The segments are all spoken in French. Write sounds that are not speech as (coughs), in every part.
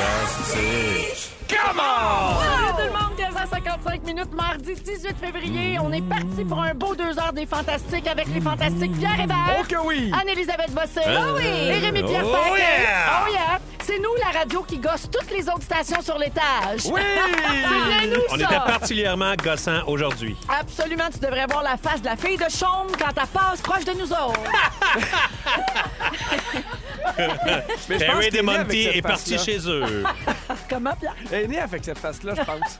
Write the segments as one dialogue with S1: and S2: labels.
S1: fantastique.
S2: Come on!
S3: Salut tout le monde, 15h55 minutes, mardi 18 février. On est parti pour un beau deux heures des Fantastiques avec les Fantastiques Pierre Hébert.
S2: Oh que oui! Euh,
S3: Anne-Elisabeth Bossé. Et Rémi-Pierre
S2: Oh
S3: Paquin.
S2: yeah!
S3: Oh yeah! C'est nous, la radio, qui gosse toutes les autres stations sur l'étage.
S2: Oui!
S3: C'est bien nous,
S4: On
S3: ça.
S4: était particulièrement gossant aujourd'hui.
S3: Absolument, tu devrais voir la face de la fille de chaume quand elle passe proche de nous
S2: (laughs)
S3: autres.
S4: Perry
S2: Mais je pense qu'il est né avec
S4: DeMonty
S2: cette
S4: est parti
S2: face-là.
S4: chez eux.
S3: Comment, Pierre?
S2: Il est né avec cette face-là, je pense.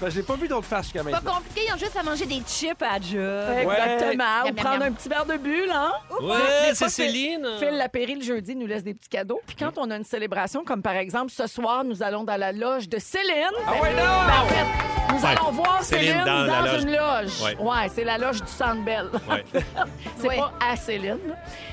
S2: Parce que j'ai pas vu d'autres faces jusqu'à
S5: Pas
S2: maintenant.
S5: compliqué, ils ont juste à manger des chips à job.
S3: Exactement.
S5: Ouais.
S3: Ou prendre un petit verre de bulle, hein?
S4: Ouais,
S3: Des fois,
S4: c'est Céline.
S3: Phil Lapéry, le jeudi, nous laisse des petits cadeaux. Puis quand on a une célébration, comme par exemple ce soir, nous allons dans la loge de Céline.
S2: Ah ouais, non!
S3: Parfait. Nous
S4: Ouais.
S3: allons voir Céline,
S4: Céline
S3: dans,
S4: dans la loge.
S3: une loge. Ouais,
S4: Ouais.
S3: c'est la loge du Sandbell.
S4: Ouais.
S3: (laughs) c'est
S5: Ouais.
S3: pas à Céline.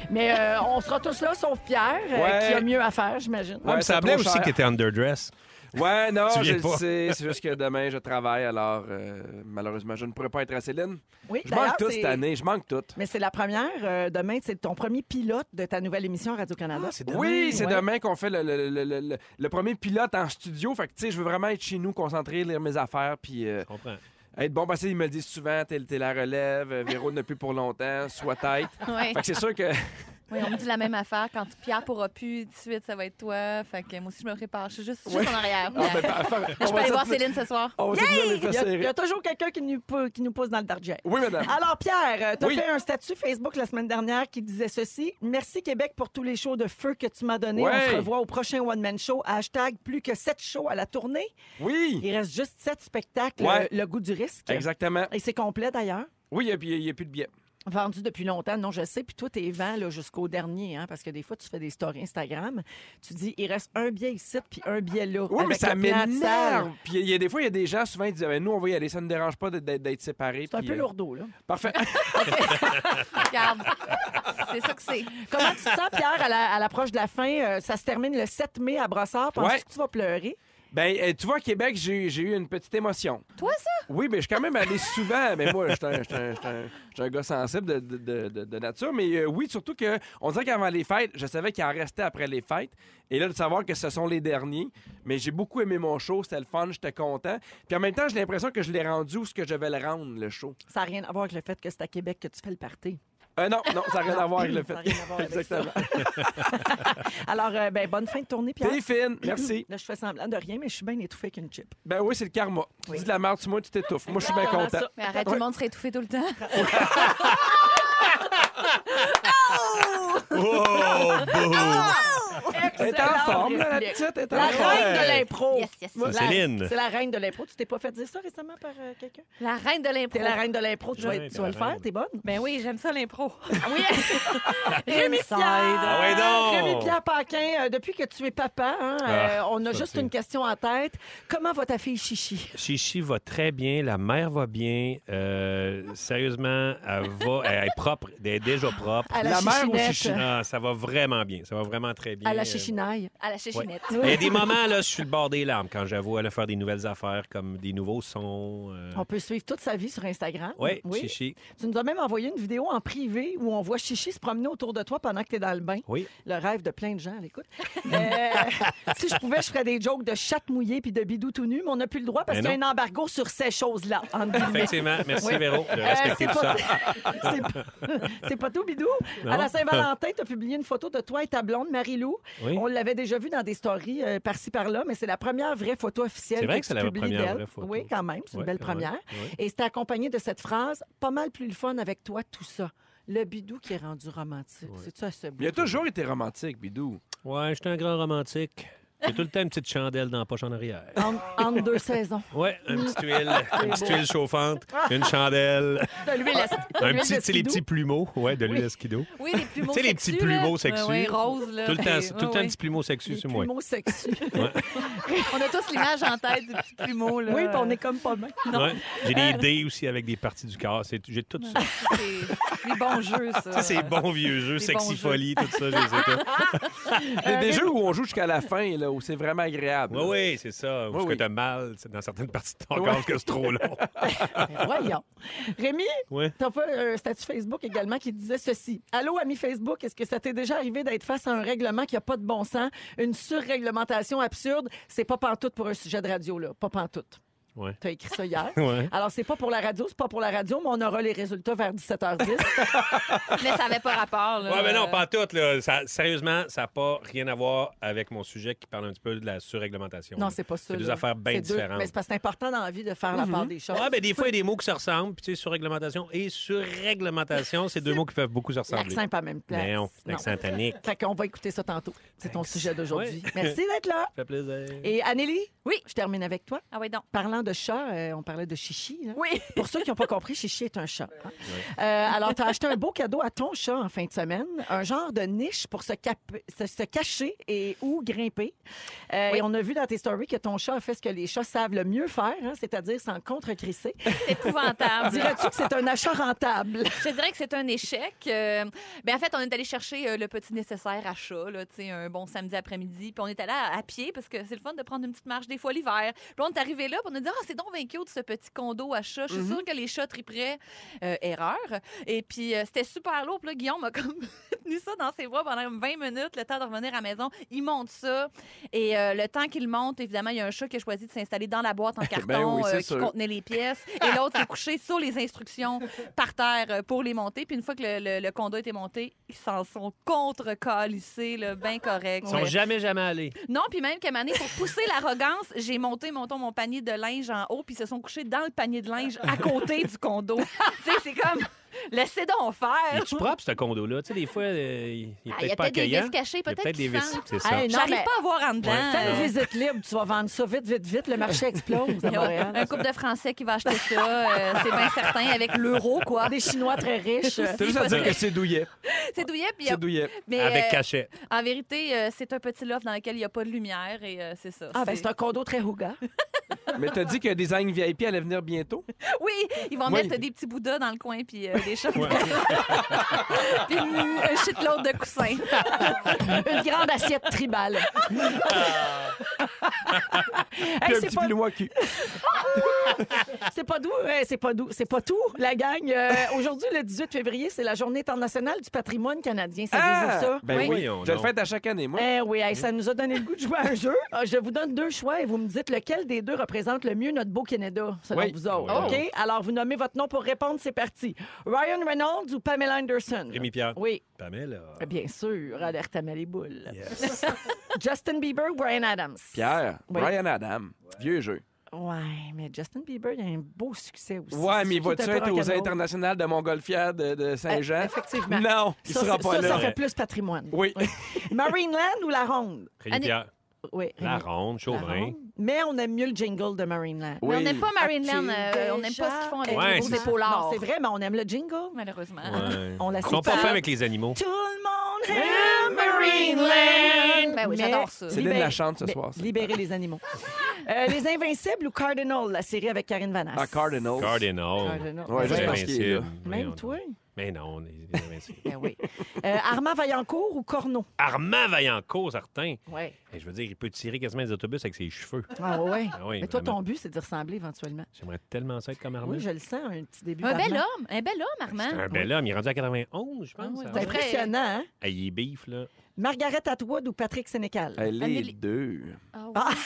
S3: Mais euh, on sera tous là, sauf Pierre, euh,
S2: Ouais.
S3: qui a mieux à faire, j'imagine.
S2: Ouais,
S4: ça
S2: mais c'est
S4: semblait
S2: trop
S4: aussi
S2: cher.
S4: qu'il était underdress.
S2: Ouais, non,
S4: Tu
S2: je
S4: viens
S2: le
S4: pas.
S2: sais. C'est juste que demain, je travaille, alors euh, malheureusement, je ne pourrais pas être à Céline.
S3: Oui,
S2: Je
S3: d'ailleurs,
S2: manque tout
S3: c'est-
S2: cette année, je manque tout.
S3: Mais c'est la première. euh, demain, c'est ton premier pilote de ta nouvelle émission à Radio-Canada.
S2: Oui, Ah, c'est
S3: Ouais.
S2: demain qu'on fait le, le- le- le- le- le premier pilote en studio. Fait que, tu sais, je veux vraiment être chez nous, concentrer, lire mes affaires, puis euh,
S4: Je comprends.
S2: être bon. Ben, Parce qu'ils me le disent souvent, t'es t'es la relève, euh, Véro n'a plus pour longtemps, sois tête.
S5: (laughs) Ouais.
S2: Fait que c'est sûr que... (laughs)
S5: Oui, on me dit la même affaire. Quand Pierre pourra plus, tout de suite, ça va être toi. Fait que moi aussi, je me prépare. Je suis juste, juste en arrière.
S2: ben, ben,
S5: je peux
S2: on va
S5: aller
S2: se-
S5: voir Céline ce soir.
S2: On va se tenir les
S3: Il
S2: fesses
S3: y, a, il y
S2: serrées.
S3: a toujours quelqu'un qui nous, pou- qui nous pousse dans le darjet.
S2: Oui, madame.
S3: Alors, Pierre, tu as
S2: Oui.
S3: fait un statut Facebook la semaine dernière qui disait ceci. Merci Québec pour tous les shows de feu que tu m'as donnés.
S2: Ouais.
S3: On se revoit au prochain One Man Show. Hashtag plus que 7 shows à la tournée.
S2: Oui,
S3: Il reste juste 7 spectacles. euh,
S2: Ouais.
S3: Le, le goût du risque.
S2: exactement.
S3: Et c'est complet d'ailleurs.
S2: Oui, et puis il n'y a plus de billets.
S3: Vendu depuis longtemps, non, je sais. Puis toi, t'es vent là, jusqu'au dernier, hein, parce que des fois, tu fais des stories Instagram. Tu dis, il reste un billet ici, puis un billet là.
S2: Oui, mais
S3: avec
S2: ça
S3: le plan de salle.
S2: m'énerve. Puis il y a des fois, il y a des gens, souvent, ils disent, Ah, ben, nous, on va y aller, ça ne dérange pas d'être- d'être d'être séparés.
S3: C'est un
S2: puis,
S3: peu
S2: euh,
S3: lourdeau, là.
S2: Parfait. (laughs)
S5: Regarde. C'est ça que c'est.
S3: Comment tu te sens, Pierre, à la- à l'approche de la fin? Euh, ça se termine le 7 mai à Brossard. Penses-tu
S2: Ouais.
S3: que tu vas pleurer?
S2: Ben, euh, tu vois, à Québec, j'ai j'ai eu une petite émotion.
S5: Toi, ça?
S2: Oui, mais je suis quand même allé souvent. Mais moi, je suis un, je suis un- je suis un- je suis un gars sensible de, de- de- de- de nature. Mais euh, oui, surtout que on dirait qu'avant les fêtes, je savais qu'il en restait après les fêtes. Et là, de savoir que ce sont les derniers. Mais j'ai beaucoup aimé mon show. C'était le fun. J'étais content. Puis en même temps, j'ai l'impression que je l'ai rendu où ce que je vais le rendre, le show.
S3: Ça n'a rien à voir avec le fait que c'est à Québec que tu fais le party.
S2: Euh, non, non, ça n'a rien à voir avec le
S3: Ça n'a
S2: fait.
S3: (laughs) rien à voir avec ça.
S2: Exactement.
S3: Alors, euh, ben, bonne fin de tournée, Pierre.
S2: T'es fine. (coughs) Merci.
S3: Là, je fais semblant de rien, mais je suis bien étouffée avec une chip.
S2: Ben oui, c'est le karma. Tu dis de la merde sur moi, tu t'étouffes. Moi, je suis bien
S3: Exactement
S2: content.
S3: ça.
S5: Mais arrête, tout le monde serait étouffé tout le temps.
S4: Oh,
S2: Elle est en
S3: Excellent
S2: forme, là, la
S3: réplique.
S2: petite. elle est en
S3: La
S2: forme.
S3: reine de l'impro.
S5: Yes, yes, yes.
S3: La-
S4: Céline.
S3: C'est la reine de l'impro. Tu t'es pas fait dire ça récemment par euh, quelqu'un?
S5: La reine de l'impro.
S3: T'es la reine de l'impro. Tu vas, être-
S4: Ouais,
S3: tu vas le
S4: la
S3: faire.
S4: reine.
S3: T'es bonne?
S5: Ben oui, j'aime ça l'impro.
S3: Oui.
S5: (laughs)
S3: Rémi
S5: Ah Inside.
S3: Pierre.
S4: Ah ouais donc.
S3: Rémi Pierre Paquin, euh, depuis que tu es papa, hein, euh,
S4: Ah,
S3: on a
S4: ça
S3: juste
S4: c'est-
S3: une question en tête. Comment va ta fille Chichi?
S4: (laughs) Chichi va très bien, la mère va bien. Euh, sérieusement, elle va, elle est propre, elle est déjà propre.
S3: À la,
S2: La mère ou
S3: chichinette.
S2: chichi?
S4: Ah, ça va vraiment bien, ça va vraiment très bien.
S3: À la
S4: Euh,
S3: chichinaille.
S5: À la chéchinette.
S4: Il y a des moments, là, je suis le bord des larmes quand j'avoue aller faire des nouvelles affaires, comme des nouveaux sons. euh,
S3: On peut suivre toute sa vie sur Instagram.
S4: ouais, chichi.
S3: Tu nous as même envoyé une vidéo en privé où on voit Chichi se promener autour de toi pendant que tu es dans le bain.
S4: Oui.
S3: Le rêve de plein de gens, à l'écoute. Euh, si je pouvais, je ferais des jokes de chatte mouillée puis de bidou tout nu, mais on n'a plus le droit parce
S4: Mais
S3: qu'il y a un embargo sur ces choses-là. entre guillemets. (laughs)
S4: Effectivement. Merci, Véro, de
S3: Euh,
S4: respecter
S3: c'est
S4: tout
S3: pas-
S4: ça.
S3: c'est pas- (laughs) C'est pas tout, Bidou.
S4: Non.
S3: À la Saint-Valentin, tu as publié une photo de toi et ta blonde, Marie-Lou.
S4: Oui.
S3: On l'avait déjà vu dans des stories euh, par-ci, par-là, mais c'est la première vraie photo officielle.
S4: C'est vrai
S3: que, tu
S4: que c'est la
S3: publies
S4: première
S3: d'elle.
S4: vraie photo.
S3: Oui, quand même, c'est une
S4: Ouais,
S3: belle
S4: ouais,
S3: première.
S4: ouais.
S3: Et c'était accompagné de cette phrase Pas mal plus le fun avec toi, tout ça. Le Bidou qui est rendu romantique. C'est ça, ce
S2: Il a toujours été romantique, Bidou.
S4: Ouais, j'étais un grand romantique. J'ai tout le temps une petite chandelle dans la poche en arrière.
S3: En- entre deux saisons.
S4: Ouais, une
S3: (laughs)
S4: petite huile, une petite huile chauffante, une chandelle,
S3: De l'huile à- de
S4: un
S3: l'huile
S4: petit,
S3: de
S4: tu sais, les
S3: skidoo.
S4: petits plumeaux, ouais, de l'huile à skido.
S5: Oui, les plumeaux
S4: Tu sais, les petits plumeaux sexus.
S5: Oui, rose, là.
S4: Tout le temps,
S5: Oui,
S4: tout le temps,
S5: oui.
S4: un petit plumeau sexu
S3: Les
S4: sur moi.
S3: plumeaux sexus.
S5: On a tous l'image en tête du petit plumeau, là.
S3: oui, puis on est comme pas mal.
S4: Ouais. J'ai des
S3: Euh.
S4: dés aussi avec des parties du corps. C'est- J'ai tout
S3: (laughs)
S4: ça.
S5: C'est des bons jeux, ça.
S4: Ça, c'est bon vieux jeu,
S5: Les bons
S4: sexy
S3: (laughs)
S5: jeux.
S4: folie, tout ça, je les ai pas.
S3: Euh,
S2: Il y a des jeux où on joue jusqu'à la fin. là. là, où c'est vraiment agréable.
S4: Oui, oui, c'est ça. Parce
S2: Oui,
S4: que
S2: oui.
S4: t'as mal c'est dans certaines parties de ton
S2: Oui.
S4: corps parce que c'est
S3: (laughs)
S4: trop long.
S3: (laughs) Ben, voyons. Rémi,
S4: Ouais.
S3: t'as fait un statut Facebook également qui disait ceci. Allô, ami Facebook, est-ce que ça t'est déjà arrivé d'être face à un règlement qui n'a pas de bon sens, une surréglementation absurde? C'est pas pantoute pour un sujet de radio, là. Pas pantoute.
S4: Ouais.
S3: T'as écrit ça hier.
S4: Ouais.
S3: Alors, c'est pas pour la radio, c'est pas pour la radio, mais on aura les résultats vers 17h10.
S5: Mais ça n'avait pas rapport. Là.
S4: Ouais, mais non, pas toutes. Là. Ça- sérieusement, ça n'a pas rien à voir avec mon sujet qui parle un petit peu de la surréglementation.
S3: non, c'est pas ça.
S4: C'est deux
S3: là.
S4: affaires bien
S3: C'est deux-
S4: différentes.
S3: Mais c'est parce que c'est important dans la vie de faire la part des choses.
S4: Ouais, ben, des fois, il y a des mots qui se ressemblent. Puis, tu sais, surréglementation et surréglementation, c'est deux mots qui peuvent beaucoup se ressembler.
S3: L'accent n'est pas à la même place.
S4: Mais non,
S3: Non.
S4: l'accent tonique.
S3: Fait qu'on va écouter ça tantôt. C'est ton
S4: Thanks.
S3: sujet d'aujourd'hui.
S4: Ouais.
S3: Merci d'être là.
S4: Ça fait plaisir.
S3: Et Anélie?
S5: Oui.
S3: Je termine avec toi.
S5: Ah oui, donc.
S3: Parlant de chat, euh, on parlait de chichi. là.
S5: Oui.
S3: Pour ceux qui n'ont pas compris, chichi est un chat. hein. Euh, alors, tu as acheté un beau cadeau à ton chat en fin de semaine, un genre de niche pour se, cap- se- se cacher et ou grimper. Euh,
S5: Oui.
S3: Et on a vu dans tes stories que ton chat a fait ce que les chats savent le mieux faire, hein, c'est-à-dire s'en contre-crisser.
S5: C'est épouvantable.
S3: Dirais-tu que c'est un achat (laughs) rentable?
S5: Je te dirais que c'est un échec. Euh, ben en fait, on est allé chercher euh, le petit nécessaire à chat, là, tu sais, un bon samedi après-midi. Puis on est allé à, à pied parce que c'est le fun de prendre une petite marche des fois l'hiver. Puis on est arrivé là, puis on a dit Ah, c'est donc bien cute ce petit condo à chat. Je
S2: Mhm.
S5: suis sûre que les chats triperaient. Euh, erreur. Et puis euh, c'était super lourd. Puis là, Guillaume a (laughs) comme tenu ça dans ses bras pendant 20 minutes, le temps de revenir à la maison. Il monte ça. Et euh, le temps qu'il monte, évidemment, il y a un chat qui a choisi de s'installer dans
S2: (laughs)
S5: la boîte en carton
S2: Ben
S5: euh,
S2: oui, c'est
S5: qui
S2: sûr.
S5: contenait les pièces. Et l'autre s'est couché sur les instructions par terre euh, pour les monter. Puis une fois que le, le, le condo était monté, ils s'en sont contre-calissés, là, bien correct.
S4: Ils sont
S5: Ouais.
S4: jamais, jamais allés.
S5: Non, puis même que Mané, pour pousser l'arrogance, j'ai monté, montons, mon panier de linge en haut, puis ils se sont couchés dans le panier de linge à côté du (laughs) condo. tu sais, c'est comme, laissez
S4: Il
S5: donc faire.
S4: est-tu propre, ce condo-là? Tu sais, des fois, euh, il n'est
S5: Ah,
S4: peut-être pas
S5: des
S4: accueillant.
S5: vis
S4: Il
S5: cachées,
S4: y a
S5: peut-être
S4: peut-être des
S5: qu'ils
S4: vis.
S5: sentent. Ah,
S4: C'est ça.
S3: Hey, non,
S5: J'arrive
S3: mais
S5: pas à voir en dedans.
S4: Ouais.
S3: Fais
S5: Euh,
S3: une visite libre, tu vas vendre ça vite, vite, vite. Le marché (laughs) explose à
S5: il y a un
S3: Montréal.
S5: couple de Français qui va acheter ça, euh, c'est bien certain, avec l'euro, quoi.
S3: Des Chinois très riches. euh,
S2: T'as juste à dire que c'est douillet.
S5: C'est douillet, puis il y a-
S2: C'est douillet.
S5: mais
S4: Avec
S5: euh,
S4: cachet.
S5: en vérité, euh, c'est un petit loft dans lequel il n'y a pas de lumière, et euh, c'est ça.
S3: Ah, ben c'est un condo très rouga.
S2: Mais t'as dit que Design VIP allait venir bientôt.
S5: (laughs) Oui, ils vont
S2: Oui.
S5: mettre des petits bouddhas dans le coin, puis euh, des chats. (laughs) puis une- un shitload euh, de
S4: (laughs)
S5: coussins.
S3: (laughs) Une grande assiette tribale. Hey,
S2: Puis un
S3: c'est
S2: petit
S3: pas-
S2: pilou à cul.
S3: C'est pas doux, hein, c'est pas doux, c'est pas tout, la gang. Euh, Aujourd'hui, le 18 février, c'est la Journée internationale du patrimoine canadien. Ça
S2: Ah!
S3: ça?
S2: Ben
S4: Oui.
S2: oui,
S4: Voyons
S2: je le
S4: donc.
S2: fête à chaque année, moi.
S3: Eh oui, hey, ça nous a donné le goût de jouer à un jeu. Ah, Je vous donne deux choix et vous me dites lequel des deux représente le mieux notre beau Canada, selon
S2: Oui.
S3: vous autres.
S4: Oh.
S3: OK? Alors, vous nommez votre nom pour répondre, c'est parti. Ryan Reynolds ou Pamela Anderson?
S4: Rémi Pierre.
S3: Oui, Ah,
S4: Pamela.
S3: bien sûr, alerte à les boules.
S4: Yes.
S3: Justin Bieber ou Brian Adams?
S2: Pierre,
S3: Oui.
S2: Brian Adam, vieux jeu.
S3: Ouais, mais Justin Bieber, il a un beau succès aussi.
S2: Ouais, mais
S3: Surtout
S2: vas-tu
S3: qu'il est un peu
S2: être aux
S3: rock'n'roll.
S2: internationales de Montgolfière de, de
S3: Euh,
S2: Saint-Jean?
S3: Effectivement.
S2: Non, il
S3: Ça,
S2: sera
S3: c'est-
S2: pas
S3: ça,
S2: là.
S3: ça fait plus patrimoine.
S2: Oui.
S3: Marineland ou La Ronde?
S4: Rémi
S5: Annie-
S4: Pierre.
S3: Oui.
S4: La
S3: Rémi.
S4: ronde, Chauvin.
S3: Ronde. Mais on aime mieux le jingle de Marineland.
S5: Mais on
S2: Oui.
S5: n'aime pas Marineland, euh, on n'aime pas ce qu'ils font avec
S4: Ouais,
S5: les beaux
S4: c'est-
S5: épaulards.
S3: Non, c'est vrai, mais on aime le jingle.
S5: Malheureusement.
S4: Ouais.
S3: On la
S4: Ils sont pas
S3: sépare.
S4: faits avec les animaux.
S3: Tout le monde aime Marineland.
S5: Ben oui,
S3: Mais
S5: j'adore ça.
S2: Céline
S3: libérer-
S2: la chante ce
S3: ben,
S2: soir, ça.
S3: Libérer les animaux. Euh, les Invincibles ou Cardinal, la série avec Karine Vanasse?
S2: Ah, Cardinals.
S4: Cardinal.
S3: Cardinal.
S2: Ouais,
S4: Les
S2: juste parce qu'il est là.
S4: Invincibles. Oh. Voyons
S3: Même
S4: donc.
S3: toi?
S4: Mais non, les les Invincibles.
S3: Ben oui. Euh, Armand Vaillancourt ou Corneau?
S4: (laughs) Armand Vaillancourt, certain.
S3: Oui.
S4: Et je veux dire, il peut tirer quasiment des autobus avec ses cheveux.
S3: Ah ouais.
S4: Ah oui,
S3: Mais toi,
S4: vraiment. Ah,
S3: ton but, c'est d'y ressembler éventuellement.
S4: J'aimerais tellement ça être comme Armand.
S3: Oui, je le sens, un petit début.
S5: Un bel
S3: d'Armand.
S5: homme, un bel homme,
S4: C'est
S5: Armand.
S4: un bel homme. Il est rendu à 91, je
S5: Ah
S4: pense.
S5: ouais,
S4: Ah
S3: C'est
S5: ouais.
S3: impressionnant, hein?
S4: Ah, il est bif, là.
S3: Margaret Atwood ou Patrick Sénécal?
S2: Elle est
S5: Amélie-
S2: deux.
S5: Ah oui.
S3: Ah, (laughs)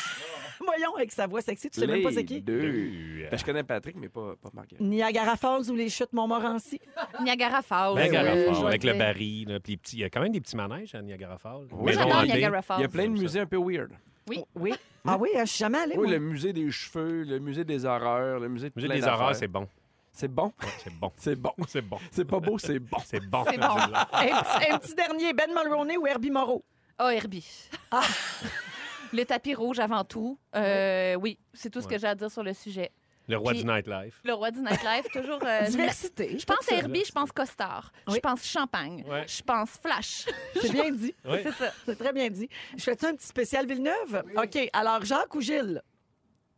S3: Voyons, avec sa voix sexy, tu sais même pas c'est qui.
S2: deux.
S4: Euh,
S2: Ben, je connais Patrick, mais pas, pas Marguerite.
S3: Niagara Falls ou les chutes Montmorency?
S5: Ah. Niagara Falls.
S4: Niagara
S5: oui,
S4: Falls,
S5: je vais
S4: avec
S5: dire.
S4: le baril. là, puis les petits- il y a quand même des petits manèges à Niagara Falls.
S2: Moi,
S4: Maison
S2: j'adore
S4: hantée.
S5: Niagara Falls.
S2: Il y a plein de
S4: J'aime ça.
S2: musées un peu weird.
S5: Oui.
S3: Oui. Ah oui, hein, je suis jamais allée.
S2: Oui,
S3: moi.
S2: le musée des cheveux, le musée des horreurs, le musée de
S4: Le musée
S2: plein
S4: des horreurs,
S2: d'affaires.
S4: c'est bon.
S2: C'est bon.
S4: Ouais, c'est bon. (laughs)
S2: C'est bon. (laughs)
S4: C'est bon.
S2: C'est pas beau,
S4: (laughs)
S2: c'est bon.
S4: C'est bon.
S5: C'est bon.
S3: Un, petit, un petit dernier, Ben Mulroney ou Herbie Moreau?
S5: Ah, Herbie. (laughs) Le tapis rouge avant tout. Euh, oui, c'est tout ce que j'ai à dire sur le sujet.
S4: Le roi
S5: Puis-
S4: du nightlife.
S5: Le roi du nightlife, toujours. euh,
S3: Diversité.
S5: Je pense Herbie, je pense Costard. Je
S3: Oui.
S5: pense Champagne.
S4: Ouais.
S5: Je pense Flash.
S3: C'est bien dit.
S4: Ouais.
S5: C'est ça.
S3: C'est très bien dit. Je fais-tu un petit spécial Villeneuve? OK. Alors, Jacques ou Gilles?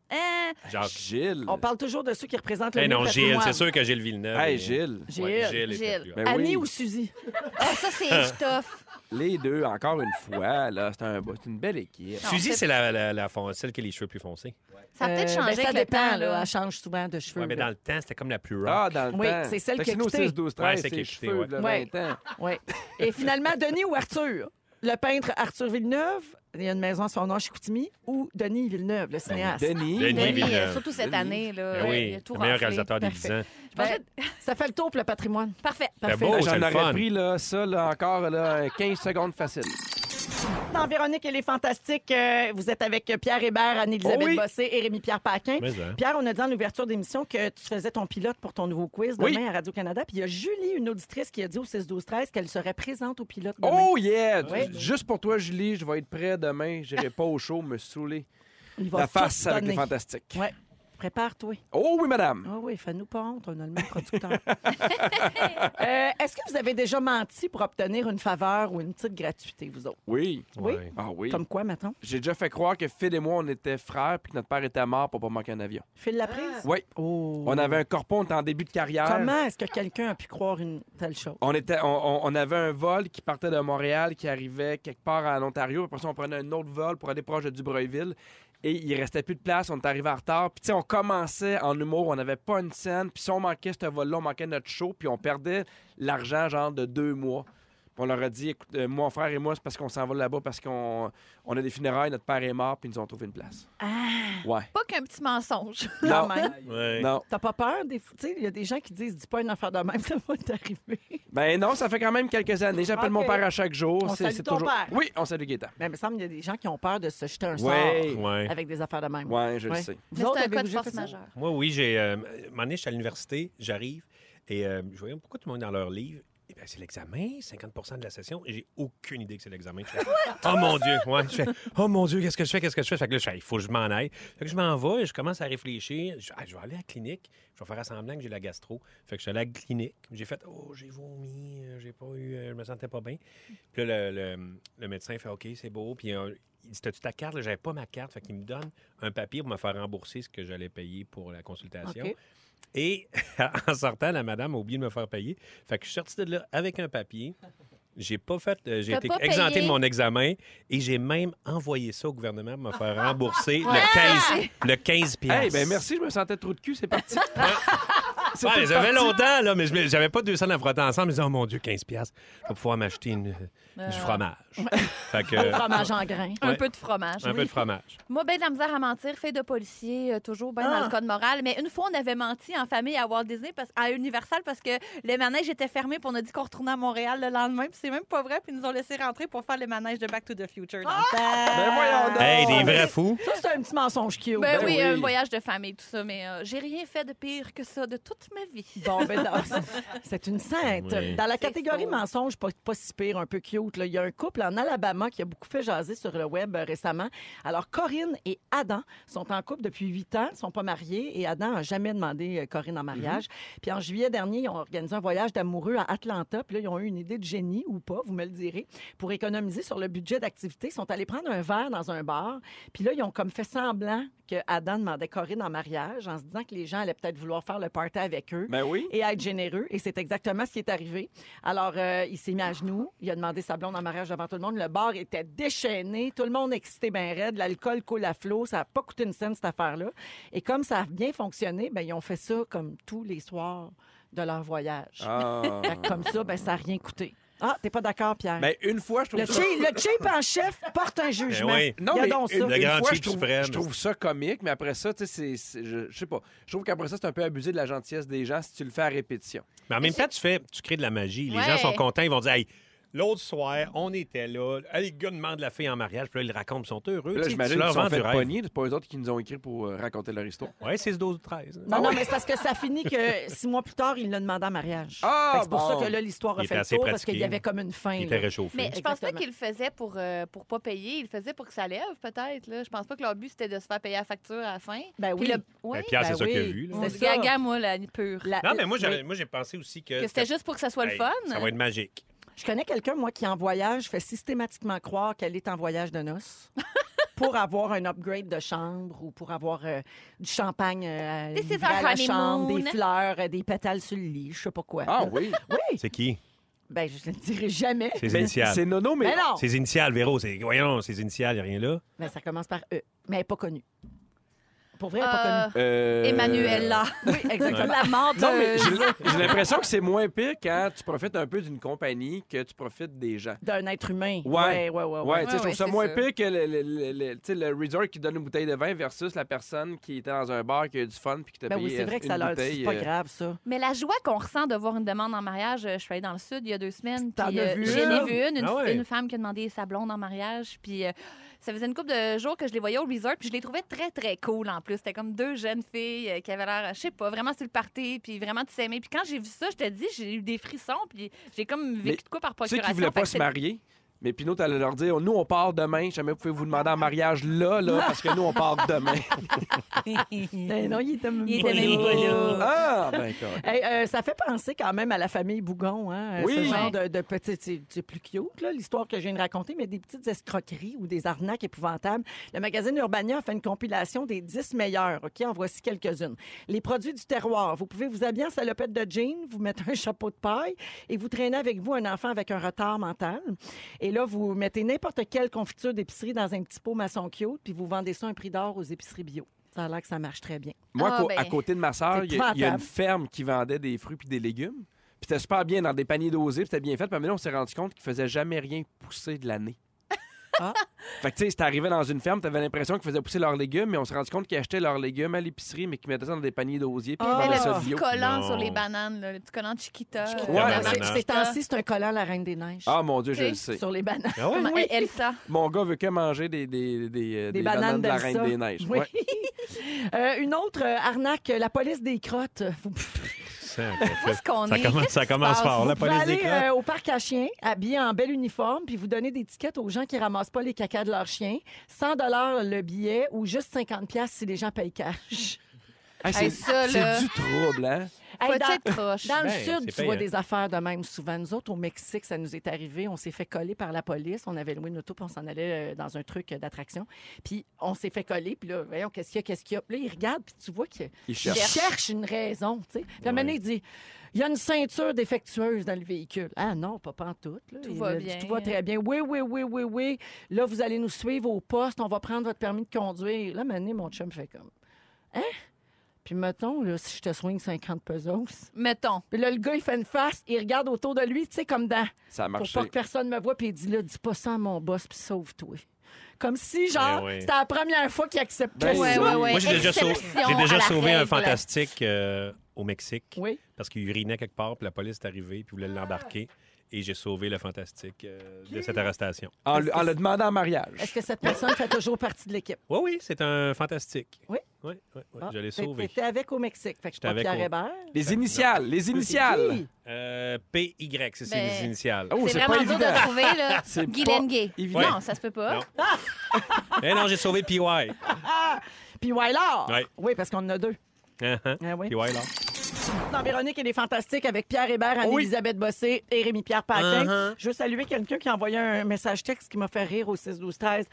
S5: Hein?
S4: Jacques.
S2: Gilles.
S3: On parle toujours de ceux qui représentent le
S4: Eh
S3: mieux
S4: non,
S3: le
S4: Gilles,
S3: patrimoine.
S4: c'est sûr que Gilles Villeneuve.
S2: Hey,
S4: est-
S2: Gilles.
S3: Gilles.
S4: Ouais, Gilles. était plus
S5: Gilles.
S2: Ben
S3: Annie
S2: oui,
S3: ou Suzy?
S5: Ah, ça, c'est tough.
S2: les deux, encore une fois, là, c'est un- c'est une belle équipe.
S5: Non,
S4: Suzy,
S5: c'est-
S4: c'est la, la- la fon- celle qui a les cheveux plus foncés.
S5: Ça a peut-être
S3: Euh, ben,
S5: changé
S3: ça
S5: avec le
S3: dépend,
S5: temps,
S3: là.
S5: là. Ah,
S3: Elle change souvent de cheveux.
S4: Ouais, mais
S3: là.
S4: dans le temps, c'était comme la plus rock.
S2: Ah, dans le
S3: Oui,
S2: temps.
S3: c'est celle qui a
S2: Textez-nous au
S3: quitté.
S2: 6, 12, 13,
S4: Ouais, c'est
S2: c'est
S4: qui a
S2: les
S4: quitté,
S2: cheveux
S4: ouais.
S2: de
S3: Ouais.
S2: 20 ans.
S3: Ouais. Et finalement, Denis ou Arthur? Le peintre Arthur Villeneuve, il y a une maison à son nom chez Coutimi, ou Denis Villeneuve, le cinéaste.
S2: Ben, Denis.
S4: Denis.
S5: Denis,
S4: Villeneuve.
S5: euh, surtout cette
S2: Denis.
S5: année, là.
S4: Ben
S5: ouais, il
S4: oui,
S5: a tout
S4: le meilleur
S5: renflé.
S4: réalisateur des 10
S5: Parfait.
S4: ans.
S5: Je pensais-
S3: Ça fait le tour pour le patrimoine.
S5: Parfait.
S4: C'était
S3: Parfait.
S4: beau,
S2: Hey,
S4: Oh, c'est
S2: Oh, Ah, J'en
S4: le
S2: aurais
S4: fun.
S2: pris là, ça là, encore là, 15 secondes facile.
S3: Dans Véronique et les Fantastiques, euh, vous êtes avec Pierre Hébert, Anne-Élisabeth
S2: Oh oui.
S3: Bossé et Rémi-Pierre Paquin.
S4: Mais, hein.
S3: Pierre, on a dit en ouverture d'émission que tu faisais ton pilote pour ton nouveau quiz demain
S2: Oui.
S3: à Radio-Canada. Puis il y a Julie, une auditrice, qui a dit au 6-12-13 qu'elle serait présente au pilote demain.
S2: Oh yeah!
S3: Oui.
S2: Juste pour toi, Julie, je vais être prêt demain. J'irai pas au show me saouler
S3: Il (laughs) va
S2: la
S3: tout
S2: face avec les
S3: donner.
S2: fantastiques.
S3: Ouais. Prépare-toi.
S2: Oh oui, madame!
S3: Ah oui, fais-nous pas honte, on a le même producteur. Euh, Est-ce que vous avez déjà menti pour obtenir une faveur ou une petite gratuité, vous autres?
S2: Oui.
S3: Oui.
S4: Ouais.
S2: Ah oui.
S3: Comme quoi, maintenant?
S2: J'ai déjà fait croire que Phil et moi, on était frères puis que notre père était mort pour pas manquer un avion.
S3: File la prise?
S2: Oui.
S3: Oh.
S2: On avait un corpon, on était en début de carrière.
S3: Comment est-ce que quelqu'un a pu croire une telle chose?
S2: On, était, on, on- on avait un vol qui partait de Montréal, qui arrivait quelque part en Ontario. Après ça, on prenait un autre vol pour aller proche de Dubreuilville. Et il restait plus de place, on est arrivé en retard. Puis, tu sais, on commençait en humour, on n'avait pas une scène. Puis, si on manquait ce vol-là, on manquait notre show. Puis, on perdait l'argent, genre, de deux mois. Puis, on leur a dit, écoute, euh, mon frère et moi, c'est parce qu'on s'en va là-bas, parce qu'on on a des funérailles, notre père est mort, puis ils nous ont trouvé une place. Ouais.
S5: Pas qu'un petit mensonge.
S3: Ah! (laughs)
S5: (laughs)
S3: Quand
S2: Non,
S3: même.
S4: Ouais.
S2: non.
S3: T'as pas peur des fois? Tu sais, il y a des gens qui disent dis pas une affaire de même, (laughs) ça va t'arriver.
S2: Ben non, ça fait quand même quelques années. J'appelle mon
S3: Ok.
S2: père à chaque jour.
S3: On
S2: C'est-
S3: salue
S2: c'est
S3: ton père.
S2: Oui, on salue Gaétan.
S3: Mais Ben, il me semble qu'il y a des gens qui ont peur de se jeter un
S2: Ouais.
S4: Ouais.
S3: sort avec des affaires de même.
S2: Ouais, je
S3: Ouais.
S2: le sais.
S5: Mais
S3: Vous autres,
S5: C'est un
S3: avez
S5: cas de
S3: déjà
S5: force
S3: fait ça?
S5: majeure.
S4: Moi, oui, j'ai. Euh, un moment donné, je suis à l'université, j'arrive et euh, je voyais pourquoi tout le monde est dans leur livre. Eh bien, c'est l'examen, 50 de la session, et j'ai aucune idée que c'est l'examen. Je fais, oh mon Dieu, ouais, je fais, oh mon Dieu, qu'est-ce que je fais, qu'est-ce que je fais? Fait que là, je fais, il faut que je m'en aille. Fait que je m'en vais, et je commence à réfléchir. Je, Ah, je vais aller à la clinique, je vais faire semblant que j'ai la gastro. Fait que je suis allé à la clinique, j'ai fait, oh, j'ai vomi, euh, j'ai pas eu, euh, je me sentais pas bien. Puis là, le, le- le médecin fait OK, c'est beau. Puis euh, il dit T'as-tu ta carte là? J'avais pas ma carte. Fait qu'il me donne un papier pour me faire rembourser ce que j'allais payer pour la consultation.
S3: OK.
S4: Et (laughs) en sortant, la madame a oublié de me faire payer. Fait que je suis sorti de là avec un papier. J'ai pas fait, euh, j'ai
S5: T'as
S4: été
S5: pas
S4: exempté
S5: payé.
S4: de mon examen et j'ai même envoyé ça au gouvernement pour me
S5: (laughs)
S4: faire rembourser le 15 le 15 piastres.
S2: Hey, ben merci, je me sentais trop de cul, c'est parti. C'est
S4: Ouais,
S2: tout
S4: ça fait
S2: parti.
S4: longtemps, là, mais je- j'avais pas 200 à frotter ensemble. Je me disais, oh mon Dieu, 15 piastres, je vais pouvoir m'acheter une- du fromage. (laughs) Fait que,
S3: Au fromage en grain.
S5: Euh, Un
S4: Ouais.
S5: peu de fromage.
S4: un peu de fromage.
S5: Moi, ben de la misère à mentir, fait de policier, euh, toujours bien dans le code moral. Mais une fois, on avait menti en famille à Walt Disney, parce, à Universal, parce que le manège était fermé, puis on a dit qu'on retournait à Montréal le lendemain, puis c'est même pas vrai, puis ils nous ont laissé rentrer pour faire le manège de Back to the Future. dans le
S3: Ah!
S5: temps.
S2: Ben voyons
S5: Ah,
S2: donc.
S4: Hey, des vrais fous.
S3: Ça, c'est un petit mensonge cute.
S5: Ben,
S2: ben
S5: oui,
S2: oui.
S5: un voyage de famille, tout ça, mais euh, j'ai rien fait de pire que ça de toute ma vie.
S3: Bon, ben non, c'est- (laughs) c'est une sainte.
S4: Oui.
S3: Dans la
S5: C'est
S3: catégorie
S5: faux.
S3: mensonge, pas, pas si pire, un peu cute, là, il y a un couple en Alabama qui a beaucoup fait jaser sur le web euh, récemment. Alors, Corinne et Adam sont en couple depuis huit ans, sont pas mariés, et Adam n'a jamais demandé euh, Corinne en mariage. Puis en juillet dernier, ils ont organisé un voyage d'amoureux à Atlanta, puis là, ils ont eu une idée de génie, ou pas, vous me le direz, pour économiser sur le budget d'activité. Ils sont allés prendre un verre dans un bar, puis là, ils ont comme fait semblant que Adam demandait Corinne en mariage, en se disant que les gens allaient peut-être vouloir faire le party avec eux
S2: (laughs) Ben oui.
S3: et à être généreux. Et c'est exactement ce qui est arrivé. Alors, euh, il s'est mis à genoux. Il a demandé sa blonde en mariage devant tout le monde. Le bar était déchaîné. Tout le monde excité bien raide. L'alcool coule à flot. Ça n'a pas coûté une scène, cette affaire-là. Et comme ça a bien fonctionné, ben, ils ont fait ça comme tous les soirs de leur voyage.
S2: (laughs) Ah.
S3: Fait que comme ça, ben, ça n'a rien coûté. Ah, t'es pas d'accord, Pierre?
S2: Ben une fois, je trouve
S3: le,
S2: ça...
S3: cheap, le cheap en chef porte un jugement.
S4: Ben oui.
S2: Non, mais
S3: Regardons ça.
S2: une,
S4: Le
S2: une
S4: grand
S2: fois, je
S4: cheap
S2: trouve,
S4: suprême.
S2: je trouve ça comique, mais après ça, tu sais, c'est- c'est- je, je sais pas. Je trouve qu'après ça, c'est un peu abusé de la gentillesse des gens si tu le fais à répétition.
S4: Mais en même temps, tu fais, tu crées de la magie. Les
S5: Ouais.
S4: gens sont contents, ils vont dire, hey, l'autre soir, on était là, hey, le gars demande la fille en mariage, puis là, ils le racontent, ils sont heureux.
S2: Là,
S4: Tu sais, tu
S2: j'imagine
S4: leur
S2: qu'ils
S4: vends
S2: sont
S4: du
S2: fait
S4: rêve.
S2: pogner. C'est pas eux autres qui nous ont écrit pour euh, raconter leur (laughs) histoire.
S4: Ouais, c'est 12 ou 13.
S5: Ben,
S3: Non, non, mais c'est parce que ça finit que six mois plus tard, il l'a demandé en mariage.
S2: Ah,
S3: Fait que c'est pour
S2: bon.
S3: ça que là, l'histoire a
S4: Il
S3: fait
S4: était
S3: le
S4: assez
S3: tour parce qu'il y
S4: pratiqué.
S3: avait comme une fin.
S4: Il était
S3: là.
S4: réchauffé.
S5: (laughs) Mais je pense pas
S3: Exactement.
S5: qu'ils le faisaient pour, euh, pour pas payer, ils le faisaient pour que ça lève, peut-être. là. Je pense pas que leur but, c'était de se faire payer à la facture à la fin.
S3: Ben
S5: Puis
S3: oui.
S5: le- Oui.
S4: Ben, Pierre,
S3: ben
S4: c'est ça qu'il a
S3: oui.
S4: vu. là.
S5: On
S3: c'est
S5: dit,
S3: ça.
S5: gaga, moi, la pure.
S3: La-
S4: Non, mais moi, j'avais-
S3: oui.
S4: moi, j'ai pensé aussi que.
S5: Que c'était juste pour que ça soit le
S4: Hey,
S5: fun.
S4: Ça va être magique.
S3: Je connais quelqu'un, moi, qui en voyage fait systématiquement croire qu'elle est en voyage de noces pour avoir un upgrade de chambre ou pour avoir euh, du champagne euh,
S5: This is
S3: livré
S5: our
S3: à la chambre,
S5: honeymoon.
S3: des fleurs, euh, des pétales sur le lit, je sais pas quoi.
S2: Ah
S4: (laughs)
S2: oui.
S4: C'est qui?
S3: Ben, je ne le dirai jamais.
S4: Ses
S2: Mais
S4: initiales.
S2: Ben, C'est Nono, mais.
S3: Mais Ben non!
S4: Ses initiales, Véro. C'est... Voyons, ses initiales, il a rien là.
S3: Ben, ça commence par E, mais elle n'est pas connue. Pour vrai, elle n'est pas connue.
S2: Euh,
S5: Emmanuela.
S3: Oui, exactement.
S5: La menthe.
S2: Non, mais
S5: euh,
S2: j'ai- j'ai l'impression que c'est moins pire quand tu profites un peu d'une compagnie que tu profites des gens.
S3: D'un être humain. ouais,
S2: Ouais.
S3: ouais. ouais,
S2: Ouais, tu sais, je
S5: ouais,
S2: trouve ça
S5: c'est
S2: moins
S5: ça.
S2: pire que le, le- le- le- tu sais, le resort qui donne une bouteille de vin versus la personne qui était dans un bar qui a eu du fun puis qui t'a
S3: Ben
S2: payé
S3: oui, c'est vrai que ça
S2: une
S3: leur
S2: bouteille,
S3: c'est pas
S2: euh,
S3: grave, ça.
S5: Mais la joie qu'on ressent de voir une demande en mariage, euh, je suis allée dans le sud il y a deux semaines,
S3: T'en
S5: puis
S3: as
S5: euh,
S3: vu
S5: j'en ai
S4: une?
S5: vu une, une,
S4: Ah ouais.
S5: une femme qui a demandé sa blonde en mariage, puis euh, ça faisait une couple de jours que je les voyais au resort, puis je les trouvais très très cool en plus. C'était comme deux jeunes filles euh, qui avaient l'air, euh, je sais pas, vraiment sur le party, puis vraiment tu s'aimer. Puis quand j'ai vu ça, je te dis, j'ai eu des frissons, puis j'ai comme vécu
S2: Mais
S5: de quoi
S2: Tu
S5: par
S2: sais
S5: procuration.
S2: qu'ils voulaient
S5: Fait
S2: pas
S5: que
S2: se
S5: c'est-
S2: marier. Mais puis l'autre allait leur dire, nous, on part demain. Jamais vous pouvez vous demander en mariage
S3: (laughs)
S2: là, là, parce que nous, on part demain. (laughs)
S3: Ben non, il Oh. était même
S5: Il
S3: pas
S5: était même
S3: là.
S5: pas là.
S2: ah, ben, correct.
S3: Hey, euh, ça fait penser quand même à la famille Bougon, hein, euh,
S2: Oui.
S3: ce genre de, de petit, c'est c'est plus cute, là, l'histoire que je viens de raconter, mais des petites escroqueries ou des arnaques épouvantables. Le magazine Urbania a fait une compilation des 10 meilleurs, OK? En voici quelques-unes. Les produits du terroir. Vous pouvez vous habiller en salopette de jean, vous mettre un chapeau de paille et vous traînez avec vous un enfant avec un retard mental. Et là, vous mettez n'importe quelle confiture d'épicerie dans un petit pot maçon cute, puis vous vendez ça à un prix d'or aux épiceries bio. Ça a l'air que ça marche très bien.
S2: Moi,
S5: Ah,
S2: à co-
S5: ben,
S2: à côté de ma sœur,
S3: c'est
S2: il y, a- il y a une
S3: épouvantable.
S2: ferme qui vendait des fruits puis des légumes. Puis c'était super bien dans des paniers dosés, puis c'était bien fait. Puis là, on s'est rendu compte qu'ils faisaient jamais rien pousser de l'année.
S3: (laughs) Ah.
S2: Fait que tu sais, c'était arrivé dans une ferme, t'avais l'impression qu'ils faisaient pousser leurs légumes, mais on s'est rendu compte qu'ils achetaient leurs légumes à l'épicerie, mais qu'ils mettaient ça dans des paniers dosiers. Puis
S3: Ah.
S2: ils
S5: Mais
S2: vendaient
S5: le
S2: ça
S5: petit
S2: bio.
S5: collant
S4: Non.
S5: sur les bananes, là, le petit collant de Chiquita. euh,
S4: Chiquita.
S5: de la
S2: Ouais,
S5: marque
S2: c'est-
S5: Chiquita.
S3: Ces temps-ci, c'est un collant à la Reine des Neiges.
S2: Ah mon Dieu, je
S5: Tu
S2: le
S5: sais,
S2: sais.
S3: Sur les bananes.
S4: Ah ouais?
S5: Comment- Elsa.
S2: Mon gars veut que manger des, des, des, euh,
S3: des,
S2: des
S3: bananes,
S2: de la Reine
S3: d'Elsa.
S2: des Neiges.
S3: Oui.
S2: Ouais.
S3: (laughs) Euh, une autre euh, arnaque, euh, la police des crottes. (laughs) Vous pouvez
S4: Ça,
S5: Où est-ce qu'on
S4: ça
S5: est?
S4: commence,
S5: Qu'est-ce
S4: ça
S5: qui se
S4: commence
S5: passe?
S4: fort, Ah, la
S3: vous
S4: police
S3: aller
S4: des crottes.
S3: euh, au parc à chiens, habillé en bel uniforme, puis vous donner des tickets aux gens qui ramassent pas les cacas de leurs chiens. 100 le billet ou juste 50 pièces si les gens payent cash.
S2: Ah,
S5: Hey,
S2: c'est
S5: ça, là.
S2: c'est du trouble, hein?
S5: Faut
S3: Hey, dans-
S5: être proche.
S3: Dans le
S4: Ben,
S3: sud,
S4: c'est
S3: tu
S4: payant.
S3: vois des affaires de même souvent. Nous autres, au Mexique, ça nous est arrivé. On s'est fait coller par la police. On avait loué une auto, puis on s'en allait euh, dans un truc euh, d'attraction. Puis on s'est fait coller, puis là, voyons, qu'est-ce qu'il y a, qu'est-ce qu'il y a. Puis là, ils regardent, puis tu vois que
S2: Il
S3: Il
S2: cherche.
S3: cherche une raison, tu sais. Puis à un moment donné, il dit il y a une ceinture défectueuse dans le véhicule. Ah non, pas pantoute. Là.
S5: Tout
S3: Il
S5: va
S3: a dit,
S5: bien.
S3: Tout va très bien. Oui, oui, oui, oui, oui. Là, vous allez nous suivre au poste. On va prendre votre permis de conduire. Là, à un moment donné, mon chum fait comme Hein? Puis mettons, là, si je te soigne 50 pesos.
S5: Mettons.
S3: Puis là, le gars, il fait une face, il regarde autour de lui, tu sais, comme dans
S2: Ça a
S3: pour
S2: marché.
S3: pas que personne me voit, puis il dit là, dis pas ça à mon boss, puis sauve-toi. Comme si, genre,
S4: Eh oui.
S3: c'était la première fois qu'il acceptait
S2: Ben,
S3: ça.
S2: Ouais, ouais,
S4: Moi, j'ai déjà, sauvé,
S5: euh, Exception
S4: j'ai déjà
S5: à la
S4: sauvé un
S5: règle.
S4: fantastique euh, au Mexique
S3: Oui.
S4: parce qu'il urinait quelque part, puis la police est arrivée, puis voulait l'embarquer. Et j'ai sauvé le fantastique euh, de cette arrestation.
S2: En, le- en le demandant en mariage.
S3: Est-ce que cette personne fait toujours partie de l'équipe?
S4: Oui, oui, c'est un fantastique.
S3: Oui?
S4: Oui, oui, oui,
S3: Ah,
S4: je l'ai
S3: t'es-
S4: sauvé.
S3: T'étais avec au Mexique. Fait que je
S4: J'étais
S3: pas
S4: avec
S3: Pierre
S4: au-
S3: Hébert.
S2: Les initiales, les
S3: C'est
S2: initiales.
S3: qui?
S4: Euh, PY, c'est ses
S5: Ben-
S4: initiales.
S2: Oh,
S5: c'est
S2: c'est pas
S5: vraiment dur
S2: évident.
S5: de trouver, là.
S2: C'est
S5: Guy
S2: pas
S5: Lenguet.
S2: évident.
S5: Non, ça se peut pas.
S4: Non. Eh non, j'ai sauvé PY.
S3: Ah! Puis Wailard.
S4: Ouais.
S3: Oui, parce qu'on en a deux.
S4: Hein, hein?
S3: Ah oui.
S4: PY, là.
S3: Dans Véronique, elle est fantastique avec Pierre Hébert, Anne-Élisabeth Bossé et Rémi-Pierre Paquin.
S4: Uh-huh.
S3: Je veux saluer quelqu'un qui a envoyé un message texte qui m'a fait rire au 6-12-13.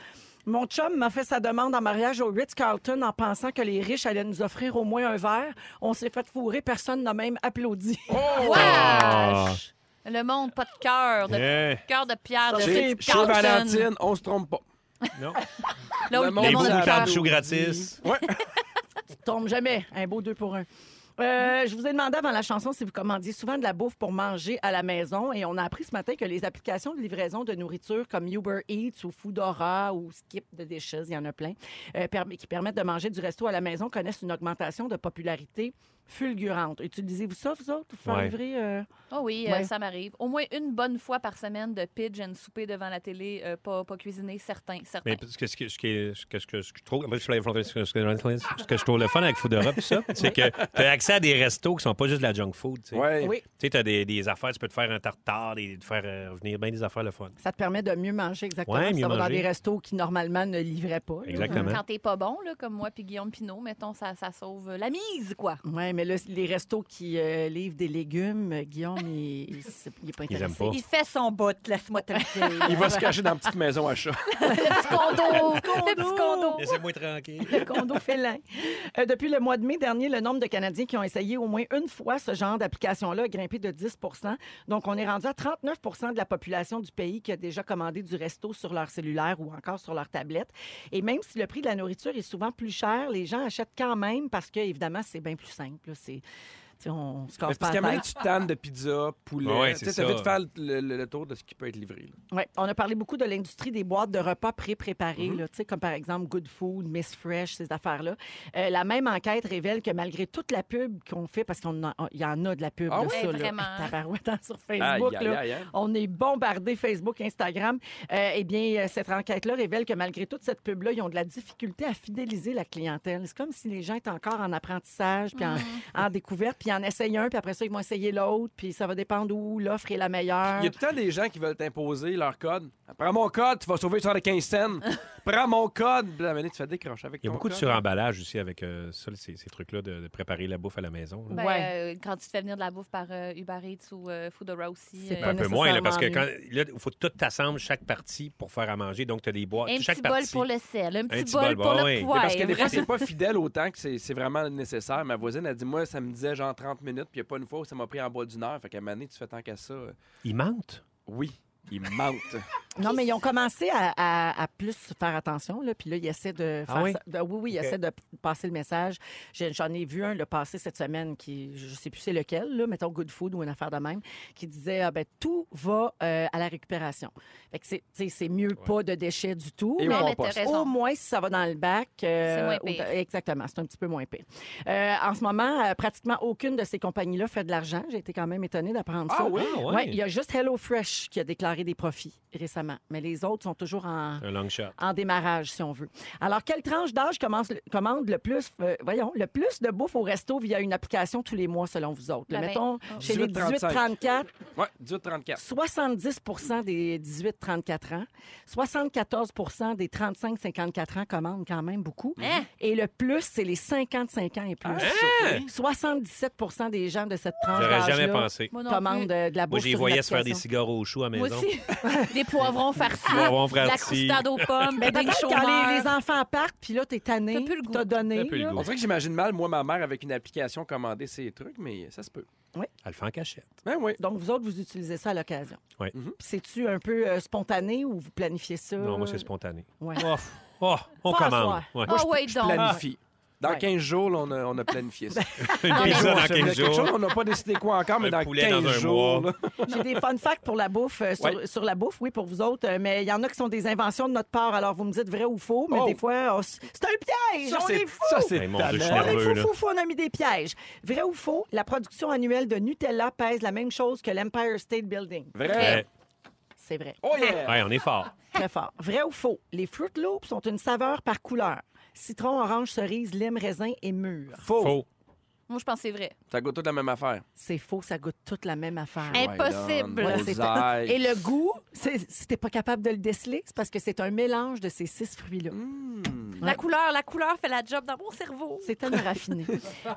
S3: Mon chum m'a fait sa demande en mariage au Ritz-Carlton en pensant que les riches allaient nous offrir au moins un verre. On s'est fait fourrer, personne n'a même applaudi.
S5: Wesh! Le monde, pas de cœur. De
S4: Eh,
S5: cœur de pierre, de
S2: Chez,
S5: Philippe
S2: chez
S5: Carlton.
S2: Valentine, on se trompe pas.
S4: non.
S5: Là où
S2: Le
S5: le
S2: monde
S4: Les beaux
S5: monde a
S2: à
S4: boutons
S5: peur.
S4: de
S2: Paris.
S4: choux gratis.
S2: Ouais.
S3: tombe jamais. Un beau deux pour un.
S4: Mm-hmm.
S3: Euh, je vous ai demandé avant la chanson si vous commandiez souvent de la bouffe pour manger à la maison et on a appris ce matin que les applications de livraison de nourriture comme Uber Eats ou Foodora ou Skip de Dishes, il y en a plein, euh, permet- qui permettent de manger du resto à la maison connaissent une augmentation de popularité fulgurante. Utilisez-vous ça, vous autres, pour faire
S4: Ouais.
S3: livrer? euh?
S5: Oh oui, euh,
S3: Ouais.
S5: ça m'arrive. Au moins une bonne fois par semaine de pigeon souper devant la télé, euh, pas, pas cuisiner, certain, certain.
S4: Mais parce que ce que, ce que, ce que, ce que- ce que je trouve, ce que- ce que- ce que- ce que je trouve le fun avec Foodora, pis ça, c'est que tu as accès à des restos qui sont pas juste de la junk food. Tu sais,
S2: Ouais.
S3: Oui,
S4: Tu sais, t'as des, des affaires, tu peux te faire un tartare, des, te faire euh, venir bien des affaires le fun.
S3: ça te permet de mieux manger exactement.
S4: Ouais,
S3: si
S4: mieux
S3: ça va dans
S4: manger.
S3: des restos qui normalement ne livraient pas. là.
S4: Exactement.
S5: Quand t'es pas bon, là, comme moi puis Guillaume Pinot, mettons, ça, ça sauve la mise, quoi.
S3: Oui, mais là, les restos qui euh, livrent des légumes, euh, Guillaume, il n'est pas
S4: Ils aiment
S3: intéressé.
S4: pas.
S5: Il fait son bout, laisse-moi tranquille.
S2: Il va se cacher dans la petite maison à chat.
S5: Le petit condo, Le petit condo.
S4: Laissez-moi tranquille.
S3: (laughs) le condo félin. Euh, depuis le mois de mai dernier, le nombre de Canadiens qui ont essayé au moins une fois ce genre d'application-là a grimpé de 10 Donc, on est rendu à 39 de la population du pays qui a déjà commandé du resto sur leur cellulaire ou encore sur leur tablette. Et même si le prix de la nourriture est souvent plus cher, les gens achètent quand même parce que, évidemment, c'est bien plus simple. là. C'est... tu sais, On se casse
S2: Mais c'est
S3: pas
S2: parce
S3: la
S2: qu'à un moment
S3: tête.
S2: donné, tu tannes de pizza, poulet.
S4: Ouais,
S2: tu
S4: c'est
S2: sais, t'as
S4: ça.
S2: vite faire le, le- le tour de ce qui peut être livré. là.
S3: Ouais, on a parlé beaucoup de l'industrie des boîtes de repas pré-préparées,
S2: Mhm.
S3: là, tu sais, comme par exemple Good Food, Miss Fresh, ces affaires-là. Euh, la même enquête révèle que malgré toute la pub qu'on fait, parce qu'il y en a de la pub,
S2: Ah
S3: là,
S2: oui?
S3: ça,
S5: Ouais,
S3: là,
S5: vraiment.
S3: à tabarouette, hein, sur Facebook,
S2: Aïe, aïe,
S3: là.
S2: aïe, hein?
S3: On est bombardé Facebook, Instagram. Euh, eh bien, euh, cette enquête-là révèle que malgré toute cette pub-là, ils ont de la difficulté à fidéliser la clientèle. C'est comme si les gens étaient encore en apprentissage, puis en, en découverte, puis ils en essayent un, puis après ça, ils vont essayer l'autre, puis ça va dépendre où l'offre est la meilleure.
S2: Il y a tout le temps des gens qui veulent t'imposer leur code. Prends mon code, tu vas sauver
S3: (laughs)
S2: 75 cents. Prends mon code. Puis, à un moment donné, tu fais décrocher avec
S4: Il y a
S2: ton
S4: beaucoup de
S2: code.
S4: suremballage aussi avec euh, ça, ces, ces trucs-là de, de préparer la bouffe à la maison. là.
S5: Ben,
S3: Ouais.
S5: euh, quand tu te fais venir de la bouffe par euh, Uber Eats ou euh, Foodora aussi.
S3: C'est
S5: euh,
S3: pas
S4: un peu moins, là, parce que
S3: nécessairement
S4: quand, là, il faut que tout t'assemble chaque partie pour faire à manger. Donc, tu as des boîtes.
S5: un
S4: chaque
S5: petit bol
S4: partie.
S5: pour le sel, un petit
S4: petit bol,
S5: bol pour
S4: bah
S5: le
S4: oui.
S3: Ah,
S5: poivre.
S2: Parce que des fois, c'est pas fidèle autant que c'est c'est vraiment nécessaire. Ma voisine, a dit, moi, ça me disait genre 30 minutes, puis il n'y a pas une fois où ça m'a pris en bas d'une heure. Fait qu'à un moment donné, tu fais tant qu'à ça. euh,
S4: Il mente.
S2: Oui, il
S3: (laughs)
S2: mente.
S3: Non, mais ils ont commencé à, à- à plus faire attention. Là, puis là, ils essaient de faire
S4: Ah oui?
S3: ça- de- oui, oui, ils
S4: OK.
S3: essaient de p- passer le message. J'ai- J'en ai vu un le passer cette semaine qui, je sais plus c'est lequel, là, mettons Good Food ou une affaire de même, qui disait ah, ben, tout va euh, à la récupération. Fait que c'est- tu sais, c'est mieux pas de déchets du tout.
S2: Et
S3: mais
S2: on
S5: Non, mais t'as
S2: passe.
S5: raison.
S3: au moins, si ça va dans le bac, euh,
S5: C'est moins
S3: au-
S5: pire.
S3: exactement, c'est un petit peu moins pire. Euh, en ce moment, euh, pratiquement aucune de ces compagnies-là fait de l'argent. J'ai été quand même étonnée d'apprendre ça.
S4: Ah,
S3: Ouais, il y a juste HelloFresh qui a déclaré des profits récemment, mais les autres sont toujours en,
S4: Un long shot.
S3: en démarrage, si on veut. Alors, quelle tranche d'âge commence le- commande le plus, euh, voyons, le plus de bouffe au resto via une application tous les mois, selon vous autres? Là,
S5: Ben,
S3: mettons,
S5: oh.
S3: chez les 18-34,
S2: 18-35. Ouais, 18-34.
S3: 70 des 18-34 ans, 74 des 35-54 ans commandent quand même beaucoup.
S5: Hein?
S3: Et le plus, c'est les 55 ans et plus.
S2: Ah,
S4: Hein?
S3: 77 des gens de cette tranche
S4: J'aurais
S3: d'âge
S4: jamais pensé.
S5: Moi non plus.
S3: commandent euh, de la
S4: Moi,
S3: bouffe
S4: je les
S3: sur une
S4: voyais se faire des
S3: application.
S4: cigares au chou à la
S5: Moi
S4: maison.
S5: aussi. des poivrons farcis,
S4: Poivrons
S5: la
S4: farcis.
S5: croustade aux pommes,
S3: Mais
S5: des
S3: Ben, peut-être quand les, les enfants partent, puis là, t'es tanné,
S5: T'as plus le
S3: puis
S5: goût.
S3: t'as donné.
S4: T'as plus le
S3: là.
S4: goût.
S2: On dirait que j'imagine mal, moi, ma mère, avec une application, commander ses trucs, mais ça se peut.
S4: Elle le fait en cachette.
S2: Ben oui.
S3: Donc, vous autres, vous utilisez ça à l'occasion.
S4: Oui.
S2: Mhm.
S3: Puis C'est-tu un peu euh, spontané ou vous planifiez ça?
S4: Hum. Non, moi, c'est spontané.
S3: Ouais.
S4: Oh, oh, on
S3: Pas à
S4: commande. Ouais.
S5: Ah ouais, donc.
S2: Planifie. Dans
S3: Ouais. Ben,
S2: 15 jours, là, on a, on a
S3: (laughs)
S2: planifié ça.
S4: (laughs) Une pizza
S2: On
S4: dans
S2: se faisait
S4: 15
S2: quelque
S4: jours.
S2: chose, on n'a pas décidé quoi encore, mais
S4: Un
S2: dans
S4: poulet
S2: 15
S4: dans un
S2: jours.
S4: mois.
S2: là.
S3: J'ai des fun facts pour la bouffe, euh, sur,
S2: Ouais.
S3: sur la bouffe, oui, pour vous autres, euh, mais il y en a qui sont des inventions de notre part, alors vous me dites vrai ou faux, mais
S2: Oh.
S3: des fois, on s- c'est un piège!
S2: Ça,
S3: on
S2: c'est
S3: est fous!
S2: ça, c'est
S4: Hey, mon Dieu, je suis
S2: talent.
S3: On est
S4: nerveux,
S3: fou,
S4: là.
S3: fou, fou, on a mis des pièges. Vrai ou faux, la production annuelle de Nutella pèse la même chose que l'Empire State Building.
S2: Vrai.
S3: C'est vrai.
S2: Oh yeah!
S4: Ouais, on est fort.
S3: Très fort. Vrai ou faux? Les Fruit Loops ont une saveur par couleur. Citron, orange, cerise, lime, raisin et mûr.
S5: Oh.
S2: Faux.
S4: Faux.
S5: Moi, je pense que c'est vrai.
S2: Ça goûte toute la même affaire.
S3: C'est faux, ça goûte toute la même affaire.
S5: Hey, Impossible.
S3: Voilà, c'est fait.
S2: Bullseye.
S3: Et le goût, c'est- si t'es pas capable de le déceler, c'est parce que c'est un mélange de ces six fruits-là.
S2: Hmm.
S5: La couleur, la couleur fait la job dans mon cerveau.
S3: C'est tellement raffiné.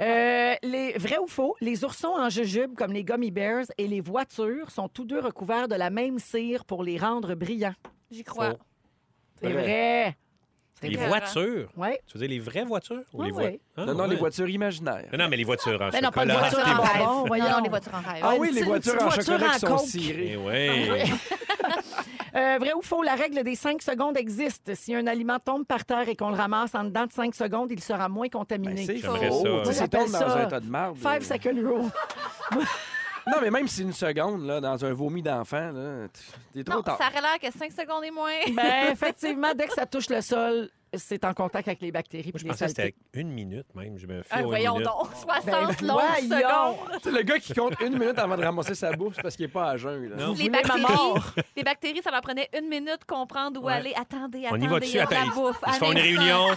S3: Euh, les, vrai ou faux, les oursons en jujube, comme les gummy bears, et les voitures sont tous deux recouverts de la même cire pour les rendre brillants.
S5: J'y crois.
S4: Faux.
S3: C'est
S2: Vrai.
S3: vrai. C'est
S4: Les
S5: vrai.
S4: voitures.
S3: Oui.
S4: Tu veux dire les vraies voitures? ou
S3: Ouais,
S4: les voi-
S3: ouais.
S4: Ah,
S2: Non, non,
S4: ouais.
S2: les voitures imaginaires.
S4: Non, non, mais les voitures en
S5: Ben non, pas les
S4: chocolat.
S5: voitures en
S3: Ah,
S5: rêve.
S3: bon, voyons.
S5: non, non, les voitures en rêve.
S2: Ah
S3: une
S2: oui, les
S3: petite-
S2: voitures
S3: petite
S2: en
S3: voiture
S2: chocolat
S3: en
S2: qui sont
S3: coke.
S2: cirées.
S4: Eh
S5: Ah
S4: ouais.
S3: Euh, vrai ou faux, la règle des 5 secondes existe. Si un aliment tombe par terre et qu'on le ramasse en dedans de 5 secondes, il sera moins
S2: Ben,
S3: contaminé.
S2: c'est faux.
S5: J'aimerais
S4: ça.
S2: Tu sais,
S3: Moi,
S2: c'est tombe
S3: j'appelle
S2: dans
S3: ça
S2: un tas de marde.
S3: Five second rule.
S4: (laughs)
S2: Non, mais même si c'est une seconde, là, dans un vomi d'enfant, là, t- t'es trop
S5: Non,
S2: tard.
S5: ça aurait l'air que 5 secondes et moins.
S3: Ben, effectivement, dès que ça touche le sol, c'est en contact avec les bactéries
S4: Moi,
S3: puis
S4: je
S3: les
S4: pensais que c'était
S3: saletés.
S4: avec une minute même. Je me fie
S5: Ah,
S4: aux
S5: voyons
S4: minutes.
S5: donc, 60
S3: Ben,
S5: longues
S3: voyons.
S5: secondes.
S2: Tu sais, le gars qui compte une minute avant de ramasser sa bouffe, c'est parce qu'il est pas à jeun. là.
S4: Non.
S5: Les
S3: voulez ma
S5: bactéries,
S3: mort?
S5: les bactéries, ça leur prenait une minute comprendre où
S4: Ouais.
S5: aller. Attendez,
S4: On
S5: attendez.
S4: y va dessus.
S5: on
S4: Attends,
S5: la
S4: ils,
S5: bouffe,
S4: ils se font une
S5: un instant.
S4: réunion.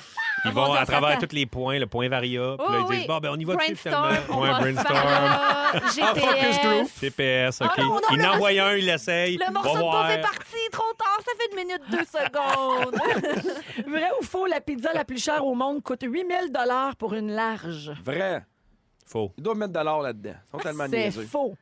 S4: Ils
S5: Mon
S4: vont
S5: Dieu,
S4: à travers
S5: attends.
S4: tous les points. Le point varia. Puis là,
S5: Oh,
S4: ils
S5: oui.
S4: disent, bon, ben, on y va dessus finalement.
S5: Brainstorm, Ah, on
S4: Ouais, Ah,
S5: va se faire là.
S2: focus group.
S5: GPS.
S4: TPS, OK.
S5: Ah non, non,
S4: il
S5: le
S4: en envoie
S5: morceau-
S4: un, il l'essaye.
S5: Le
S4: va
S5: morceau de
S4: voir.
S5: pauvre est parti, trop tard, ça fait une minute,
S4: (laughs)
S5: deux secondes.
S3: Vrai ou faux, la pizza la plus chère au monde coûte 8000 dollars pour une large.
S2: Vrai.
S4: Faux.
S2: Ils doivent mettre de l'or là-dedans. Ils sont tellement
S3: C'est
S2: niaiseux.
S3: faux.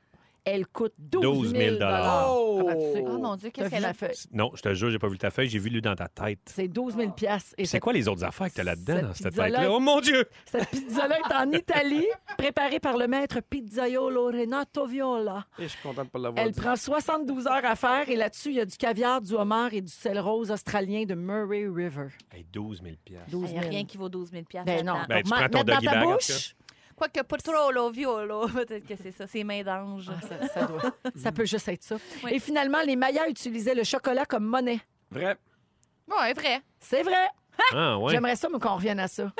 S3: elle coûte 12
S4: 12
S3: 000
S4: 000
S3: Comment Ah, ben, tu sais?
S5: Oh mon Dieu,
S3: T'as
S5: qu'est-ce
S3: vu
S5: qu'elle
S3: la
S5: a fait?
S3: feuille?
S4: Non, je te jure, j'ai pas vu ta feuille, j'ai vu lui dans ta tête.
S3: C'est 12
S5: Ah.
S3: 000 piastres. Et
S4: C'est
S3: cette-
S4: quoi les autres affaires que t'as là-dedans,
S3: cette
S4: dans cette
S3: pizza-là-
S4: tête-là? Oh mon Dieu!
S3: Cette pizza-là est en Italie, préparée par le maître pizzaiolo Renato Viola.
S2: Et je suis content de pas l'avoir
S3: Elle
S2: dit.
S3: prend 72 heures à faire et là-dessus, il y a du caviar, du homard et du sel rose australien de Murray River.
S4: (laughs) Hey, 12 000 piastres.
S3: 12
S5: Il n'y
S3: 000.
S5: a rien qui vaut 12 000
S3: Ben non.
S5: là-dedans.
S4: Ben, tu
S3: ma-
S4: prends ton
S3: mettre dans
S4: doggy
S3: ta
S4: bag, en tout
S3: bouche.
S5: Quoique pas trop, là, violo. (laughs) Peut-être que c'est ça, c'est main d'ange.
S3: Ah, ça, ça doit- (laughs) ça peut juste être ça.
S5: Oui.
S3: Et finalement, les Mayas utilisaient le chocolat comme monnaie.
S2: Vrai.
S5: Ouais, vrai.
S3: C'est vrai.
S4: Ah, ouais.
S3: J'aimerais ça, mais qu'on revienne à ça.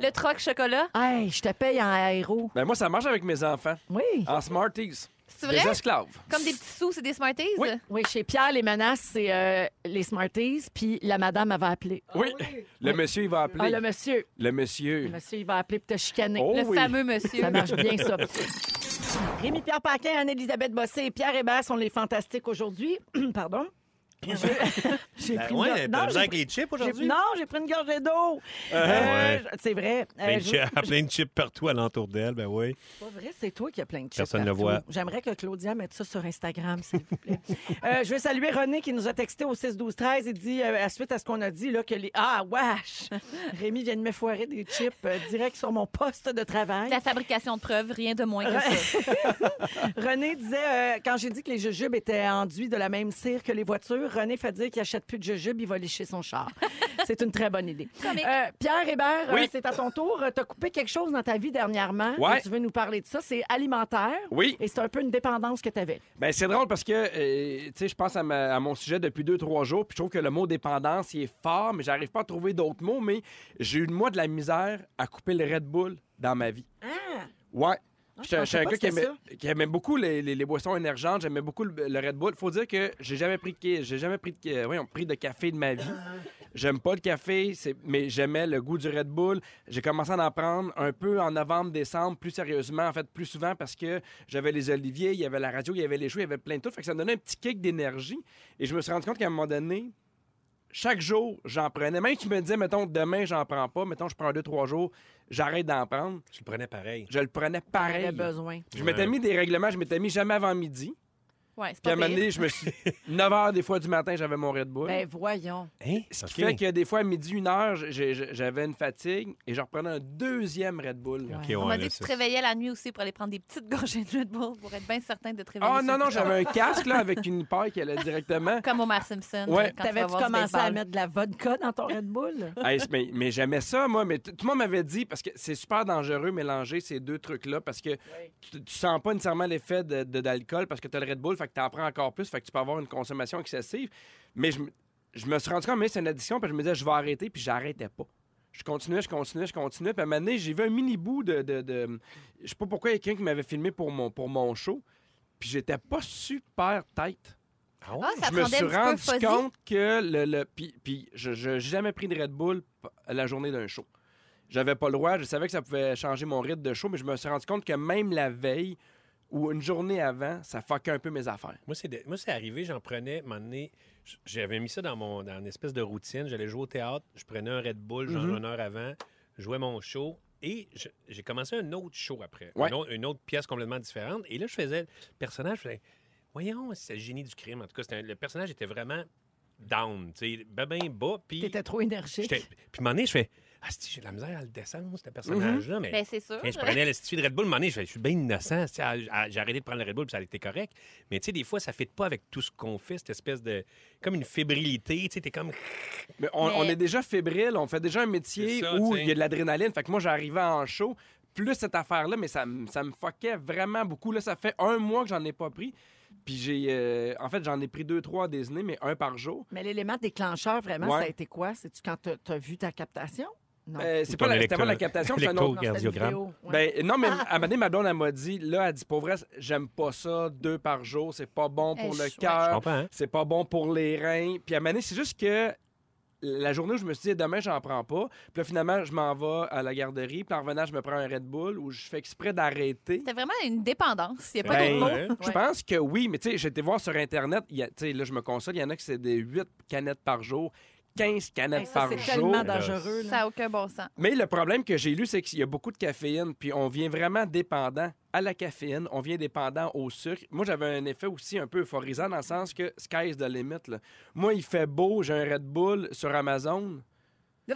S5: Le troc chocolat,
S3: (laughs) Hey, je te paye en aéro.
S2: Ben moi, ça marche avec mes enfants.
S3: Oui.
S2: En Smarties.
S5: c'est
S2: Des
S5: vrai?
S2: esclaves.
S5: Comme des petits sous, c'est des Smarties?
S2: Oui.
S3: Oui, chez Pierre, les menaces, c'est euh, les Smarties, puis la madame avait appelé.
S2: Oui. Le monsieur, il va
S3: Ah,
S2: appeler.
S3: le monsieur.
S2: le
S3: Le
S2: monsieur.
S3: monsieur, il va appeler pour te chicaner.
S2: Oh
S5: Le
S2: oui.
S5: fameux monsieur.
S3: Ça marche bien, ça. (laughs) Rémi-Pierre Paquin, Anne-Élisabeth Bossé et Pierre Hébert sont les fantastiques aujourd'hui. (clears throat) Pardon. (laughs) J'ai
S4: Ben
S3: pris une
S4: ouais,
S3: gor-
S4: t'as
S3: Non,
S4: besoin
S3: j'ai
S4: avec
S3: pris-
S4: les chips
S3: j'ai-
S4: aujourd'hui?
S3: Non, j'ai pris une gorgée d'eau. Euh,
S4: ouais. Ben,
S3: je- C'est vrai. Euh,
S4: Plein de,
S3: je-
S4: chips, (laughs) plein de chips partout alentour d'elle, ben oui.
S3: C'est pas vrai, c'est toi qui as plein de chips.
S4: Personne ne
S3: partout.
S4: le voit.
S3: J'aimerais que Claudia mette ça sur Instagram, s'il vous
S4: (laughs)
S3: plaît. Euh, je veux saluer René qui nous a texté au 6-12-13 et dit, euh, à suite à ce qu'on a dit, là, que les. Ah, wesh! (laughs) Rémi vient de me foirer des chips euh, direct sur mon poste de travail.
S5: La fabrication de preuves, rien de moins que ça.
S3: René disait, euh, quand j'ai dit que les jujubes étaient enduits de la même cire que les voitures, René fait dire qu'il achète plus de jujubes, il va lécher son
S5: (laughs)
S3: char. c'est une très bonne idée.
S5: Comique.
S3: Euh, Pierre Hébert, euh,
S2: Oui.
S3: c'est à ton tour. Tu as coupé quelque chose dans ta vie dernièrement.
S2: Ouais.
S3: et Tu veux nous parler de ça. C'est alimentaire.
S2: Oui.
S3: Et c'est un peu une dépendance que tu avais.
S2: Ben, c'est drôle parce que, euh, tu sais, je pense à, ma- à mon sujet depuis deux, trois jours, puis je trouve que le mot dépendance, il est fort, mais j'arrive pas à trouver d'autres mots, mais j'ai eu, moi, de la misère à couper le Red Bull dans ma vie.
S5: Ah!
S2: Ouais. J'étais
S3: Ah, pensais
S2: j'étais
S3: pas
S2: un gars
S3: que
S2: qui
S3: c'était
S2: aimait, qui aimait beaucoup les, les- les boissons énergentes, j'aimais beaucoup le, le Red Bull. Faut dire que j'ai jamais pris de, j'ai jamais pris de, euh, voyons, pris de café de ma vie. J'aime pas le café, c'est- mais j'aimais le goût du Red Bull. J'ai commencé à en prendre un peu en novembre, décembre, plus sérieusement, en fait, plus souvent parce que j'avais les oliviers, il y avait la radio, il y avait les choux, il y avait plein de tout. Fait que ça me donnait un petit kick d'énergie. Et je me suis rendu compte qu'à un moment donné, chaque jour, j'en prenais. Même si tu me disais, mettons, demain, j'en prends pas, mettons, je prends deux, trois jours, j'arrête d'en prendre.
S4: Tu le prenais pareil.
S2: Je le prenais pareil.
S3: J'avais besoin.
S2: Je m'étais mis des règlements, je m'étais mis jamais avant midi.
S5: Ouais, c'est
S2: Puis à
S5: pas
S2: un moment
S5: pire.
S2: donné, je
S3: (laughs)
S2: me suis. 9 h des fois du matin, j'avais mon Red Bull.
S3: Ben voyons.
S4: Hein?
S2: Ce qui
S4: OK.
S2: fait que des fois, à midi, une heure, j'ai- j'ai- j'avais une fatigue et je reprenais un deuxième Red Bull. Ah
S4: OK,
S3: Ouais.
S5: On
S4: ouais,
S5: m'a dit
S4: là,
S5: que tu
S4: ça-
S5: te réveillais la nuit aussi pour aller prendre des petites (laughs) gorgées de Red Bull pour être bien certain de te réveiller.
S2: Ah
S5: sur
S2: non,
S5: le
S2: non,
S5: coup.
S2: j'avais un casque là, avec une paille qui allait directement.
S5: Comme Omar Simpson.
S2: Ouais.
S5: quand il va
S3: T'avais-tu
S5: voir du
S3: commencé à
S5: baseball.
S3: mettre de la vodka dans ton Red
S2: (laughs)
S3: Bull?
S2: Hey, c'est- mais mais j'aimais ça, moi. Mais t- tout le monde m'avait dit, parce que c'est super dangereux mélanger ces deux trucs-là, parce que tu, tu sens pas nécessairement l'effet de- de- d'alcool, parce que tu as le Red Bull, fait que tu en prends encore plus, fait que tu peux avoir une consommation excessive. Mais je, me- je me suis rendu compte, mais c'est une addiction, puis je me disais, je vais arrêter, puis j'arrêtais pas. Je continuais, je continuais, je continuais. Puis à un moment donné, j'ai vu un mini bout de. de, de- Je sais pas pourquoi il y a quelqu'un qui m'avait filmé pour mon, pour mon show, puis j'étais pas super tête
S4: Ah ouais?
S5: Ah, ça
S2: Oh, je me
S5: rendait
S2: suis
S5: un
S2: rendu
S5: petit peu fuzzy.
S2: compte que le. le puis, puis je n'ai jamais pris de Red Bull p- la journée d'un show. J'avais pas le droit, je savais que ça pouvait changer mon rythme de show, mais je me suis rendu compte que même la veille ou une journée avant, ça fuckait un peu mes affaires.
S4: Moi, c'est de- moi, c'est arrivé, j'en prenais, un moment donné, j- j'avais mis ça dans mon dans une espèce de routine. J'allais jouer au théâtre, je prenais un Red Bull, genre
S2: Mhm.
S4: une heure avant, je jouais mon show et je- j'ai commencé un autre show après.
S2: Ouais.
S4: Une, autre, une autre pièce complètement différente. Et là, je faisais le personnage, je faisais, voyons, c'est le génie du crime. En tout cas, c'était un- le personnage était vraiment down, tu sais, ben, ben bas. Puis,
S3: T'étais trop énergique.
S4: j'étais- puis, un moment donné, je fais, ah, si, j'ai de la misère à le descendre, ce
S2: Mhm.
S4: personnage-là, mais.
S5: Ben, c'est sûr.
S4: Tiens, je prenais le style de Red Bull, un moment donné, je fais, je suis bien innocent. tu sais, ah, ah, J'ai arrêté de prendre le Red Bull, puis ça a été correct. Mais tu sais, des fois, ça ne fit pas avec tout ce qu'on fait, cette espèce de. comme une fébrilité. Tu sais, t'es comme.
S2: Mais on,
S5: Mais-
S2: on est déjà fébrile, on fait déjà un métier
S4: C'est ça,
S2: où
S4: t'sais.
S2: il y a de l'adrénaline. Fait que moi, j'arrivais en show, plus cette affaire-là, mais ça, m- ça me fuckait vraiment beaucoup. Là, ça fait un mois que j'en ai pas pris. Puis j'ai. euh, en fait, j'en ai pris deux, trois à Disney, mais un par jour.
S3: Mais l'élément déclencheur, vraiment,
S2: Ouais.
S3: ça a été quoi? C'est-tu quand t'as- t'as vu ta captation?
S5: Ah.
S3: Non.
S2: Euh,
S4: Ou
S2: c'est pas,
S4: ton
S2: la- c'était pas la
S4: électro-
S2: captation, c'est un autre.
S3: Non, c'était une
S4: cardiogramme.
S3: vidéo, ouais.
S2: Ben,
S5: (laughs)
S2: non, mais à un moment donné, ma blonde, elle m'a dit, là, elle dit, pour vrai, j'aime pas ça, deux par jour, c'est pas bon pour
S5: Eh,
S2: le
S5: je- ouais,
S4: Je
S2: cœur,
S4: comprends, hein?
S2: c'est pas bon pour les reins. Puis à un moment donné, c'est juste que la journée où je me suis dit, demain, j'en prends pas. Puis là, finalement, je m'en vais à la garderie, puis en revenant, je me prends un Red Bull où je fais exprès d'arrêter.
S5: C'était vraiment une dépendance. Il n'y a pas
S2: Ben,
S5: d'autre mot.
S4: Ouais.
S2: Je pense que oui, mais tu sais, j'ai été voir sur Internet, il y a- tu sais, là, je me console, il y en a que c'est des 8 canettes par jour, 15 canettes
S5: Hey, Eh, ça,
S2: par
S5: c'est
S2: jour.
S3: Tellement dangereux. là.
S5: Ça n'a aucun bon
S2: (laughs)
S5: sens.
S2: Mais le problème que j'ai lu, c'est qu'il y a beaucoup de caféine, puis on vient vraiment dépendant à la caféine, on vient dépendant au sucre. Moi, j'avais un effet aussi un peu euphorisant dans le sens que sky's the limit. là. Moi, il fait beau, j'ai un Red Bull sur Amazon.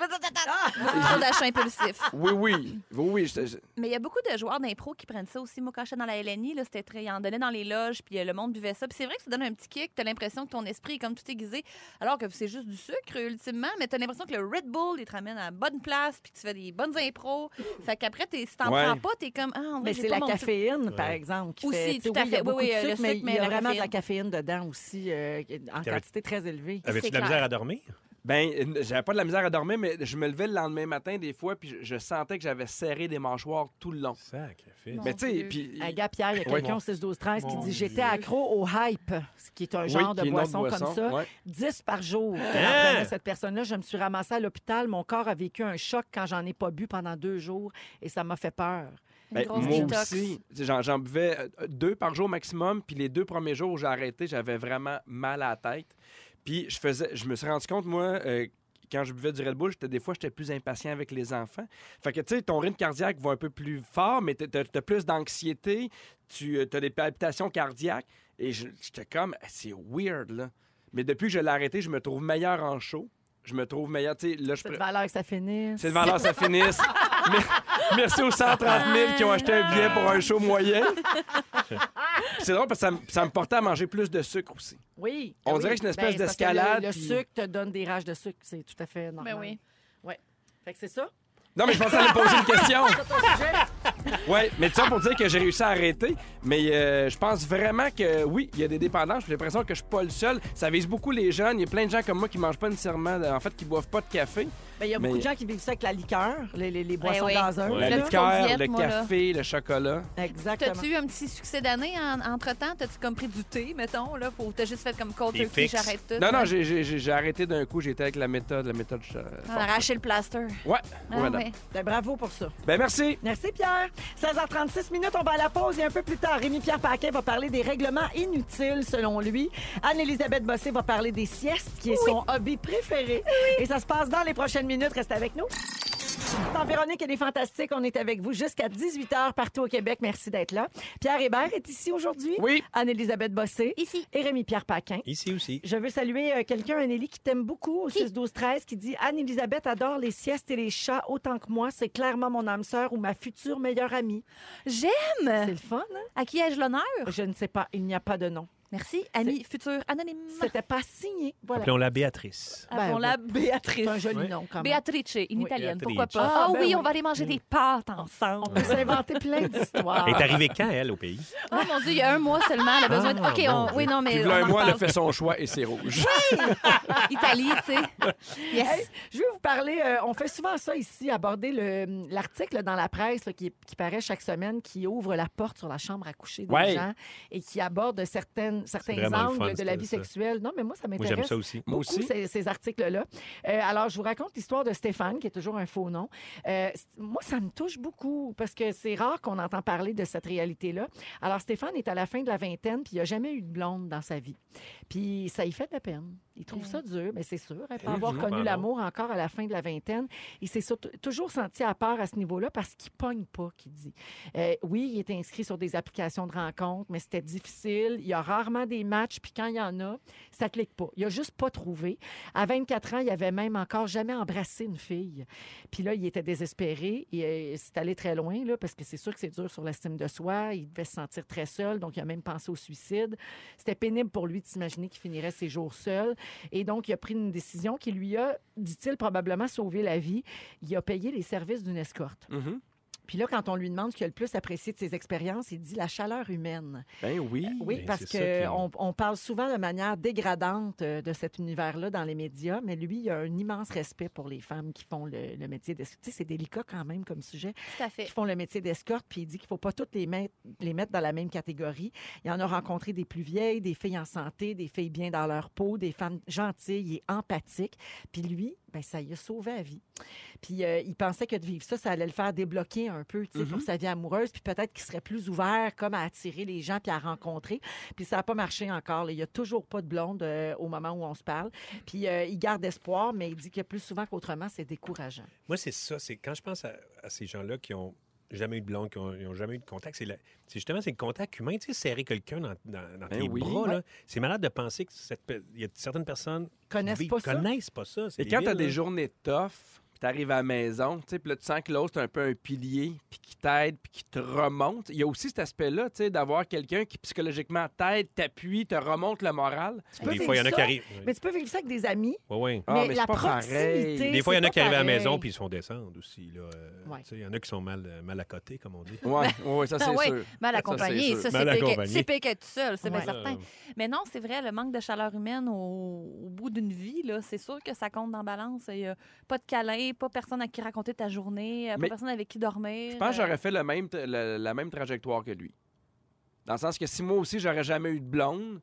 S5: Trop d'achat impulsif.
S3: (laughs)
S2: Oui, oui, oui, oui. je- je-
S5: Mais il y a beaucoup de joueurs d'impro qui prennent ça aussi. Moi, quand j'étais dans la LNI, là, c'était très... Ils en donnaient dans les loges, puis euh, le monde buvait ça. Puis c'est vrai que ça donne un petit kick. T'as l'impression que ton esprit est comme tout aiguisé, alors que c'est juste du sucre, ultimement. Mais t'as l'impression que le Red Bull, il te ramène à la bonne place, puis que tu fais des bonnes
S2: (laughs)
S5: impros. Fait qu'après, t'es- si t'en
S2: Ouais.
S5: prends pas, t'es comme... Ah, en vrai,
S3: Mais
S5: j'ai
S3: c'est
S5: pas
S3: la
S5: mon petit-
S3: caféine, par exemple, qui
S5: Aussi,
S3: fait...
S5: tout
S3: tu sais, oui, il y a
S5: à fait. Oui,
S3: beaucoup
S5: oui,
S3: de
S5: euh, le
S3: sucre, mais
S5: sucre,
S3: il
S5: mais
S3: y a
S5: la
S3: vraiment de la caféine
S5: caféine.
S3: dedans aussi, euh, en
S4: T'avais-
S3: quantité très élevée.
S4: Avais-tu
S5: C'est
S4: de la
S5: clair.
S4: misère à dormir?
S2: Ben, euh, j'avais pas de la misère à dormir, mais je me levais le lendemain matin des fois, puis je, je sentais que j'avais serré des mâchoires tout le long.
S4: Sacrifice.
S5: Non.
S2: Mais tu sais,
S5: Dieu.
S2: puis
S3: Agap, hier, il y a
S2: Euh, Oui.
S3: quelqu'un au 6-12-13 qui
S4: Mon
S3: dit «
S4: Dieu.
S3: J'étais accro au hype », ce qui est un
S2: Oui,
S3: genre
S2: qui
S3: de
S2: est une autre
S3: boisson, comme ça.
S2: ouais.
S3: 10 par jour. qu'elle en
S4: Hein?
S3: prenait, cette personne-là, je me suis ramassée à l'hôpital. Mon corps a vécu un choc quand j'en ai pas bu pendant deux jours et ça m'a fait peur.
S5: Une
S2: Ben,
S5: grosse
S2: moi
S5: détox.
S2: aussi, j'en, j'en buvais euh, deux par jour maximum, puis les deux premiers jours où j'ai arrêté, j'avais vraiment mal à la tête. Puis je faisais, je me suis rendu compte moi euh, quand je buvais du Red Bull, j'étais des fois j'étais plus impatient avec les enfants. Fait que tu sais, ton rythme cardiaque va un peu plus fort, mais t'as, t'as- t'as plus d'anxiété, tu as des palpitations cardiaques et je- j'étais comme eh, c'est weird là. Mais depuis que je l'ai arrêté, je me trouve meilleur en show. Je me trouve meilleur, tu sais, là je
S3: C'est de
S2: pr-
S3: valeur que ça finisse.
S2: c'est devant l'heure, ça finisse. Mer- Merci aux 130 000 qui ont acheté un billet pour un show moyen. Puis C'est drôle parce que ça, me- ça me portait à manger plus de sucre aussi.
S3: Oui.
S2: On
S3: Oui.
S2: dirait que c'est une espèce
S3: Ben, c'est parce que le-
S2: d'escalade,
S3: Le,
S2: puis-
S3: sucre te donne des rages de sucre. C'est tout à fait normal.
S5: Ben oui.
S3: Fait que c'est ça.
S2: Non, mais je pensais allait poser une question. Oui, mais tout ça pour dire que j'ai réussi à arrêter. Mais euh, je pense vraiment que oui, il y a des dépendances. J'ai l'impression que je suis pas le seul. Ça vise beaucoup les jeunes. Il y a plein de gens comme moi qui mangent pas nécessairement, de- en fait, qui boivent pas de café.
S3: Ben, il y a beaucoup
S2: Mais-
S3: de gens qui vivent ça avec la liqueur, les, les- les boissons
S5: Ben oui.
S3: gazeuses.
S4: Ouais.
S2: La
S5: Le
S3: là.
S5: petit con
S2: liqueur,
S5: diète,
S2: le
S5: moi, là.
S2: café, le chocolat.
S3: Exactement.
S5: T'as-tu eu un petit succès d'année en- entre-temps? T'as-tu comme pris du thé, mettons, là, pour... t'as juste fait comme cold
S4: Des
S5: turkey,
S4: fixes.
S5: j'arrête tout?
S2: Non, non,
S5: Ouais.
S2: j'ai- j'ai j'ai- j'ai arrêté d'un coup. J'étais avec la méthode, la méthode. euh,
S5: On a arraché Ah, le plaster.
S2: Ouais,
S5: Ah,
S2: ouais, madame.
S5: ouais.
S3: Ben, bravo pour ça.
S2: Ben merci.
S3: Merci Pierre. 16h36 minutes, on va à la pause et un peu plus tard, Rémi-Pierre Paquet va parler des règlements inutiles selon lui. Anne-Élisabeth Bossé va parler des siestes qui est son hobby préféré. Et ça se passe dans les prochaines minutes, restez avec nous. Dans Véronique, elle est fantastique. On est avec vous jusqu'à 18h partout au Québec. Merci d'être là. Pierre Hébert est ici aujourd'hui.
S2: Oui.
S3: Anne-Élisabeth Bossé.
S5: Ici.
S3: Et Rémi-Pierre Paquin.
S4: Ici aussi.
S3: Je veux saluer euh, quelqu'un, Anélie, qui t'aime beaucoup au 6-12-13, qui dit Anne-Elisabeth adore les siestes et les chats autant que moi. C'est clairement mon âme sœur ou ma future meilleure amie. C'est
S5: J'aime!
S3: le fun, hein?
S5: À qui ai-je l'honneur?
S3: Je ne sais pas. Il n'y a pas de nom.
S5: Merci, ami futur anonyme.
S3: C'était pas signé. Voilà.
S4: Appelons-la Béatrice.
S3: Ben,
S5: Appelons-la
S3: C'est
S5: Béatrice.
S3: un joli
S4: Oui.
S3: nom, quand même.
S5: Béatrice, une
S3: Oui,
S5: italienne,
S4: Béatrice.
S5: pourquoi pas?
S3: Ah,
S5: Ah,
S3: ben
S5: oui, on
S3: oui.
S5: va aller manger des pâtes
S3: On
S5: ensemble.
S3: peut s'inventer plein
S5: Ah.
S3: d'histoires.
S4: (laughs) Elle est arrivée quand, elle, au pays?
S5: (laughs) Oh mon Dieu, il y a un mois seulement, elle a besoin de.
S4: Ah,
S5: OK,
S4: mon
S5: on... ben oui, non, mais.
S2: Puis
S5: on
S2: voilà,
S5: en
S2: moi, elle a
S5: reparle.
S2: fait son choix et c'est rouge.
S5: Italie, tu
S2: (laughs)
S5: sais. Yes.
S3: Hey, je vais vous parler, euh, on fait souvent ça ici, aborder le- mm, l'article dans la presse là, qui, qui paraît chaque semaine, qui ouvre la porte sur la chambre à coucher des
S2: Ouais.
S3: gens et qui aborde certaines, certains
S4: vraiment le
S3: angles
S4: fun,
S3: de la
S4: ça,
S3: vie
S4: ça.
S3: sexuelle. Non, mais moi, ça
S4: Moi,
S3: m'intéresse.
S4: j'aime ça aussi.
S2: Moi
S3: beaucoup,
S2: aussi.
S3: ces, ces articles-là. Euh, alors, je vous raconte l'histoire de Stéphane, qui est toujours un faux nom. Euh, c- moi, ça me touche beaucoup parce que c'est rare qu'on entend parler de cette réalité-là. Alors, Stéphane est à la fin de la vingtaine, puis il n'a jamais eu de blonde dans sa vie. Puis ça y fait de la peine. Il trouve ça dur, mais c'est sûr. Hein, pas
S4: Oui,
S3: avoir
S4: oui, ben
S3: connu
S4: pardon.
S3: l'amour encore à la fin de la vingtaine, il s'est surtout- toujours senti à part à ce niveau-là parce qu'il pogne pas, qu'il dit. Euh, oui, il était inscrit sur des applications de rencontres, mais c'était difficile. Il y a rarement des matchs, puis quand il y en a, ça clique pas. Il a juste pas trouvé. À 24 ans, il avait même encore jamais embrassé une fille. Puis là, il était désespéré. Et euh, c'est allé très loin, là, parce que c'est sûr que c'est dur sur l'estime de soi. Il devait se sentir très seul, donc il a même pensé au suicide. C'était pénible pour lui d'imaginer qu'il finirait ses jours seul. Et donc, il a pris une décision qui lui a, dit-il, probablement sauvé la vie. Il a payé les services d'une escorte.
S2: (laughs) Mhm.
S3: Puis là, quand on lui demande ce qu'il a le plus apprécié de ses expériences, il dit la chaleur humaine.
S2: Ben oui.
S3: Oui,
S4: Ben,
S3: parce
S4: c'est ça qui est-
S3: qu'on on parle souvent de manière dégradante euh, de cet univers-là dans les médias, mais lui, il a un immense respect pour les femmes qui font le, le métier d'escorte. Tu sais, c'est délicat quand même comme sujet,
S5: Tout à
S3: qui
S5: fait.
S3: font le métier d'escorte, puis il dit qu'il ne faut pas toutes les mettre, les mettre dans la même catégorie. Il en a rencontré des plus vieilles, des filles en santé, des filles bien dans leur peau, des femmes gentilles et empathiques. Puis lui, ben, ça lui a sauvé la vie. Puis euh, il pensait que de vivre ça, ça allait le faire débloquer un un peu, tu sais, pour
S4: Mm-hmm.
S2: Mhm.
S3: sa vie amoureuse, puis peut-être qu'il serait plus ouvert comme à attirer les gens puis à rencontrer. Puis ça n'a pas marché encore. là. Il n'y a toujours pas de blonde euh, au moment où on se parle. Puis euh, il garde espoir, mais il dit que plus souvent qu'autrement, c'est décourageant.
S4: Moi, c'est ça. C'est quand je pense à, à ces gens-là qui ont jamais eu de blonde, qui ont, ils ont jamais eu de contact, c'est la- c'est justement c'est le contact humain. Tu sais, serrer quelqu'un dans, dans- dans
S2: Ben
S4: tes
S2: oui.
S4: bras, là, c'est malade de penser que cette pe- il y a certaines personnes
S3: Ils connaissent
S4: vivent-
S3: pas ça.
S4: connaissent pas ça. c'est
S2: Et quand
S4: débile,
S2: t'as des
S4: là.
S2: journées tough, puis t'arrives à la maison, tu sais, puis là, tu sens que l'autre, c'est un peu un pilier, puis qui t'aide, puis qui te remonte. Il y a aussi cet aspect-là, tu sais, d'avoir quelqu'un qui psychologiquement t'aide, t'appuie, te remonte le moral.
S3: Tu peux
S4: Des fois, il y en a
S3: vivre
S4: qui
S3: ça,
S4: arrivent.
S3: Mais tu peux vivre ça avec des amis.
S4: Ouais, ouais.
S2: Ah,
S3: mais,
S2: mais c'est
S3: la
S2: pas
S3: proximité.
S2: pareil.
S4: Des fois, il y en a
S3: c'est
S4: qui
S3: pas
S4: arrivent à la
S3: pareil.
S4: maison puis ils se font descendre aussi. là. Euh,
S3: Ouais.
S4: tu sais, Il y en a qui sont mal, euh, mal à côté, comme on dit.
S2: Oui, ouais, ça, c'est
S5: Ah ouais,
S2: sûr.
S5: Mal
S2: Ça, c'est
S5: accompagné.
S2: sûr.
S5: Ça, c'est
S4: Mal
S5: pire que-
S4: accompagné.
S5: c'est pire que tout seul, c'est bien
S3: Ouais.
S5: certain.
S4: Euh,
S5: Mais non, c'est vrai, le manque de chaleur humaine au, au bout d'une vie, là, c'est sûr que ça compte dans balance. Il y a pas de câlin, pas personne à qui raconter ta journée, euh, pas
S2: Mais-
S5: personne avec qui dormir.
S2: Je pense que
S5: euh,
S2: j'aurais fait le même, t- le- la même trajectoire que lui. Dans le sens que si moi aussi, j'aurais jamais eu de blonde,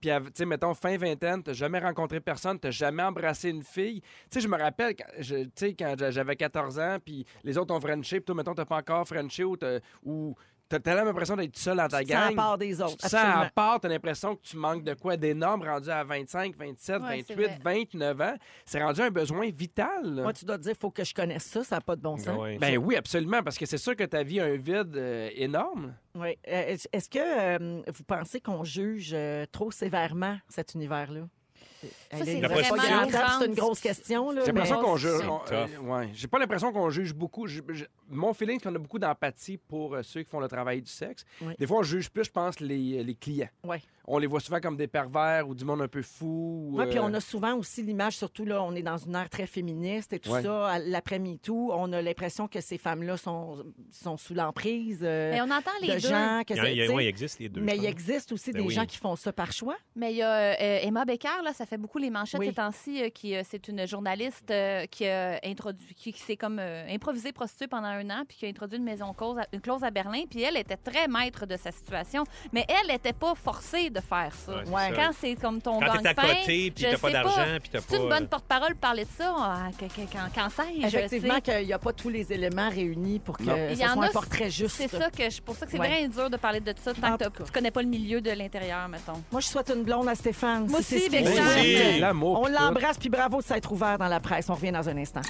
S2: puis, av- tu sais, mettons, fin vingtaine, t'as jamais rencontré personne, t'as jamais embrassé une fille. Tu sais, je me rappelle, quand je- tu sais, quand j'a- j'avais 14 ans, puis les autres ont Frenché, puis toi, mettons, t'as pas encore Frenché ou t'as- ou t'as tellement l'impression d'être seul dans ta
S3: Tu te sens à
S2: gang.
S3: part des
S2: Tu
S3: autres.
S2: te sens à
S3: absolument.
S2: part, t'as l'impression que tu manques de quoi d'énorme rendu à 25, 27,
S5: Ouais, c'est
S2: 28, 29 ans. C'est rendu un besoin vital. là.
S3: Moi, tu dois te dire, faut que je connaisse ça, ça n'a pas de bon sens.
S4: ouais.
S2: Ben oui, absolument, parce que c'est sûr que ta vie a un vide euh, énorme.
S3: Oui. Euh, est-ce- Est-ce que euh, vous pensez qu'on juge euh, trop sévèrement cet univers-là? Elle
S5: c'est
S3: est
S4: vraiment
S3: pas
S4: une
S3: grande,
S5: grande-
S3: C'est une grosse question. là,
S2: J'ai
S3: mais-
S2: l'impression qu'on juge.
S5: C'est
S2: on-
S4: tough.
S2: euh, ouais. J'ai pas l'impression qu'on juge beaucoup. Je- je- mon feeling, c'est qu'on a beaucoup d'empathie pour euh, ceux qui font le travail du sexe.
S3: Oui.
S2: Des fois, on juge plus, je pense, les, les clients.
S3: Ouais.
S2: On les voit souvent comme des pervers ou du monde un peu fou. ou,
S3: Ouais, puis
S2: euh,
S3: on a souvent aussi l'image, surtout là, on est dans une ère très féministe et tout
S2: Ouais.
S3: ça, à- l'après-MeToo, on a l'impression que ces femmes-là sont, sont sous l'emprise euh,
S5: Mais on entend les
S3: de
S5: deux.
S3: gens. Que
S4: Il y en a-
S3: c'est-
S4: il y a-
S3: tu sais,
S4: ouais, il existe les deux.
S3: mais
S4: je
S3: il
S4: pense.
S3: existe aussi
S4: Ben
S3: des
S4: oui.
S3: gens qui font ça par choix.
S5: Mais il y a euh, euh, Emma Becker, là, ça fait beaucoup les manchettes
S3: Oui.
S5: ces temps-ci, euh, qui euh, c'est une journaliste euh, qui a introduit, qui, qui s'est comme euh, improvisée prostituée pendant un an, puis qui a introduit une maison close à, une clause à Berlin, puis elle était très maître de sa situation, mais elle n'était pas forcée de faire ça.
S4: Ouais, c'est
S3: Ouais.
S4: ça.
S5: Quand c'est comme ton
S4: Quand t'es à
S5: gagne-pain,
S4: côté, puis
S5: je
S4: t'as pas
S5: sais
S4: d'argent, puis t'as
S5: C'est
S4: pas... euh,
S5: une bonne porte-parole de parler de ça. ah, que- que- Qu'en qu'en sais-je?
S3: Effectivement,
S5: tu sais.
S3: qu'il n'y a pas tous les éléments réunis pour que
S2: Non.
S3: ce
S5: Il y
S3: soit
S5: en
S3: un
S5: a,
S3: portrait juste.
S5: C'est ça que je, pour ça que c'est
S3: Ouais.
S5: bien dur de parler de ça tant
S3: En
S5: que
S3: tout
S5: t'as-
S3: cas.
S5: tu connais pas le milieu de l'intérieur, mettons.
S3: Moi, je souhaite une blonde à Stéphane.
S5: Moi
S3: si c'est
S5: aussi,
S3: ce qu'il
S5: Bexane.
S3: souhaite.
S5: Oui.
S2: hey, l'amour.
S3: On
S2: pis tout.
S3: l'embrasse, puis bravo de s'être ouvert dans la presse. On revient dans un instant.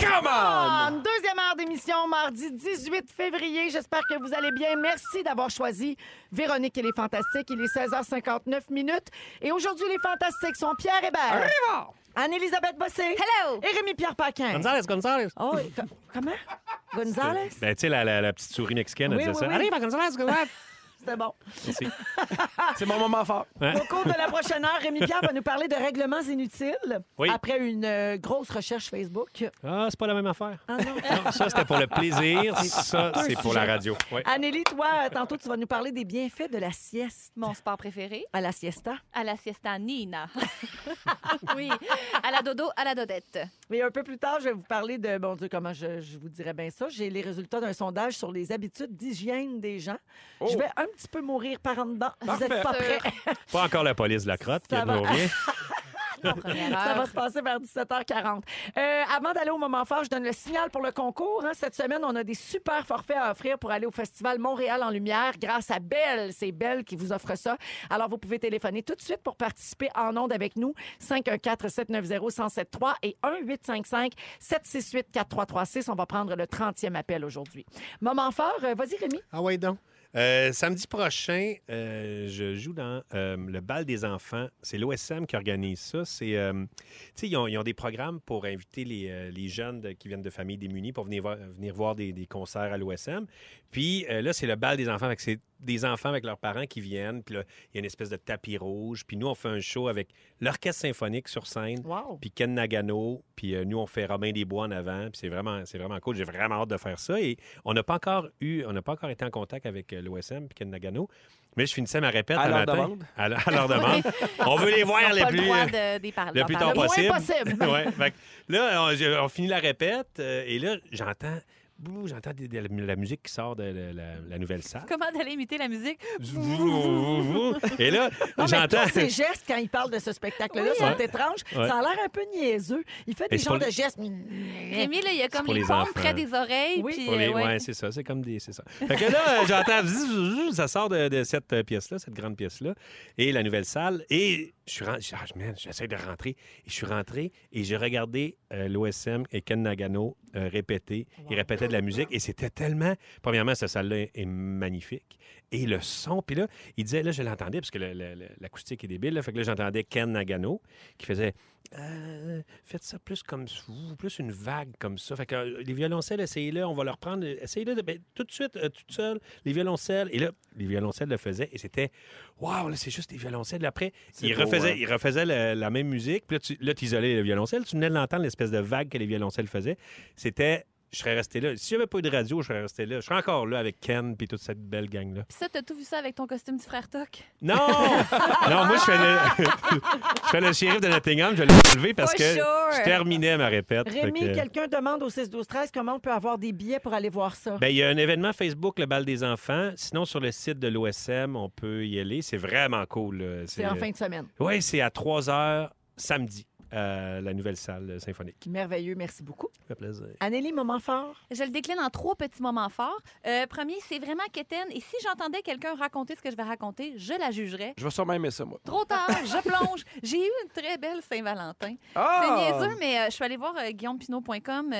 S2: Come on!
S3: Anne, Deuxième heure d'émission, mardi 18 février. J'espère que vous allez bien. Merci d'avoir choisi Véronique et les Fantastiques. Il est 16h59 minutes. Et aujourd'hui, les Fantastiques sont Pierre Hébert, Anne-Élisabeth Bossé
S5: Hello!
S3: et Rémi-Pierre Paquin.
S4: Gonzales, Gonzales.
S3: Oh, et co- comment? Gonzales?
S4: Ben, tu sais, la, la- la petite souris mexicaine,
S3: Oui,
S4: elle disait
S3: oui,
S4: ça.
S3: oui.
S4: Arrive à Gonzales, Gonzales.
S3: (laughs) C'était bon.
S4: Merci.
S2: C'est mon moment fort.
S3: Au cours de la prochaine heure, Rémi-Pierre va nous parler de règlements inutiles
S4: Oui.
S3: après une euh, grosse recherche Facebook.
S4: Ah, c'est pas la même affaire.
S3: Ah (laughs) non.
S4: Non, ça, c'était pour le plaisir. Ça,
S3: deux
S4: c'est pour
S3: sujets.
S4: la radio. Ouais.
S3: Anneli, toi, euh, tantôt, tu vas nous parler des bienfaits de la sieste.
S5: Mon sport préféré,
S3: À la siesta.
S5: à la siesta Nina. (laughs) oui, à la dodo, à la dodette.
S3: Mais un peu plus tard, je vais vous parler de, bon Dieu, comment je, je vous dirais bien ça. J'ai les résultats d'un sondage sur les habitudes d'hygiène des gens. Je vais un petit peu mourir par en dedans. Vous
S2: Parfait.
S3: êtes pas prêts.
S4: Pas encore la police de la crotte qui
S3: Ça va.
S4: nous revient.
S3: Ça va se passer vers 17h40. Euh, avant d'aller au moment fort, je donne le signal pour le concours. hein. Cette semaine, on a des super forfaits à offrir pour aller au Festival Montréal en Lumière grâce à Belle. C'est Belle qui vous offre ça. Alors, vous pouvez téléphoner tout de suite pour participer en ondes avec nous. 514-790-1073 et 1-855-768-4336. On va prendre le 30e appel aujourd'hui. Moment fort, euh, vas-y Rémi.
S4: Ah ouais, donc. Euh, samedi prochain, euh, je joue dans euh, le bal des enfants. C'est l'OSM qui organise ça. C'est, euh, tu sais, ils ont, ils ont des programmes pour inviter les, euh, les jeunes de- qui viennent de familles démunies pour venir voir, venir voir des, des concerts à l'OSM. Puis euh, là, c'est le bal des enfants. Fait que c'est des enfants avec leurs parents qui viennent. Puis là, il y a une espèce de tapis rouge. Puis nous, on fait un show avec l'orchestre symphonique sur scène
S3: Wow.
S4: puis Ken Nagano, puis euh, nous, on fait Robin des Bois en avant, puis c'est vraiment, c'est vraiment cool. J'ai vraiment hâte de faire ça. Et on n'a pas encore eu, on n'a pas encore été en contact avec euh, l'OSM puis Ken Nagano, mais je finissais ma répète
S2: À
S4: un
S2: leur
S4: matin.
S2: demande.
S4: À, leur- à leur demande. on veut les voir les
S5: pas le
S4: plus... euh,
S5: droit de, des parler.
S4: le plus tard
S3: Le moins
S4: (laughs) possible.
S3: possible.
S4: Ouais, fait que là, on, j'ai- on finit la répète, euh, et là, j'entends Bouh, J'entends des- de la, la musique qui sort de la, la- la nouvelle salle.
S5: Comment d'aller imiter la musique?
S4: Zou, zou, zou, zou. Et là,
S3: Non, mais
S4: j'entends.
S3: tous ces gestes, quand il parle de ce spectacle-là,
S5: Oui,
S3: sont
S5: hein?
S3: étranges.
S4: Ouais.
S3: Ça a l'air un peu niaiseux. Il fait des
S4: c'est
S3: genres
S4: pas-
S3: de gestes.
S5: Rémi, là, il y a comme
S4: pour
S5: les,
S4: les
S5: pommes
S4: enfants.
S5: près des oreilles.
S3: Oui.
S5: puis,
S4: Pour les-
S5: euh,
S4: ouais,
S5: ouais.
S4: c'est ça. C'est comme des. C'est ça. Fait que là, euh, j'entends. zou, zou, zou, Ça sort de, de cette euh, pièce-là, cette grande pièce-là, et la nouvelle salle. Et je suis rentré. Ah, man, j'essaie de rentrer. Et je suis rentré et j'ai regardé euh, l'OSM et Ken Nagano euh, répéter. Ils répétaient de la musique et c'était tellement. Premièrement, cette salle-là est magnifique. Et le son. Puis là, il disait, là, je l'entendais, parce que le- le- le- l'acoustique est débile. Là, fait que là, j'entendais Ken Nagano qui faisait. Euh, faites ça plus comme vous, plus une vague comme ça. Fait que euh, les violoncelles, essayez-le, on va leur prendre. Essayez-le de- ben, tout de suite, euh, toute seule, les violoncelles. Et là, les violoncelles le faisaient et c'était Waouh, là, c'est juste des violoncelles. Après,
S2: C'est
S4: ils
S2: beau,
S4: refaisaient,
S2: hein?
S4: ils refaisaient la, la même musique. Puis là, tu là, t'isolais les violoncelles. Tu venais de l'entendre, l'espèce de vague que les violoncelles faisaient. C'était. Je serais resté là. Si j'avais pas eu de radio, je serais resté là. Je serais encore là avec Ken puis toute cette belle gang-là.
S5: Puis ça, t'as tout vu ça avec ton costume du frère Toc?
S2: (laughs)
S4: Non! non, moi, je fais le, (laughs) je fais le shérif de Nottingham. Je l'ai enlevé parce
S5: For
S4: que
S5: sure.
S4: je terminais ma répète. Fait
S3: Rémi,
S4: que-
S3: quelqu'un demande au 6-12-13 comment on peut avoir des billets pour aller voir ça.
S4: Ben, il y a un événement Facebook, le bal des enfants. Sinon, sur le site de l'OSM, on peut y aller. C'est vraiment cool. là.
S3: C'est en fin de semaine.
S4: Oui, c'est à 3 h samedi, à la nouvelle salle symphonique.
S3: Merveilleux, merci beaucoup.
S4: Ça fait plaisir.
S3: Anélie, moment fort.
S5: Je le décline en trois petits moments forts. Euh, premier, c'est vraiment quétaine. Et si j'entendais quelqu'un raconter ce que je vais raconter, je la jugerais.
S2: Je vais sûrement aimer ça, moi.
S3: (laughs)
S5: Trop tard, je plonge. J'ai eu une très belle Saint-Valentin.
S2: Ah!
S4: Ah!
S5: C'est niaiseux, mais euh, je suis allée voir euh, guillaumepinot.com euh,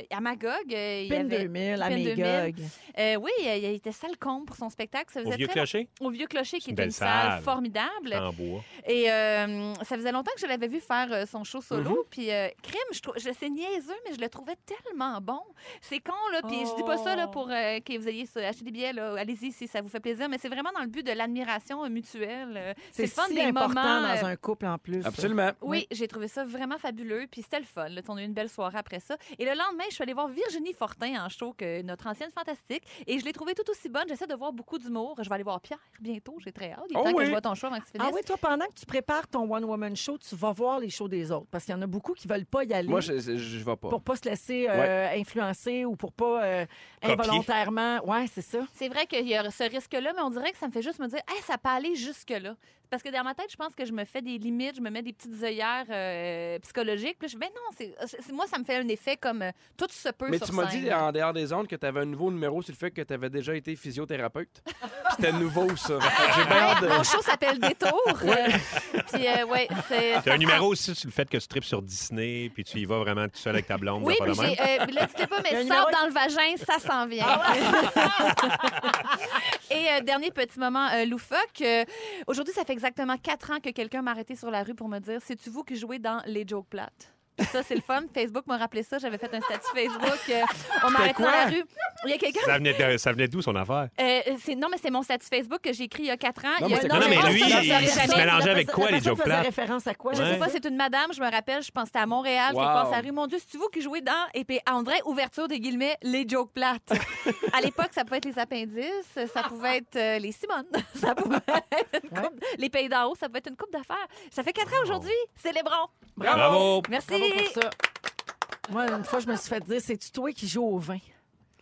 S5: euh, à Magog. euh, il y
S3: Pin
S5: avait-
S3: 2000 à
S5: Pin 2000.
S3: Magog.
S5: Euh, oui, euh, il était salle comble pour son spectacle. Ça
S4: Au
S5: faisait
S4: vieux
S5: très
S4: clocher,
S5: long- Au Vieux Clocher, qui
S4: une
S5: était
S4: belle
S5: une salle,
S4: salle. Ah.
S5: formidable.
S4: en bois.
S5: Et euh, ça faisait longtemps que je l'avais vu faire euh, son show
S4: Mhm.
S5: solo. Puis euh, Crime, je, trou- je c'est niaiseux, mais je le trouvais tellement bon. C'est con, là. Puis je dis pas ça là,
S3: Oh.
S5: pour euh, que vous ayez ça- acheté des billets. là. Allez-y si ça vous fait plaisir. Mais c'est vraiment dans le but de l'admiration euh, mutuelle. euh.
S3: C'est
S5: le fun
S3: si
S5: des
S3: important
S5: moments, euh,
S3: dans un couple en plus.
S2: Absolument.
S5: Oui, j'ai trouvé ça vraiment fabuleux. Puis c'était le fun. là. On a eu une belle soirée après ça. Et le lendemain, je suis allée voir Virginie Fortin en show, que notre ancienne fantastique. Et je l'ai trouvée tout aussi bonne. J'essaie de voir beaucoup d'humour. Je vais aller voir Pierre bientôt. J'ai très hâte. Il est
S2: Oh
S5: temps que
S2: oui.
S5: je vois ton show avant que tu finisses.
S3: Ah oui, toi, pendant que tu prépares ton One Woman Show, tu vas voir les shows des autres parce qu'il y en a beaucoup qui veulent pas y aller.
S2: Moi, je, je, je vais pas.
S3: Pour pas se laisser euh, influencer ou pour pas euh,
S4: Copier.
S3: involontairement. Ouais, c'est ça.
S5: C'est vrai qu'il y a ce risque-là, mais on dirait que ça me fait juste me dire, hey, ça peut aller jusque-là. Parce que dans ma tête, je pense que je me fais des limites, je me mets des petites œillères euh, psychologiques. Puis là, je me dis, ben non, c'est- c'est- moi, ça me fait un effet comme euh, tout se peut
S2: Mais
S5: sur
S2: tu m'as
S5: scène.
S2: dit en dehors des ondes que tu avais un nouveau numéro sur le fait que tu avais déjà été physiothérapeute. (laughs) C'était nouveau, ça. J'ai bien hâte de-
S5: Mon show
S2: (laughs)
S5: s'appelle Détour. Euh, puis, euh, ouais, c'est.
S4: T'as un numéro aussi sur le fait que tu tripes sur Disney, puis tu y vas vraiment tout seul avec ta blonde.
S5: Oui,
S4: t'as pas
S5: puis
S4: de même.
S5: j'ai. Euh, là, dites pas,
S3: Il y a un
S5: mais sort
S3: numéro-
S5: dans le vagin, ça s'en vient. (laughs) Et euh, dernier petit moment euh, loufoque. euh, Aujourd'hui, ça fait exactement quatre ans que quelqu'un m'a arrêté sur la rue pour me dire C'est-tu vous qui jouez dans les jokes plates ça, c'est le fun. (laughs) Facebook m'a rappelé ça. J'avais fait un statut Facebook. euh, on m'arrête dans
S2: quoi?
S5: la rue. Il y a quelqu'un.
S4: Ça venait de- ça venait d'où son affaire?
S5: euh, c'est- non, mais c'est mon statut Facebook que j'ai écrit il y a quatre ans.
S2: Non,
S5: Il y
S2: mais
S5: a
S2: c'est
S5: une
S2: quoi?
S4: Non, non, mais
S5: référence,
S4: lui,
S5: ça, je
S4: il
S5: saurais
S4: se
S5: jamais.
S4: met la- mélangeait avec
S3: La
S4: quoi, les
S3: personne
S4: jokes
S3: faisait
S4: plates?
S3: référence à quoi?
S5: Je
S4: Ouais.
S5: sais pas, c'est une madame, je me rappelle, je pense que c'était à Montréal, qui
S2: Wow.
S5: passe la rue. Mon Dieu, c'est-tu vous qui jouez dans? Et puis, André, ouverture des guillemets, les
S4: (laughs)
S5: jokes plates. à l'époque, ça pouvait être les appendices, ça pouvait être euh, les Simone, (laughs) ça pouvait être une
S3: Ouais.
S5: coupe- les pays d'en haut, ça pouvait être une coupe d'affaires. Ça fait quatre ans aujourd'hui, célébrons.
S3: Ah,
S4: Bravo!
S5: Merci.
S3: Bravo pour ça. Moi, une fois, je me suis fait dire, c'est-tu toi qui joues au vin?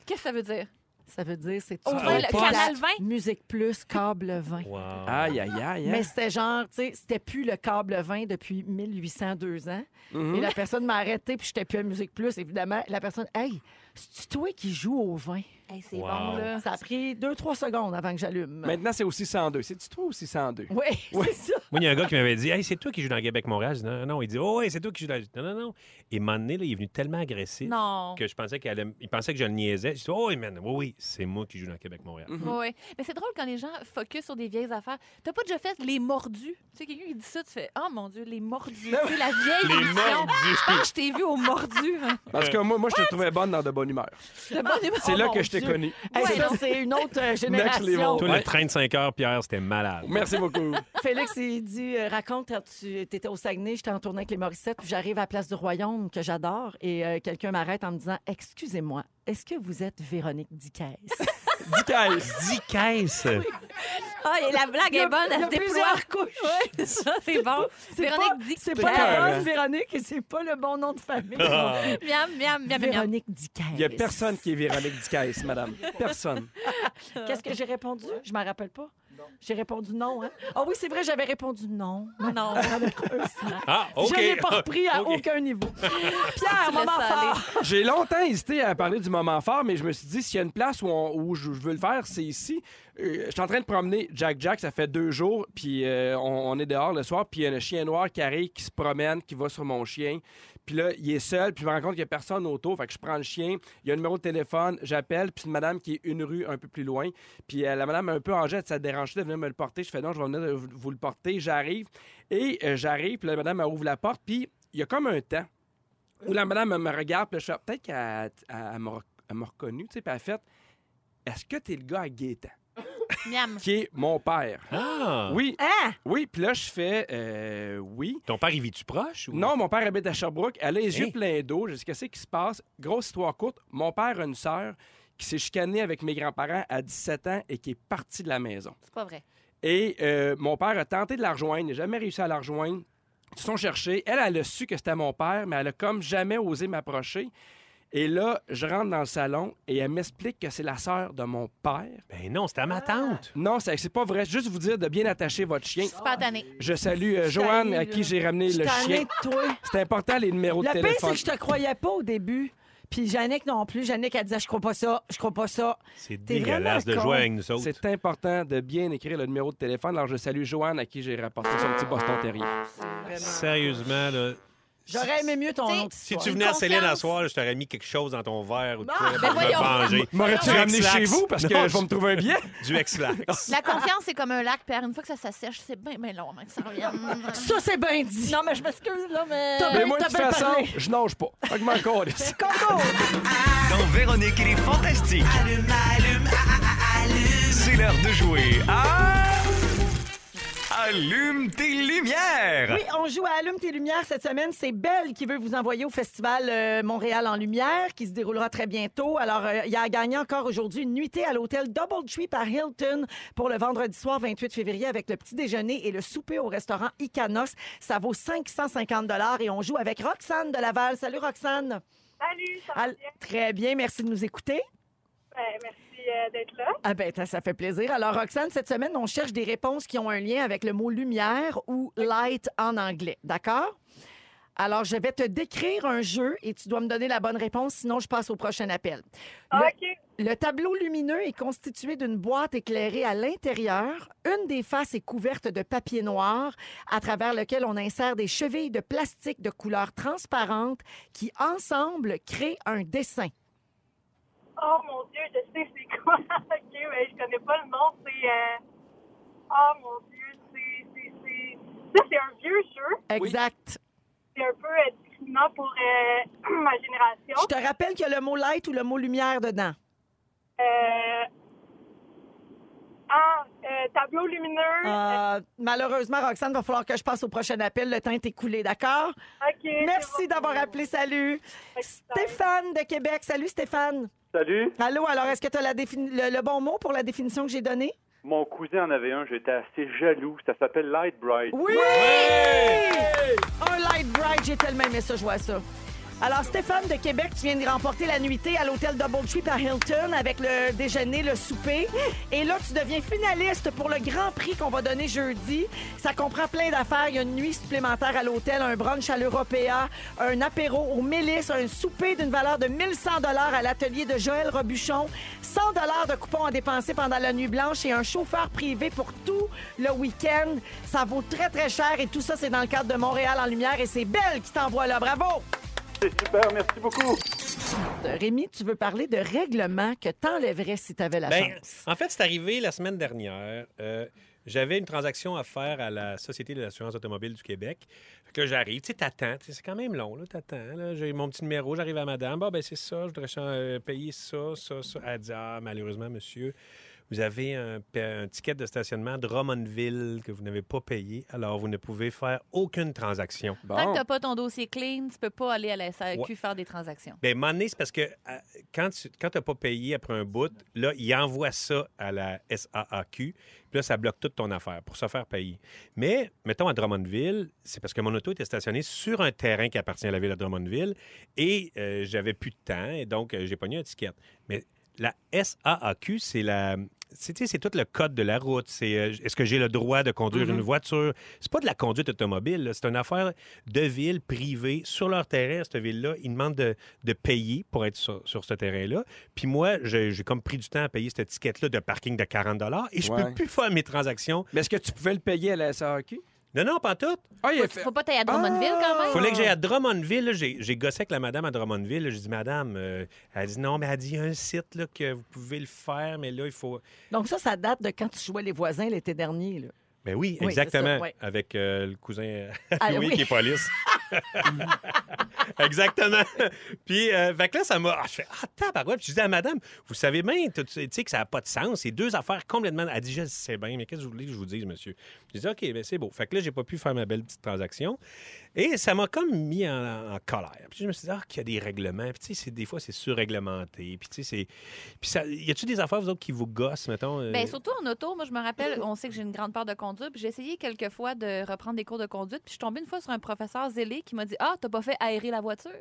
S5: Qu'est-ce que ça veut dire?
S3: Ça veut dire, c'est
S5: Au
S3: tu
S5: vin,
S3: toi
S5: le
S3: qui-
S5: canal vin?
S3: Musique plus, câble vin.
S4: Wow.
S2: Aïe, aïe, aïe. hein.
S3: Mais c'était genre, tu sais, c'était plus le câble vin depuis 1802 ans.
S2: Mhm.
S3: Et la personne m'a arrêté, puis j'étais plus à Musique Plus, évidemment. La personne, hey, c'est-tu toi qui joues au vin?
S5: Hey, c'est
S4: Wow.
S5: bon, là.
S3: Ça a pris deux, trois secondes avant que j'allume.
S2: Maintenant, c'est aussi 102. C'est-tu toi ou 602?
S3: Oui, c'est ça.
S4: Moi, il y a un gars qui m'avait dit Hey, c'est toi qui joues dans Québec-Montréal. Je dis, Non, non, il dit Oh, ouais, c'est toi qui joues dans. Je dis, Non, non, non. Et à un moment donné, là, il est venu tellement agressif
S5: Non.
S4: que je pensais qu'il allait... me- il pensait que je le niaisais. Je dis Oh, oui, man, oui, oui, c'est moi qui joue dans Québec-Montréal.
S5: Oui, mais c'est drôle quand les gens focus sur des vieilles affaires. T'as pas déjà fait les mordus? Tu sais, quelqu'un qui dit ça, tu fais Oh mon Dieu,
S4: (laughs)
S5: les mordus. C'est la vieille
S4: Les
S5: émission.
S4: mordus.
S5: Je pense que Ah, je t'ai vu au mordu. hein.
S2: En tout cas, moi, moi je te trouvais bonne dans de bonne humeur.
S5: De bonne humeur.
S2: C'est
S3: Oh
S2: là
S3: mon
S2: que je t'ai
S3: Dieu.
S2: connu.
S3: Hey,
S5: Ouais,
S3: ça,
S5: non.
S3: c'est une autre euh,
S2: level.
S3: génération.
S4: Toi,
S2: Ouais.
S4: le train de 5 heures, Pierre, c'était malade.
S2: Merci beaucoup.
S3: Félix, il dit euh, Raconte, quand tu étais au Saguenay, j'étais en tournée avec les Morissettes, puis j'arrive à la place du Royaume, que
S5: (laughs)
S3: j'adore, et euh, quelqu'un m'arrête en me disant Excusez-moi, est-ce que vous êtes Véronique Diquès
S2: 10
S4: Ah,
S2: caisses.
S4: 10 caisses.
S5: Ah, et la blague
S3: Il y a-
S5: est bonne,
S3: il
S5: elle
S3: y a
S5: se déploie.
S3: plusieurs couches.
S5: Oui, ça, c'est bon.
S3: (laughs) C'est pas,
S5: Véronique dit
S3: c'est
S5: que-
S3: pas la
S2: Claire.
S3: bonne Véronique et c'est pas le bon nom de famille.
S5: Miam, miam, miam, miam, miam.
S3: Véronique Dicker.
S2: Ah. Il n'y a personne qui est Véronique Dicaïs, madame. Personne.
S3: Qu'est-ce que j'ai répondu? Je m'en rappelle pas. J'ai répondu non, hein? Ah oui, c'est vrai, j'avais répondu non.
S5: Non.
S4: Ah, OK.
S3: Je l'ai pas repris à
S4: OK.
S3: aucun niveau. Pierre,
S5: Tu
S3: moment
S5: laisses aller.
S3: fort.
S2: (laughs) J'ai longtemps hésité à parler du moment fort, mais je me suis dit, s'il y a une place où, on- où je veux le faire, c'est ici. Euh, je suis en train de promener Jack Jack, ça fait deux jours, puis euh, on, on est dehors le soir, puis il y a un chien noir qui arrive, qui se promène, qui va sur mon chien. Puis là, il est seul, puis je me rends compte qu'il n'y a personne autour. Fait que je prends le chien, il y a un numéro de téléphone, j'appelle, puis c'est une madame qui est une rue un peu plus loin. Puis euh, la madame est un peu en jet, ça dérange de venir me le porter. Je fais non, je vais venir euh, vous- vous le porter. J'arrive, et euh, j'arrive, puis la madame elle ouvre la porte, puis il y a comme un temps où la madame elle me regarde, puis là, je fais peut-être qu'elle elle- elle m'a rec- elle m'a reconnu, tu sais, puis elle fait Est-ce que t'es le gars à Gaétan,
S5: Miam.
S2: qui est mon père
S4: Ah.
S2: Oui,
S3: Hein?
S2: oui, puis là, je fais euh, Oui.
S4: Ton père, il vit-tu proche? Ou...
S2: Non, mon père habite à Sherbrooke. Elle a les
S4: Hein?
S2: yeux pleins d'eau. Je sais ce que c'est qui se passe. Grosse histoire courte. Mon père a une sœur qui s'est chicanée avec mes grands-parents à 17 ans et qui est partie de la maison.
S5: C'est pas vrai.
S2: Et euh, mon père a tenté de la rejoindre, n'a jamais réussi à la rejoindre. Ils se sont cherchés. Elle, elle a su que c'était mon père, mais elle a comme jamais osé m'approcher. Et là, je rentre dans le salon et elle m'explique que c'est la sœur de mon père.
S4: Ben non, c'était à
S3: Ah.
S4: ma tante.
S2: Non, c'est c'est pas vrai. Juste vous dire de bien attacher votre chien.
S5: Spontané.
S2: Je salue euh,
S3: Je
S2: Joanne,
S3: t'haïs,
S2: à
S3: là.
S2: qui j'ai ramené
S3: Je
S2: le
S3: t'en ai
S2: chien.
S3: de toi.
S2: C'est important, les numéros de
S3: Le pire, c'est
S2: téléphone.
S3: que je te croyais pas au début. Puis Yannick non plus. Yannick, elle disait, je crois pas ça, je crois pas ça.
S4: C'est
S3: T'es
S4: dégueulasse de
S3: vraiment
S4: jouer
S3: con.
S4: avec nous autres.
S2: C'est important de bien écrire le numéro de téléphone. Alors, je salue Joanne, à qui j'ai rapporté son petit Boston Terrier.
S4: Sérieusement, là.
S3: J'aurais aimé mieux ton
S5: T'sais,
S3: autre
S4: Si
S3: histoire.
S4: tu venais à
S5: Une
S4: Céline à
S5: confiance.
S4: soir, je t'aurais mis quelque chose dans ton verre ou de
S3: Ah,
S4: quoi
S3: ben
S4: pour me
S5: voyons.
S4: venger.
S2: M'aurais-tu
S4: Du
S2: ramené
S4: Ex-Lax.
S2: chez vous? Parce que
S4: Non,
S2: je vais me trouver un billet.
S4: Du
S2: (laughs)
S4: ex-lax.
S5: La confiance, c'est comme un lac, Pierre. Une fois que ça s'assèche, c'est bien, bien long avant que ça revienne.
S3: Ça, c'est bien dit. Non, mais je m'excuse, là, mais. T'as
S2: Mais
S3: bien,
S2: moi, de
S3: t'as
S2: toute
S3: bien
S2: façon,
S3: parlé.
S2: je nage pas. Fait que
S5: (laughs)
S2: m'en calisse.
S3: Congo!
S1: Dans Véronique et les Fantastiques.
S6: Allume, allume, ah, ah, allume.
S1: C'est l'heure de jouer à... Allume tes lumières!
S3: Oui, on joue à Allume tes lumières cette semaine. C'est Belle qui veut vous envoyer au Festival euh, Montréal en lumière qui se déroulera très bientôt. Alors, euh, il y a à gagner encore aujourd'hui une nuitée à l'hôtel Double Tree par Hilton pour le vendredi soir 28 février avec le petit déjeuner et le souper au restaurant Icanos. Ça vaut 550 et on joue avec Roxane de Laval. Salut Roxane.
S7: Salut, ça va
S3: Al-
S7: bien?
S3: Très bien, merci de nous écouter.
S7: Ben, merci euh, d'être là.
S3: Ah ben, ça, ça fait plaisir. Alors, Roxane, cette semaine, on cherche des réponses qui ont un lien avec le mot lumière ou light en anglais. D'accord? Alors, je vais te décrire un jeu et tu dois me donner la bonne réponse, sinon je passe au prochain appel. Le-
S7: OK.
S3: Le tableau lumineux est constitué d'une boîte éclairée à l'intérieur. Une des faces est couverte de papier noir à travers lequel on insère des chevilles de plastique de couleur transparente qui, ensemble, créent un dessin.
S7: Oh mon Dieu, je sais c'est quoi. (laughs) OK, mais je connais pas le nom. C'est. euh, Oh mon Dieu, c'est. c'est- c'est- Ça, c'est un vieux jeu.
S3: Exact.
S7: C'est un peu euh, discriminant pour euh, (clears throat) ma génération.
S3: Je te rappelle qu'il y a le mot light ou le mot lumière dedans.
S7: Euh... Ah, euh, tableau lumineux.
S3: Euh, malheureusement, Roxane, va falloir que je passe au prochain appel. Le temps est écoulé, d'accord?
S7: Euh, OK. c'est
S3: Merci
S7: bon.
S3: d'avoir appelé. Salut.
S7: Ok,
S3: Stéphane de Québec. Salut, Stéphane.
S8: Salut,
S3: Allô, alors, est-ce que tu as la défini- le, le bon mot pour la définition que j'ai donnée?
S8: mon cousin en avait un, j'étais assez jaloux. Ça s'appelle Light Bright.
S3: Oui! Un light bright, j'ai tellement aimé ça, jouer à ça. Alors, Stéphane de Québec, tu viens de remporter la nuitée à l'hôtel Doubletree par Hilton avec le déjeuner, le souper. Et là, tu deviens finaliste pour le grand prix qu'on va donner jeudi. Ça comprend plein d'affaires. Il y a une nuit supplémentaire à l'hôtel, un brunch à l'Européa, un apéro au Mélis, un souper d'une valeur de 1100 à l'atelier de Joël Robuchon, 100 de coupons à dépenser pendant la nuit blanche et un chauffeur privé pour tout le week-end. Ça vaut très, très cher et tout ça, c'est dans le cadre de Montréal en lumière et c'est Belle qui t'envoie là. Bravo!
S8: C'est super, merci beaucoup.
S3: Rémi, tu veux parler de règlements que t'enlèverais si t'avais la
S4: Ben,
S3: chance.
S4: en fait, c'est arrivé la semaine dernière. Euh, j'avais une transaction à faire à la Société de l'assurance automobile du Québec. Fait que là, j'arrive, tu sais, t'attends. Tu sais, C'est quand même long, là, t'attends. là. J'ai mon petit numéro, j'arrive à madame. Bon, ben c'est ça, je voudrais euh, payer ça, ça, ça. Elle dit, ah, malheureusement, monsieur, Vous avez un, pa- un ticket de stationnement de Drummondville que vous n'avez pas payé, alors vous ne pouvez faire aucune transaction.
S5: Tant
S2: Bon.
S5: que t'as pas ton dossier clean, tu peux pas aller à la SAQ
S4: Ouais.
S5: faire des transactions.
S4: Bien, mané, c'est parce que à- quand tu quand t'as pas payé après un bout, là, il envoie ça à la SAAQ, puis là, ça bloque toute ton affaire pour se faire payer. Mais, mettons, à Drummondville, c'est parce que mon auto était stationnée sur un terrain qui appartient à la ville de Drummondville et euh, j'avais plus de temps, et donc euh, j'ai pogné un ticket. Mais la SAAQ, c'est la... C'est tu sais, c'est tout le code de la route. C'est euh, est-ce que j'ai le droit de conduire une voiture? C'est pas de la conduite automobile. là. C'est une affaire de ville privée sur leur terrain, cette ville-là. Ils demandent de, de payer pour être sur, sur ce terrain-là. Puis moi, j'ai j'ai comme pris du temps à payer cette étiquette-là de parking de 40 et je
S2: Ouais.
S4: peux plus faire mes transactions.
S2: Mais est-ce que tu pouvais le payer à la SAQ?
S4: Non, non, pas tout.
S2: Ah, il
S5: Faut,
S2: a fait.
S5: faut pas t'aller à
S3: Ah!
S5: Drummondville quand même.
S4: Fallait que j'aille à Drummondville. là. J'ai j'ai gossé avec la madame à Drummondville. là. J'ai dit, madame, euh, elle dit non, mais elle dit, il y a un site là, que vous pouvez le faire, mais là, il faut.
S3: Donc ça, ça date de quand tu jouais les voisins l'été dernier. là.
S4: Ben oui,
S3: Oui,
S4: exactement.
S3: c'est ça, ouais.
S4: Avec euh, le cousin (laughs)
S3: Ah,
S4: à Louis
S3: oui.
S4: qui
S3: (laughs)
S4: est police. exactement. Puis, euh, fait que là, ça m'a. Ah, je fais Ah, tabarouette. Puis je dis à madame, vous savez bien, tout- tu sais, que ça n'a pas de sens. C'est deux affaires complètement. Elle dit, je le sais bien, mais qu'est-ce que vous voulez que je vous dise, monsieur? Je dis, OK, ben c'est beau. Fait que là, j'ai pas pu faire ma belle petite transaction. Et ça m'a comme mis en, en colère. Puis je me suis dit, ah, qu'il y a des règlements. Puis, tu sais, c'est- des fois, c'est surréglementé. Puis, tu sais, c'est. Puis, ça... y a-tu des affaires, vous autres, qui vous gossent, mettons? euh,
S5: Ben, surtout en auto, moi je me rappelle, on sait que j'ai une grande part de conduite, puis j'ai essayé quelques fois de reprendre des cours de conduite, puis je suis tombée une fois sur un professeur zélé qui m'a dit "Ah, t'as pas fait aérer la voiture."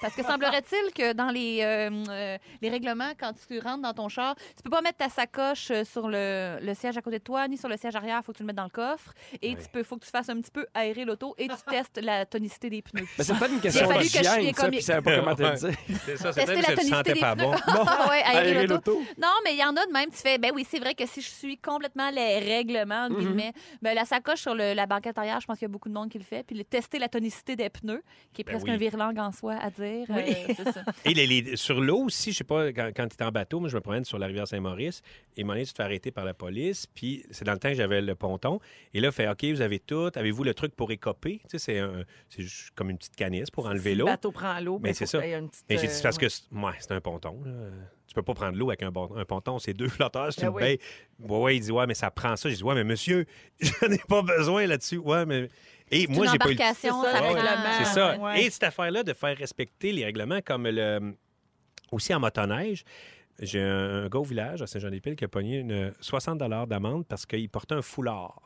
S5: Parce que semblerait-il que dans les, euh, euh, les règlements, quand tu rentres dans ton char, tu peux pas mettre ta sacoche euh, sur le, le siège à côté de toi, ni sur le siège arrière, faut que tu le mettes dans le coffre. Et
S4: Oui.
S5: tu peux, faut que tu fasses un petit peu aérer l'auto et tu testes la tonicité des pneus.
S2: Mais c'est peut-être une
S5: Il a
S2: question
S5: fallu que je
S2: d'hygiène,
S5: sois
S2: ça,
S5: comme-
S2: puis je savais pas comment te le dire.
S4: C'est ça, c'est
S5: Tester
S4: peut-être que
S5: la
S4: je le
S5: tonicité
S4: sentais
S5: des
S4: pas
S5: pneus.
S4: bon.
S5: (laughs) ouais,
S2: Aérer l'auto.
S5: Non, mais il y en a de même, tu fais, ben oui, c'est vrai que si je suis complètement les règlements,
S4: Mhm.
S5: entre guillemets, ben, la sacoche sur le- la banquette arrière, je pense qu'il y a beaucoup de monde qui le fait. Puis le- tester la tonicité des pneus, qui est
S4: Ben
S5: presque
S4: oui.
S5: un virlangue en soi à dire.
S3: Oui.
S5: euh, c'est ça.
S4: Et les- les- sur l'eau aussi, je sais pas, quand, quand tu es en bateau, moi, je me promène sur la rivière Saint-Maurice, et à un moment donné, tu te fais arrêter par la police, puis c'est dans le temps que j'avais le ponton, et là, fait, OK, vous avez tout, avez-vous le truc pour écoper? Tu sais, c'est un- c'est juste comme une petite canisse pour enlever
S3: Si
S4: l'eau.
S3: Le bateau prend l'eau.
S4: Mais
S3: ben,
S4: c'est
S3: faut
S4: ça.
S3: que t'aies une petite,
S4: Mais j'ai dit, c'est parce
S3: euh,
S4: que, c'est- ouais, c'est un ponton, là. Tu peux pas prendre l'eau avec un, bon- un ponton, c'est deux flotteurs, c'est
S3: Ben
S4: une
S3: oui.
S4: baie. Ouais, ouais, il dit, ouais, mais ça prend ça. J'ai dit, ouais, mais monsieur, (laughs) je n'ai pas besoin là-dessus. Ouais, mais. Et
S5: C'est
S4: moi,
S5: une
S4: j'ai pas eu le
S5: embarcation,
S3: C'est ça,
S5: ça
S3: le
S5: prend-
S3: règlement.
S4: Ah c'est ça.
S3: Ouais.
S4: Et cette affaire-là de faire respecter les règlements comme le. Aussi en motoneige, j'ai un, un gars au village à Saint-Jean-des-Piles qui a pogné une 60 d'amende parce qu'il portait un foulard.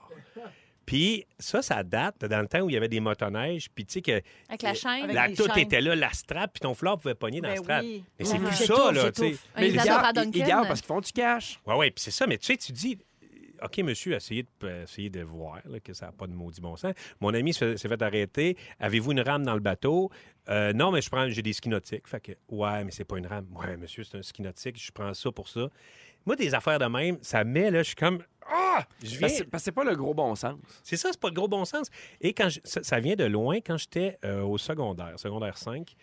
S4: Puis ça, ça date de dans le temps où il y avait des motoneiges, puis tu sais que
S5: Avec la chaîne.
S3: Avec
S4: la
S3: les
S4: toute
S3: chaînes.
S4: était là, la strap, puis ton foulard pouvait pogner dans
S3: Ben
S4: la strap.
S3: oui.
S4: Mais c'est
S5: Ouais.
S4: plus
S3: J'étouffe,
S4: ça, là, tu sais.
S3: j'étouffe.
S2: Mais
S5: ils
S2: ils
S5: adorent à
S2: gardent, ils
S5: Duncan.
S2: gardent parce qu'ils font du cash.
S4: Oui, oui, puis c'est ça. Mais tu sais, tu dis, euh, OK, monsieur, essayez de, essayez de voir là, que ça n'a pas de maudit bon sens. Mon ami se- s'est fait arrêter. Avez-vous une rame dans le bateau? Euh, non, mais je prends, j'ai des ski nautiques. Fait que, ouais, mais c'est pas une rame. Ouais, monsieur, c'est un ski nautique. Je prends ça pour ça. Moi, des affaires de même, ça met, là, je suis comme, ah! Je viens.
S2: Parce que parce que c'est pas le gros bon sens.
S4: C'est ça, c'est pas de gros bon sens. Et quand je- ça, ça vient de loin, quand j'étais euh, au secondaire, secondaire 5,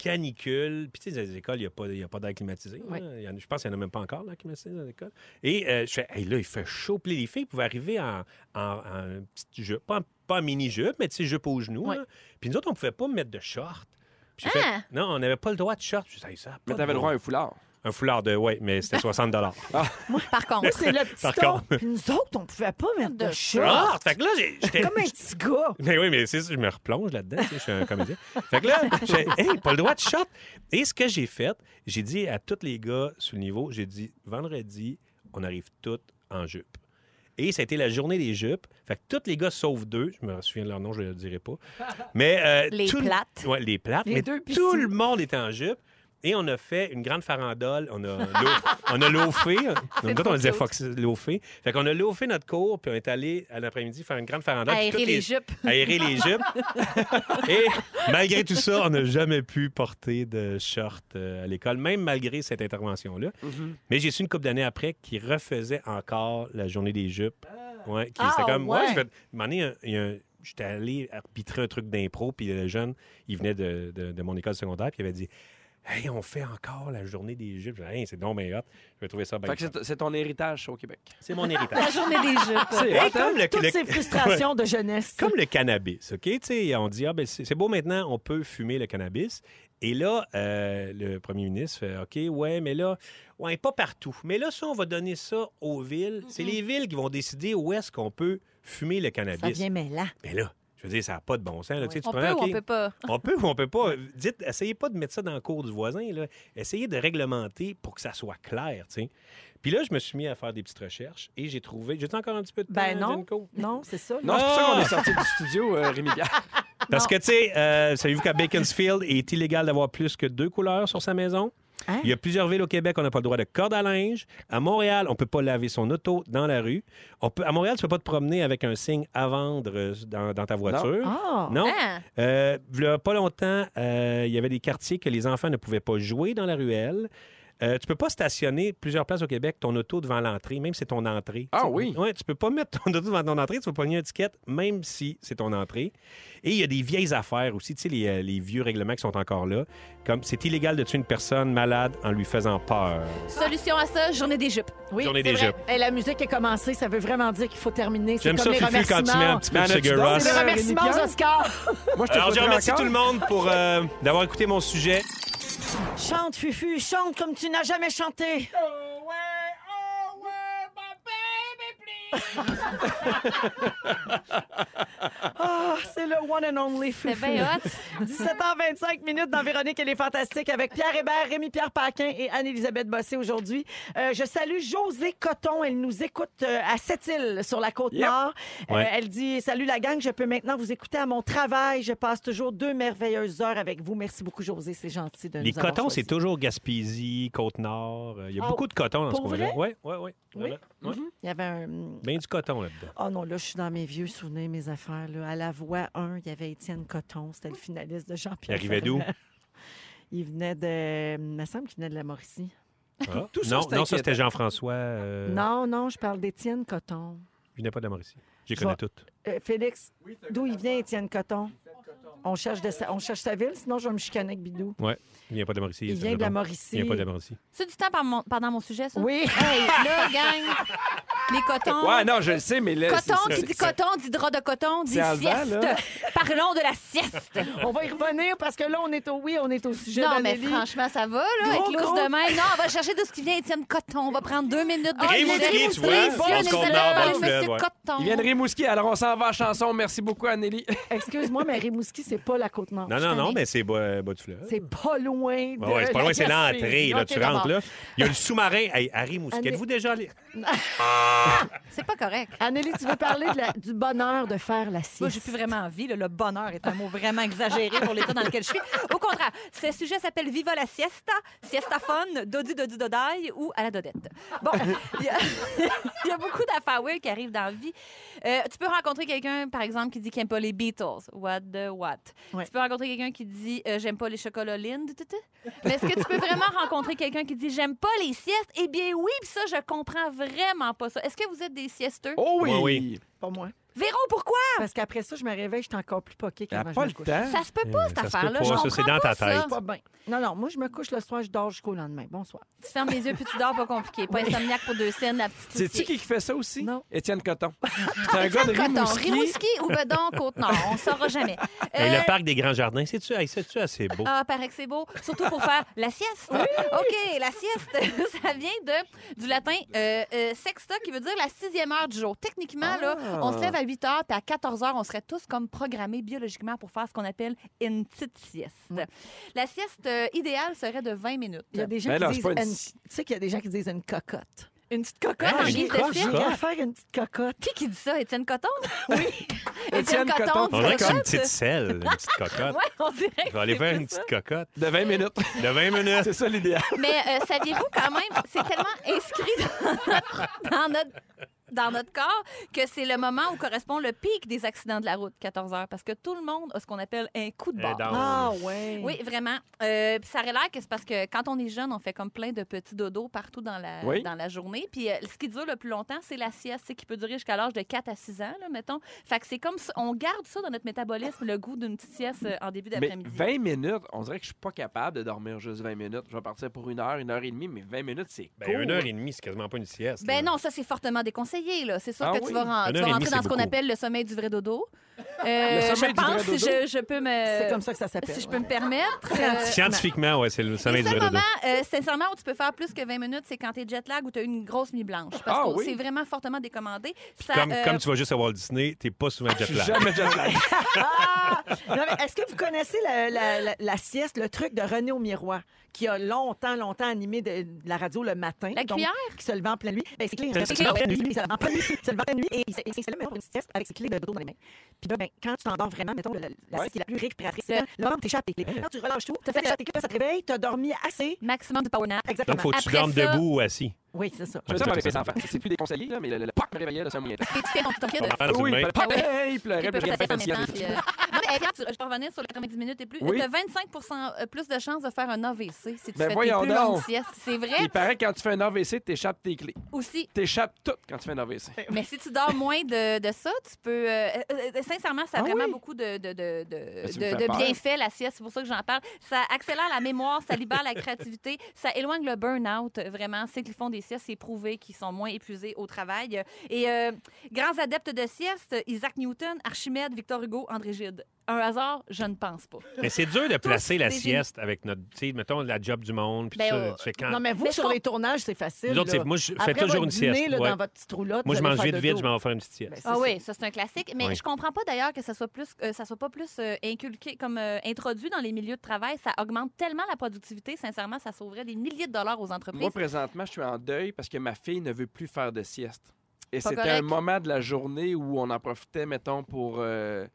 S4: canicule, puis tu sais, dans les écoles, il n'y a pas, il y a pas d'air climatisé.
S3: Oui.
S4: hein. Il y en a- je pense qu'il n'y en a même pas encore d'air climatisé dans l'école. Et euh, je fais, hey, là, il fait chaud. Puis les filles pouvaient arriver en, en, en petite jupe, pas, en- pas en mini-jupe, mais tu sais, jupe aux genoux.
S3: Oui.
S4: là. Puis nous autres, on ne pouvait pas mettre de short. Puis j'ai
S5: Ah!
S4: fait, non, on n'avait pas le droit de short. Puis j'ai dit, Hey, ça a pas
S2: Mais
S4: de
S2: t'avais le
S4: bon-
S2: droit à un foulard.
S4: un foulard de, ouais, mais c'était 60
S5: Par
S3: Moi,
S5: contre,
S3: c'est le petit
S4: Par
S3: tas.
S4: contre-
S3: Puis Nous autres, on pouvait pas mettre de
S5: De
S3: chat.
S4: Short! Ah! Fait que là, j'ai- j'étais.
S3: Comme un petit
S4: (laughs)
S3: gars.
S4: Mais oui, mais c'est ça, je me replonge là-dedans, tu sais, je suis un comédien. Fait que là, j'ai hey, pas le droit de shot. Et ce que j'ai fait, j'ai dit à tous les gars sous le niveau, j'ai dit vendredi, on arrive tous en jupe. Et ça a été la journée des jupes. Fait que tous les gars sauf deux, je me souviens de leur nom, je ne le dirai pas. Mais euh,
S5: Les
S4: tout le-
S5: plates.
S4: Ouais, les plates.
S3: Les
S4: mais
S3: deux
S4: tout
S3: piscines.
S4: le monde était en jupe. Et on a fait une grande farandole. On a, lo- on a
S5: (laughs)
S4: loafé. Nous autres,
S5: trop
S4: on disait
S5: cute.
S4: fox loafé. Fait qu'on a loafé notre cours, puis on est allé à l'après-midi faire une grande farandole. puis
S5: aérer
S4: toutes
S5: les jupes.
S4: aérer les jupes. (laughs) Et malgré tout ça, on n'a jamais pu porter de short euh, à l'école, même malgré cette intervention-là. Mais j'ai su une couple d'années après qui refaisait encore la journée des jupes. Ouais, qui
S3: Ah,
S4: c'était comme, ouais,
S3: ouais.
S4: je vais- un moment donné, un- il y a un- J'étais allé arbitrer un truc d'impro, puis le jeune, il venait de, de- de mon école secondaire, puis il avait dit Hey, on fait encore la journée des jupes. Je dis, Hey, c'est donc bien hot. Je vais trouver ça bien.
S2: Fait que c'est- c'est ton héritage au Québec.
S4: C'est mon héritage.
S5: (laughs) La journée
S4: (laughs)
S5: des jupes.
S4: Hey, comme le-
S3: Toutes
S4: le-
S3: ces frustrations de jeunesse.
S4: Comme le cannabis, OK? Tu sais, on dit, ah, ben, c'est c'est beau maintenant, on peut fumer le cannabis. Et là, euh, le premier ministre fait, OK, ouais, mais là, ouais, pas partout. Mais là, ça, on va donner ça aux villes. C'est les villes qui vont décider où est-ce qu'on peut fumer le
S3: Ça
S4: cannabis.
S3: vient mêlant.
S4: Mais là, je veux dire, ça n'a pas de bon sens. là. Tu sais, tu
S5: On
S4: prends,
S5: peut ou
S4: OK,
S5: on peut pas?
S4: on peut ou on peut pas. Dites, essayez pas de mettre ça dans le cours du voisin. Là. Essayez de réglementer pour que ça soit clair. tu sais. Puis là, je me suis mis à faire des petites recherches et j'ai trouvé. J'ai encore un petit peu de temps,
S3: Ben non.
S4: Jenko?
S3: Non, c'est ça. là.
S2: Non, c'est pour ça
S4: Ah!
S2: qu'on est sorti du studio, euh, Rémi
S4: (laughs)
S2: Pierre.
S4: Parce que, tu sais, euh, savez-vous qu'à Baconsfield, il est illégal d'avoir plus que deux couleurs sur sa maison?
S3: Hein?
S4: Il y a plusieurs villes au Québec, on n'a pas le droit de corde à linge. À Montréal, on ne peut pas laver son auto dans la rue. On peut, à Montréal, tu ne peux pas te promener avec un signe à vendre euh, dans, dans ta voiture.
S3: Ah!
S4: Non.
S5: Hein?
S4: Euh, v'là pas longtemps, euh, il y avait des quartiers que les enfants ne pouvaient pas jouer dans la ruelle. Euh, tu peux pas stationner plusieurs places au Québec ton auto devant l'entrée, même si c'est ton entrée.
S2: Ah
S4: Tu-
S2: oui?
S4: Ouais, tu peux pas mettre ton auto devant ton entrée, tu peux pas une étiquette, même si c'est ton entrée. Et il y a des vieilles affaires aussi, tu sais, les, euh, les vieux règlements qui sont encore là. Comme c'est illégal de tuer une personne malade en lui faisant peur.
S5: Solution à ça, journée des jupes.
S3: Oui,
S4: Journée
S3: c'est
S4: des
S3: vrai.
S4: jupes.
S3: Hey, la musique est commencée, ça veut vraiment dire qu'il faut terminer. C'est
S4: J'aime
S3: comme
S4: ça,
S3: les
S4: Fufu,
S3: remerciements.
S4: quand tu mets un petit peu de
S2: Mais
S4: Sugar
S2: tu danses,
S4: Rush.
S3: C'est
S2: là,
S3: le remerciement
S2: Rémi
S3: aux
S2: Pierre?
S3: Oscars.
S2: Moi, je te
S4: Alors, je
S2: souhaiterais
S4: remercie
S2: encore-
S4: tout le monde pour
S3: (laughs)
S4: euh, d'avoir écouté mon sujet.
S3: Chante, Fufu, chante comme tu n'as jamais chanté. (laughs) Ah, c'est le one and only Fufu.
S5: C'est bien hot.
S3: 17h25 minutes dans Véronique et les Fantastiques avec Pierre Hébert, Rémi-Pierre Paquin et Anne-Élisabeth Bossé aujourd'hui. Euh, je salue José Coton. Elle nous écoute euh, à Sept-Îles, sur la Côte-Nord. Euh,
S4: Ouais.
S3: elle dit « Salut la gang, je peux maintenant vous écouter à mon travail. Je passe toujours deux merveilleuses heures avec vous. Merci beaucoup, José. C'est gentil
S5: euh,
S3: de
S4: Les
S3: nous avoir
S4: cotons,
S3: choisis.
S4: c'est toujours Gaspésie, Côte-Nord. Euh, Il y a
S3: Oh,
S4: beaucoup de cotons dans ce
S3: pour
S4: coin-là.
S3: vrai? Mhm.
S4: Ouais, ouais, ouais. Voilà. Ouais.
S3: Il y avait un...
S4: Bien du coton là-dedans.
S3: Oh non, là, je suis dans mes vieux souvenirs, mes affaires. Là. À la voix 1, il y avait Étienne Coton. C'était le finaliste de
S4: Il
S3: Jean-Pierre
S4: arrivait
S3: (laughs)
S4: d'où?
S3: Ferland. Il venait de... Il me semble qu'il venait de la Mauricie.
S4: Ah.
S2: tout ça,
S4: non, non,
S2: c'est
S4: ça,
S2: inquiétant.
S4: c'était Jean-François. euh,
S3: Non, non, je parle d'Étienne Coton.
S4: Il venait pas de la Mauricie. J'y
S3: Je
S4: connais
S3: vais-
S4: toutes.
S3: Euh, Félix, d'où il vient Étienne Coton? On cherche, de sa, on cherche sa ville, sinon je vais me chicaner avec Bidou.
S4: Ouais. Il vient pas de la Mauricie.
S3: Il
S4: ça,
S3: vient de la
S4: pardon.
S3: Mauricie.
S4: Il vient pas de la Mauricie.
S5: C'est du temps par mon- pendant mon sujet, ça?
S3: Oui. (laughs)
S5: Hey, là, gang, les cotons.
S2: Ouais, non, je le sais, mais là. c'est-
S5: Coton,
S2: c'est-
S5: qui dit
S2: c'est-
S5: coton, dit drap de coton, dit
S2: C'est avant,
S5: sieste.
S2: là.
S5: Parlons de la sieste.
S3: On va y revenir parce que là, on est au oui, on est au sujet
S5: non, mais
S3: d'Anneli.
S5: franchement, ça va, là,
S3: Gros,
S5: avec l'os
S3: gros.
S5: de même. Non, on va chercher de ce qui vient, Étienne Coton. On va prendre deux minutes de
S4: Ah, il vient de Rimouski, tu vois.
S5: Monsieur
S4: On se compte dans
S5: Nicolas,
S4: le fleuve,
S5: Monsieur
S4: ouais.
S5: Coton.
S2: Il vient de Rimouski, alors on s'en va à chanson. Merci beaucoup,
S5: (laughs)
S2: Anneli.
S3: Excuse-moi, mais Rimouski, c'est pas la Côte-Nord.
S4: Non, non, non, mais c'est bas, bas du fleuve.
S3: C'est pas loin de
S4: Ah Ouais, ouais, c'est pas
S3: la
S4: loin, c'est
S3: Gaspésie.
S4: l'entrée. Là,
S3: Ok,
S4: tu
S3: d'accord.
S4: rentres là. Il y a le sous-marin. Hey, à Rimouski.
S3: Année-
S4: Êtes-vous déjà
S5: Euh,
S4: allé?
S5: C'est pas correct.
S3: Anneli, tu veux parler de la- du bonheur de faire la sieste.
S5: Moi, j'ai plus vraiment envie. là. Le bonheur est un mot vraiment exagéré pour l'état dans lequel je suis. Au contraire, ce sujet s'appelle Viva la siesta, siesta fun, dodi dodi dodaille ou à la dodette. Bon, il y, a- (laughs) il y a beaucoup d'affaires oui, qui arrivent dans la vie. Euh, tu peux rencontrer quelqu'un, par exemple, qui dit qu'il n'aime pas les Beatles. What the what?
S3: Ouais.
S5: Tu peux rencontrer quelqu'un qui dit euh, j'aime pas les chocolats Lindt. tout, tout. Mais est-ce que tu peux vraiment rencontrer quelqu'un qui dit j'aime pas les siestes? Eh bien oui, puis ça, je comprends vraiment pas ça. Est-ce que vous êtes des siesteux?
S2: Oh oui!
S4: Ouais, oui.
S3: Pas moi.
S5: Véro, pourquoi?
S3: Parce qu'après ça, je me réveille, je suis encore plus poquée
S2: T'as
S3: qu'avant.
S2: pas
S3: je
S2: le
S3: me couche.
S2: temps.
S5: Ça se peut pas,
S4: Euh,
S5: cette
S4: ça se peut
S5: affaire-là.
S4: pas,
S5: Je
S4: ça,
S5: comprends
S4: c'est dans ta
S5: pas ça.
S4: tête.
S3: Pas bien. Non, non, moi, je me couche le soir, je dors jusqu'au lendemain. Bonsoir.
S5: Tu fermes les yeux puis tu dors, pas compliqué. Pas insomniaque pour deux scènes, la petite.
S2: C'est-tu
S5: Lucie.
S2: qui fait ça aussi?
S3: Non.
S2: Étienne
S5: (laughs)
S2: Coton. C'est un gars de
S5: Coton,
S2: Rimouski.
S5: Rimouski ou Bedon, Côte-Nord. On ne saura jamais.
S4: Hey,
S5: Euh,
S4: le parc des Grands Jardins, c'est-tu hey, c'est-tu assez beau?
S5: Ah, paraît que c'est beau. Surtout pour faire la sieste. OK, la sieste, (laughs) ça vient de, du latin euh, euh, sexta, qui veut dire la sixième heure du jour. Techniquement, là, on se lève à 8 heures, puis à 14 heures, on serait tous comme programmés biologiquement pour faire ce qu'on appelle une petite sieste. La sieste euh, idéale serait de 20 minutes.
S3: Il y a des gens
S2: Ben non,
S3: qui
S2: c'est pas une-
S3: disent une- Tu sais qu'il y a des gens qui disent une cocotte.
S5: Une petite cocotte
S4: Ah,
S5: en
S4: une
S5: guise de
S4: cocotte.
S5: sieste.
S3: J'ai qu'à faire une petite cocotte.
S5: Qui qui dit ça?
S4: (laughs)
S5: Étienne Coton? (laughs) Oui.
S2: Étienne Coton.
S4: On dirait que c'est une
S5: cocotte?
S4: petite selle, une petite cocotte.
S5: Ouais, on dirait.
S4: Je vais aller
S5: que
S4: faire
S5: c'est
S4: une
S5: ça.
S4: petite cocotte
S2: De 20 minutes. (laughs)
S4: de 20 minutes.
S2: C'est ça l'idéal.
S5: Mais euh, saviez-vous quand même, c'est tellement inscrit dans notre, dans notre dans notre corps que c'est le moment où correspond le pic des accidents de la route, 14 heures, parce que tout le monde a ce qu'on appelle un coup de
S4: Euh,
S5: barre.
S4: dans-
S3: Ah, ouais.
S5: Oui, vraiment. Euh, puis ça aurait l'air que c'est parce que quand on est jeune, on fait comme plein de petits dodos partout dans la,
S2: Oui.
S5: dans la journée. Puis euh, ce qui dure le plus longtemps, c'est la sieste, c'est qui peut durer jusqu'à l'âge de 4 à 6 ans, là, mettons. Fait que c'est comme ça, on garde ça dans notre métabolisme, le goût d'une petite sieste euh, en début
S2: Mais
S5: d'après-midi.
S2: 20 minutes, on dirait que je suis pas capable de dormir juste 20 minutes. Je vais partir pour une heure, une heure et demie, mais 20 minutes, c'est
S4: Ben,
S2: court.
S4: une heure et demie, c'est quasiment pas une sieste.
S5: Ben
S4: là.
S5: non, ça c'est fortement déconseillé. là. C'est sûr
S2: Ah
S5: que
S2: oui?
S5: tu vas, ren-
S4: Une
S5: tu
S4: heure
S5: vas
S4: et
S5: rentrer
S4: demie,
S5: dans
S4: c'est
S5: ce qu'on
S4: beaucoup.
S5: appelle le sommeil du
S2: (laughs)
S5: vrai dodo. Euh,
S2: sommeil
S5: je
S2: du vrai
S5: pense, si
S2: dodo?
S5: je, je peux me.
S3: C'est comme ça que ça s'appelle.
S5: Si je peux
S3: ouais.
S5: me permettre. euh,
S4: Scientifiquement, ouais, c'est le
S5: Le
S4: sommeil du
S5: seul
S4: vrai dodo.
S5: moment, euh, sincèrement, où tu peux faire plus que 20 minutes, c'est quand t'es jet lag ou t'as eu une grosse nuit blanche. Parce
S2: Ah
S5: que
S2: oui?
S5: c'est vraiment fortement décommandé. Ça,
S4: Comme,
S5: euh,
S4: comme tu vas juste à Walt Disney, t'es pas souvent
S2: Je
S4: jet
S2: suis
S4: lag.
S2: jamais
S4: (laughs)
S2: jet lag.
S3: Ah! Non, mais Est-ce que vous connaissez la, la- la- la sieste, le truc de René au miroir, qui a longtemps, longtemps animé de, de la radio le matin?
S5: La
S3: donc,
S5: cuillère?
S3: Qui se levait en pleine nuit. Ben, c'est clair.
S4: Euh, C'est
S3: Il
S4: clair.
S3: se levait en pleine nuit, il se levait en pleine nuit, et il s- il s'installait mettons, pour une sieste avec ses clés de dos dans les mains. Puis là, ben, quand tu t'endors vraiment, mettons, la, la sieste qui est la plus récupératrice, c'est quand le moment où t'échappes tes clés. Quand tu relâches tout, t'as fait échapper tes clés, ça te réveille, t'as dormi assez.
S5: Maximum de power nap.
S3: Exactement.
S4: Donc, faut que tu
S5: Après
S4: dormes
S5: ça-
S4: debout ou assis.
S3: Oui, c'est ça.
S2: Je fais ça avec les enfants. C'est plus déconseillé, là, mais le, le, le pac me réveillait, là, c'est un moyen. temps.
S5: Et tu fais ton ton kid.
S4: Ah, c'est
S2: Oui,
S4: bien.
S2: le pac,
S5: Ah oui.
S2: hey, il pleurait,
S5: Ils
S2: puis
S5: peuvent
S2: j'ai
S5: faire
S2: fait
S5: ça en
S2: une
S5: même
S2: sieste.
S5: temps, puis, euh, (laughs) non, mais, Pierre, tu- je peux revenir sur les 90 minutes et plus.
S2: Oui.
S5: Tu as 25 euh, plus de chances de faire un AVC si tu
S2: Ben
S5: fais tes
S2: voyons
S5: plus
S2: donc.
S5: longues siestes. C'est vrai
S2: Il paraît que quand tu fais un AVC, t'échappes tes clés.
S5: aussi.
S2: T'échappes tout quand tu fais un AVC. (laughs)
S5: Mais si tu dors moins de, de ça, tu peux. euh, euh, euh, sincèrement, ça a
S2: Ah
S5: vraiment
S2: oui?
S5: beaucoup de, de, de, de,
S2: tu
S5: de-
S2: Ben, me fais
S5: de
S2: peur.
S5: bienfaits, la sieste. C'est pour ça que j'en parle. Ça accélère la mémoire, ça libère la créativité, ça éloigne le burn-out, euh, vraiment. Ceux qui font des siestes, c'est prouvé qu'ils sont moins épuisés au travail. Et euh, grands adeptes de sieste, Isaac Newton, Archimède, Victor Hugo, André Gide. Un hasard, je ne pense pas.
S4: Mais c'est dur de placer la
S5: c'est
S4: sieste avec notre, tu sais, mettons, la job du monde, puis
S5: Ben,
S4: tout
S5: euh,
S4: ça. Tu fais quand?
S3: oh, Non, mais vous,
S5: Mais
S3: sur
S5: je
S3: les tournages, c'est facile.
S4: Nous autres,
S3: là.
S4: c'est- moi, je fais
S3: Après
S4: toujours
S3: votre
S4: une
S3: dîner,
S4: sieste,
S3: là,
S4: ouais.
S3: dans votre petite roulotte,
S4: Moi, je
S3: vous allez
S4: mange
S3: faire
S4: vite, vite,
S3: dodo.
S4: je m'en vais faire une petite sieste.
S3: Ben, c'est
S5: Ah
S3: ça.
S5: oui, ça c'est un classique. Mais
S4: Oui.
S5: je comprends pas d'ailleurs que ça soit plus, euh, ça soit pas plus euh, inculqué comme euh, introduit dans les milieux de travail. Ça augmente tellement la productivité. Sincèrement, ça sauverait des milliers de dollars aux
S2: Moi,
S5: entreprises.
S2: présentement, je suis en deuil parce que ma fille ne veut plus faire de sieste. Et
S5: Pas
S2: c'était
S5: correct.
S2: un moment de la journée où on en profitait, mettons, pour euh,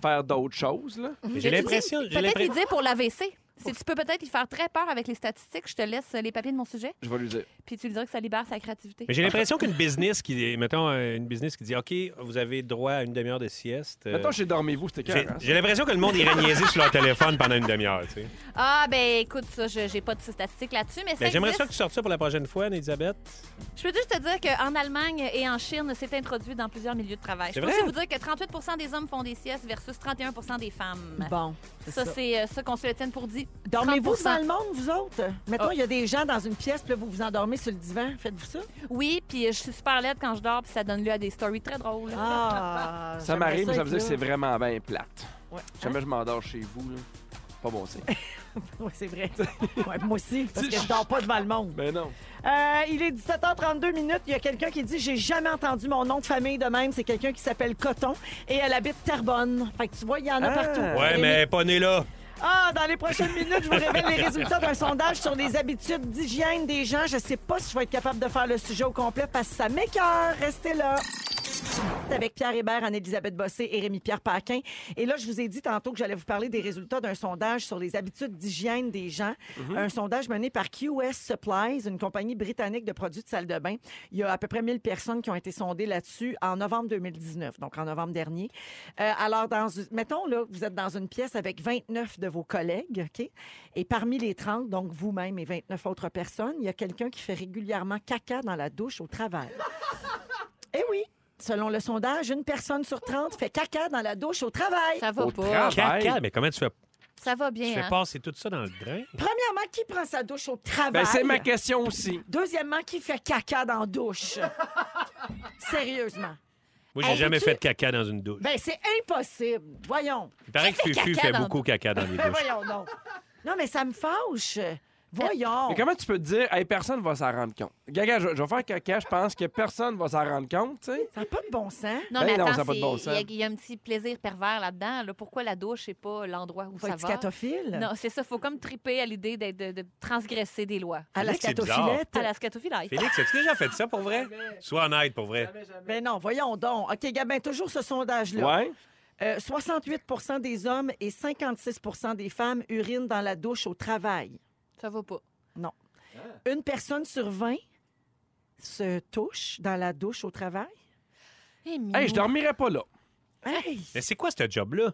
S2: faire d'autres choses. Là.
S3: Ben,
S4: J'ai l'impression. J'ai
S5: Peut-être y
S4: l'impression.
S5: dire pour l'AVC. Si tu peux peut-être y faire très peur avec les statistiques, je te laisse euh, les papiers de mon sujet,
S2: Je vais lui dire.
S5: puis tu lui diras que ça libère sa créativité.
S4: Mais j'ai l'impression qu'une business qui, mettons, euh, une business qui dit, OK, vous avez droit à une demi-heure de sieste. euh,
S2: Mettons, chez Dormez-vous, c'était
S4: j'ai
S2: cœur. hein?
S4: j'ai l'impression que le monde irait niaiser sur leur téléphone pendant une demi-heure, tu sais.
S5: Ah ben écoute, ça, je- j'ai pas de statistiques là-dessus, mais ça
S4: Ben, J'aimerais ça que
S5: existe.
S4: tu sortes ça pour la prochaine fois, Anne-Elisabeth.
S5: Je peux juste te dire qu'en Allemagne et en Chine, c'est introduit dans plusieurs milieux de travail. Je
S4: C'est
S5: peux
S4: vrai?
S5: aussi vous dire que 38 des hommes font des siestes versus 31 des femmes.
S3: Bon, c'est
S5: Ça,
S3: ça.
S5: c'est euh, ça qu'on se le tienne pour dit.
S3: Dormez-vous
S5: 30%.
S3: dans le monde, vous autres?
S2: Ah.
S3: Mettons, il y a des gens dans une pièce, puis là, vous vous endormez sur le divan. Faites-vous ça?
S5: Oui, puis euh, je suis super laide quand je dors, puis ça donne lieu à des stories très drôles.
S3: Ah!
S2: Ça m'arrive, mais ça veut dire que c'est vraiment bien plate. Jamais je m'endors chez vous. Là. Pas bon (laughs) signe.
S3: Oui, c'est
S2: (laughs)
S3: vrai. Ouais, moi aussi, parce
S2: Tu-
S3: que je dors pas devant le monde.
S2: Mais Ben non.
S3: Euh, il est 17h32 minutes. Il y a quelqu'un qui dit J'ai jamais entendu mon nom de famille de même. C'est quelqu'un qui s'appelle Coton et elle habite Terrebonne. Fait que tu vois, il y en a
S2: Ah.
S3: partout.
S4: Ouais,
S3: Et
S4: mais pas né là.
S3: Ah, dans les
S2: (laughs)
S3: prochaines minutes, je vous révèle les résultats d'un sondage sur les habitudes d'hygiène des gens. Je sais pas si je vais être capable de faire le sujet au complet parce que ça m'écœure. Restez là. Avec Pierre Hébert, Anne-Élisabeth Bossé et Rémi-Pierre Paquin. Et là, je vous ai dit tantôt que j'allais vous parler des résultats d'un sondage sur les habitudes d'hygiène des gens. Un sondage mené par QS Supplies, une compagnie britannique de produits de salle de bain. Il y a à peu près 1000 personnes qui ont été sondées là-dessus en novembre 2019, donc en novembre dernier. Euh, alors, dans, mettons, là, vous êtes dans une pièce avec 29 de vos collègues, OK? Et parmi les 30, donc vous-même et 29 autres personnes, il y a quelqu'un qui fait régulièrement caca dans la douche au travail. Eh oui! Selon le sondage, une personne sur 30 fait caca dans la douche au travail.
S5: Ça va
S2: Au
S5: pas.
S2: travail.
S4: Caca, mais comment tu fais,
S5: Ça va
S4: tu
S5: bien.
S4: fais
S5: hein?
S4: passer tout ça dans le drain?
S3: Premièrement, qui prend sa douche au travail?
S2: Ben, c'est ma question aussi.
S3: Deuxièmement, qui fait caca dans la douche? Sérieusement.
S4: Moi, j'ai
S5: Hey,
S4: jamais
S5: peux-tu-
S4: fait de caca dans une douche.
S3: Ben, c'est impossible. Voyons.
S4: Il paraît que
S5: Qui fait
S4: Fufu
S5: caca
S4: fait
S5: dans-
S4: beaucoup caca dans les
S3: Ben,
S4: douches.
S3: voyons, non. Non, mais ça me fâche. Voyons.
S2: Mais comment tu peux te dire, hey, personne va s'en rendre compte? Gaga, je, je vais faire caca, je pense que personne va s'en rendre compte, tu sais.
S3: Ça n'a pas de bon sens.
S5: Non,
S2: Ben
S5: mais
S2: non, ça
S5: attends,
S2: a pas de
S5: c'est-
S2: bon
S5: il y a-
S2: sens.
S5: il y, a un petit plaisir pervers là-dedans. là. Pourquoi la douche n'est pas l'endroit où
S3: Faut
S5: ça
S3: être
S5: va?
S3: scatophile.
S5: Non, c'est ça. faut comme triper à l'idée d'être- de, de transgresser des lois.
S3: À la
S4: Félix, c'est bizarre.
S3: scatophilette.
S5: À la scatophilie.
S4: Félix, as-tu déjà fait ça pour vrai? Sois honnête, pour vrai.
S3: Ben non, voyons donc. OK, Gabin, toujours ce sondage-là.
S2: Ouais.
S3: Euh, 68 des hommes et 56 des femmes urinent dans la douche au travail.
S5: Ça va pas.
S3: Une personne sur 20 se touchent dans la douche au travail?
S5: Eh, minou.
S2: Hey, je dormirais pas là.
S3: Hey!
S4: Mais c'est quoi ce job-là?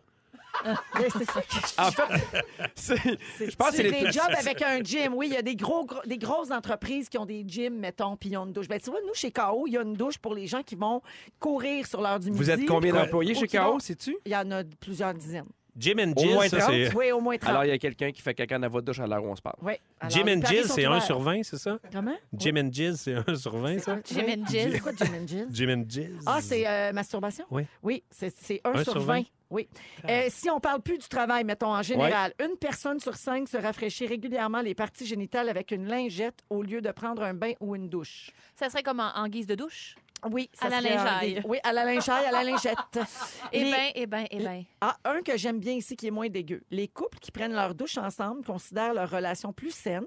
S3: Mais c'est ça que je
S2: En fait, c'est-
S3: C'est-
S2: Ah, Je pense que
S3: c'est
S2: c'est
S3: des
S2: les-
S3: jobs avec un gym. Oui, il y a des, gros, gros- des grosses entreprises qui ont des gyms, mettons, puis ils ont une douche. Ben, tu vois, nous, chez KO, il y a une douche pour les gens qui vont courir sur l'heure du midi.
S2: vous êtes combien
S3: Quoi?
S2: d'employés
S3: Ou
S2: chez
S3: qui vont-
S2: KO, sais-tu?
S3: Il y en a plusieurs dizaines.
S4: Jim and
S2: Au
S4: Jill,
S2: moins
S4: ça,
S2: 30?
S4: c'est...
S3: Oui, au moins 30.
S2: Alors, il y a quelqu'un qui fait caca dans votre douche à l'heure où on se parle.
S3: Oui. Alors,
S4: Jim
S3: les
S4: and
S3: paris
S4: Jill,
S3: sont
S4: c'est
S3: ouverts.
S4: 1 sur 20, c'est ça?
S3: Comment?
S4: Jim and Jill, c'est 1 sur 20, ça?
S5: Jim and Jill.
S3: C'est quoi Jim and Jill?
S4: Jim and Jill.
S3: Ah, c'est euh, masturbation?
S4: Oui.
S3: Oui, c'est- c'est 1
S4: Un
S3: sur
S4: sur
S3: 20.
S4: vingt. Ah.
S3: Oui. Euh, si on parle plus du travail, mettons, en général, une personne sur cinq se rafraîchit régulièrement les parties génitales avec une lingette au lieu de prendre un bain ou une douche.
S5: Ça serait comme en, en guise de douche.
S3: Oui, ça
S5: À la
S3: serait un
S5: lingeaille.
S3: des- Oui, à la lingeaille, à la lingette.
S5: (laughs)
S3: Les-
S5: Eh bien, eh bien, eh bien.
S3: Ah, un que j'aime bien ici qui est moins dégueu. Les couples qui prennent leur douche ensemble considèrent leur relation plus saine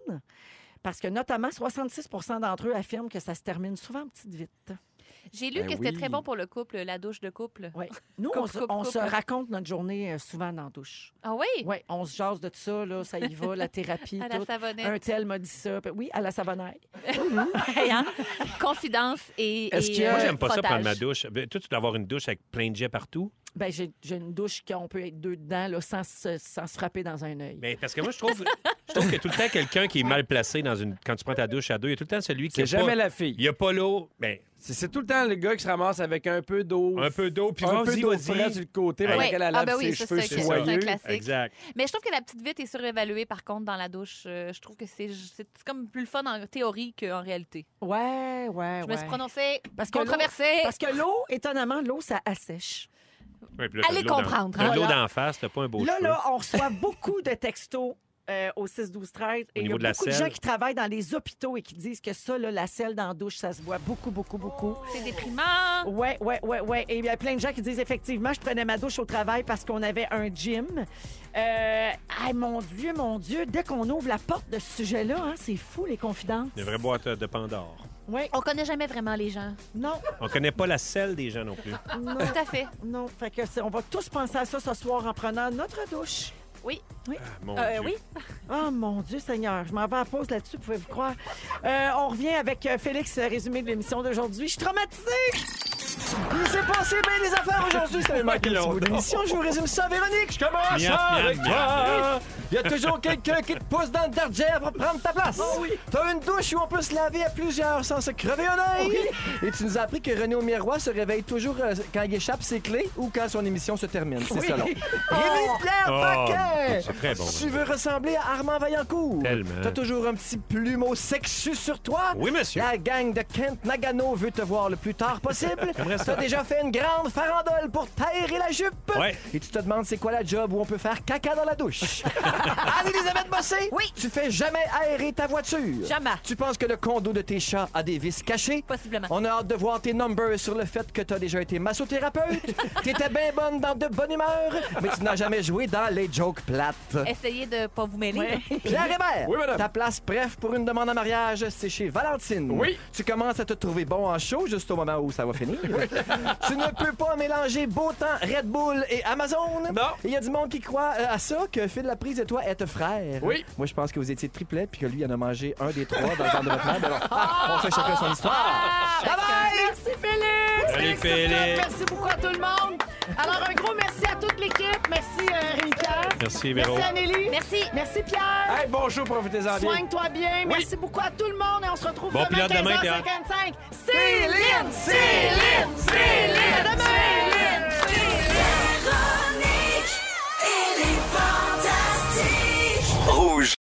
S3: parce que notamment 66 d'entre eux affirment que ça se termine souvent petite vite.
S5: J'ai lu
S2: Ben
S5: que c'était
S2: oui.
S5: très bon pour le couple, la douche de couple.
S3: Oui. Nous,
S5: Coupe,
S3: on, se,
S5: coupe,
S3: on
S5: coupe.
S3: se raconte notre journée euh, souvent dans la douche.
S5: Ah oui? (laughs)
S3: Oui, on se jase de tout ça, là, ça y va, la thérapie,
S5: À la
S3: tout.
S5: savonnette.
S3: Un tel m'a dit ça. Puis Oui, à la savonnaille.
S5: Hey, hein? (laughs) Confidence et.
S2: Est-ce
S5: et,
S2: que-
S5: euh,
S4: Moi, j'aime pas ça
S5: frottage.
S4: prendre ma douche. Ben, Toi, tu dois avoir une douche avec plein de jets partout.
S3: Ben, j'ai j'ai une douche qu'on peut être deux dedans là, sans, se, sans se frapper dans un œil.
S4: Mais Ben, parce que moi, je trouve, je trouve que tout le temps, quelqu'un qui est mal placé dans une. Quand tu prends ta douche à deux, il y a tout le temps celui qui.
S2: C'est
S4: a
S2: jamais
S4: pas...
S2: la fille.
S4: Il n'y a pas l'eau. Ben,
S2: C'est c'est tout le temps le gars qui se ramasse avec un peu d'eau.
S4: un peu d'eau, puis
S2: un peu
S4: vas-y,
S2: d'eau
S4: vas-y.
S2: frais sur le côté
S4: Ouais.
S2: pendant qu'elle
S5: Ah,
S2: lave
S5: ben oui,
S2: ses
S5: ça,
S2: cheveux
S5: c'est- c'est un
S2: soyeux.
S5: classique.
S4: Exact.
S5: Mais je trouve que la petite vite est surévaluée, par contre, dans la douche. Euh, je trouve que c'est c'est comme plus le fun en théorie qu'en réalité.
S3: Ouais, ouais,
S5: Je me
S3: ouais.
S5: suis prononcée
S3: Parce que l'eau-
S5: controversée.
S3: Parce que l'eau, étonnamment, l'eau, ça assèche.
S4: Ouais, puis là, t'as de
S5: Allez
S4: l'eau dans-
S5: comprendre,
S4: T'as
S5: hein.
S4: de l'eau
S3: Voilà.
S4: d'en face, t'as pas un beau
S3: Là,
S4: cheveu.
S3: là, on reçoit beaucoup de textos. euh, au 6 12 13 et il y a
S4: niveau de la
S3: beaucoup de
S4: selle.
S3: gens qui travaillent dans les hôpitaux et qui disent que ça là, la selle dans la douche ça se voit beaucoup beaucoup beaucoup.
S5: C'est déprimant.
S3: Ouais ouais ouais ouais et il y a plein de gens qui disent effectivement je prenais ma douche au travail parce qu'on avait un gym. Euh, ah, mon dieu mon dieu dès qu'on ouvre la porte de ce sujet là c'est fou les confidences.
S4: Une vraie boîte euh, de Pandore.
S3: Ouais.
S5: On connaît jamais vraiment les gens.
S3: Non
S4: On connaît pas la selle des gens non
S5: (laughs)
S4: plus.
S3: non
S5: Tout à fait.
S3: non fait que c'est- on va tous penser à ça ce soir en prenant notre douche.
S4: Ah, mon
S5: Euh,
S4: Dieu.
S5: oui.
S3: Oh mon Dieu Seigneur, je m'en vais à la pause là-dessus, pouvez-vous croire. Euh, on revient avec euh, Félix, euh, résumé de l'émission d'aujourd'hui. Je suis traumatisée! Il s'est passé bien des affaires aujourd'hui, c'est le manque de petit bout d'émission. Je vous résume ça, Véronique! Je commence
S4: Miam,
S2: Ah,
S4: miam,
S2: avec
S4: miam.
S2: toi, Il y a toujours quelqu'un qui te pousse dans le darjet pour prendre ta place.
S9: Oh oui! T'as une douche où on peut se laver à plusieurs sans se crever un œil! Et tu nous as appris que René au miroir se réveille toujours euh, quand il échappe ses clés ou quand son émission se termine. C'est selon. Rémi Pierre
S4: Oh,
S9: Paquet!
S4: c'est très bon,
S9: Tu veux ressembler à Armand Vaillancourt?
S4: Tellement.
S9: T'as toujours un petit plumeau sexu sur toi?
S4: Oui, monsieur.
S9: La gang de Kent Nagano veut te voir le plus tard possible.
S4: J'aimerais ça.
S9: T'as déjà fait une grande farandole pour taire la jupe.
S4: Ouais.
S9: Et tu te demandes c'est quoi la job où on peut faire caca dans la
S4: (laughs)
S9: douche. Anne-Elisabeth Bossé,
S5: Oui.
S9: tu fais jamais aérer ta voiture.
S5: Jamais.
S9: Tu penses que le condo de tes chats a des vis cachées?
S5: Possiblement.
S9: On a hâte de voir tes numbers sur le fait que t'as déjà été massothérapeute.
S5: (laughs)
S9: T'étais bien bonne dans de bonne humeur, mais tu n'as jamais joué dans les jokes plates.
S5: Essayez de pas vous mêler. là.
S9: Pierre Hébert,
S2: Oui, madame.
S9: ta place bref pour une demande en mariage, c'est chez Valentine.
S2: Oui.
S9: Tu commences à te trouver bon en show juste au moment où ça va finir. (laughs) tu ne peux pas mélanger beau temps, Red Bull et Amazon.
S2: Non.
S9: Il y a du monde qui croit euh, à ça que Phil Laprise et toi êtes frères.
S2: Oui.
S9: Moi, je pense que vous étiez triplets puis que lui en a mangé un des trois dans le temps de votre mère. Mais bon, (laughs) on fait chacun son histoire.
S5: Ah,
S3: Bye bye! Merci Félix!
S4: Salut,
S3: Félix Turcotte,
S4: Félix.
S3: Merci beaucoup à tout le monde! Alors un gros merci à toute l'équipe. Merci euh, Rémi Pierre.
S4: Merci, Véro.
S3: Merci Amélie.
S5: Merci.
S3: Merci Pierre.
S2: Hey, bon show, profitez-en bien.
S3: Soigne-toi bien. Merci beaucoup à tout le monde et on se retrouve
S4: Bon
S3: demain
S4: pilote demain,
S3: 15h55. Céline! Céline! À demain!
S6: Véronique, elle est fantastique.
S1: Rouge.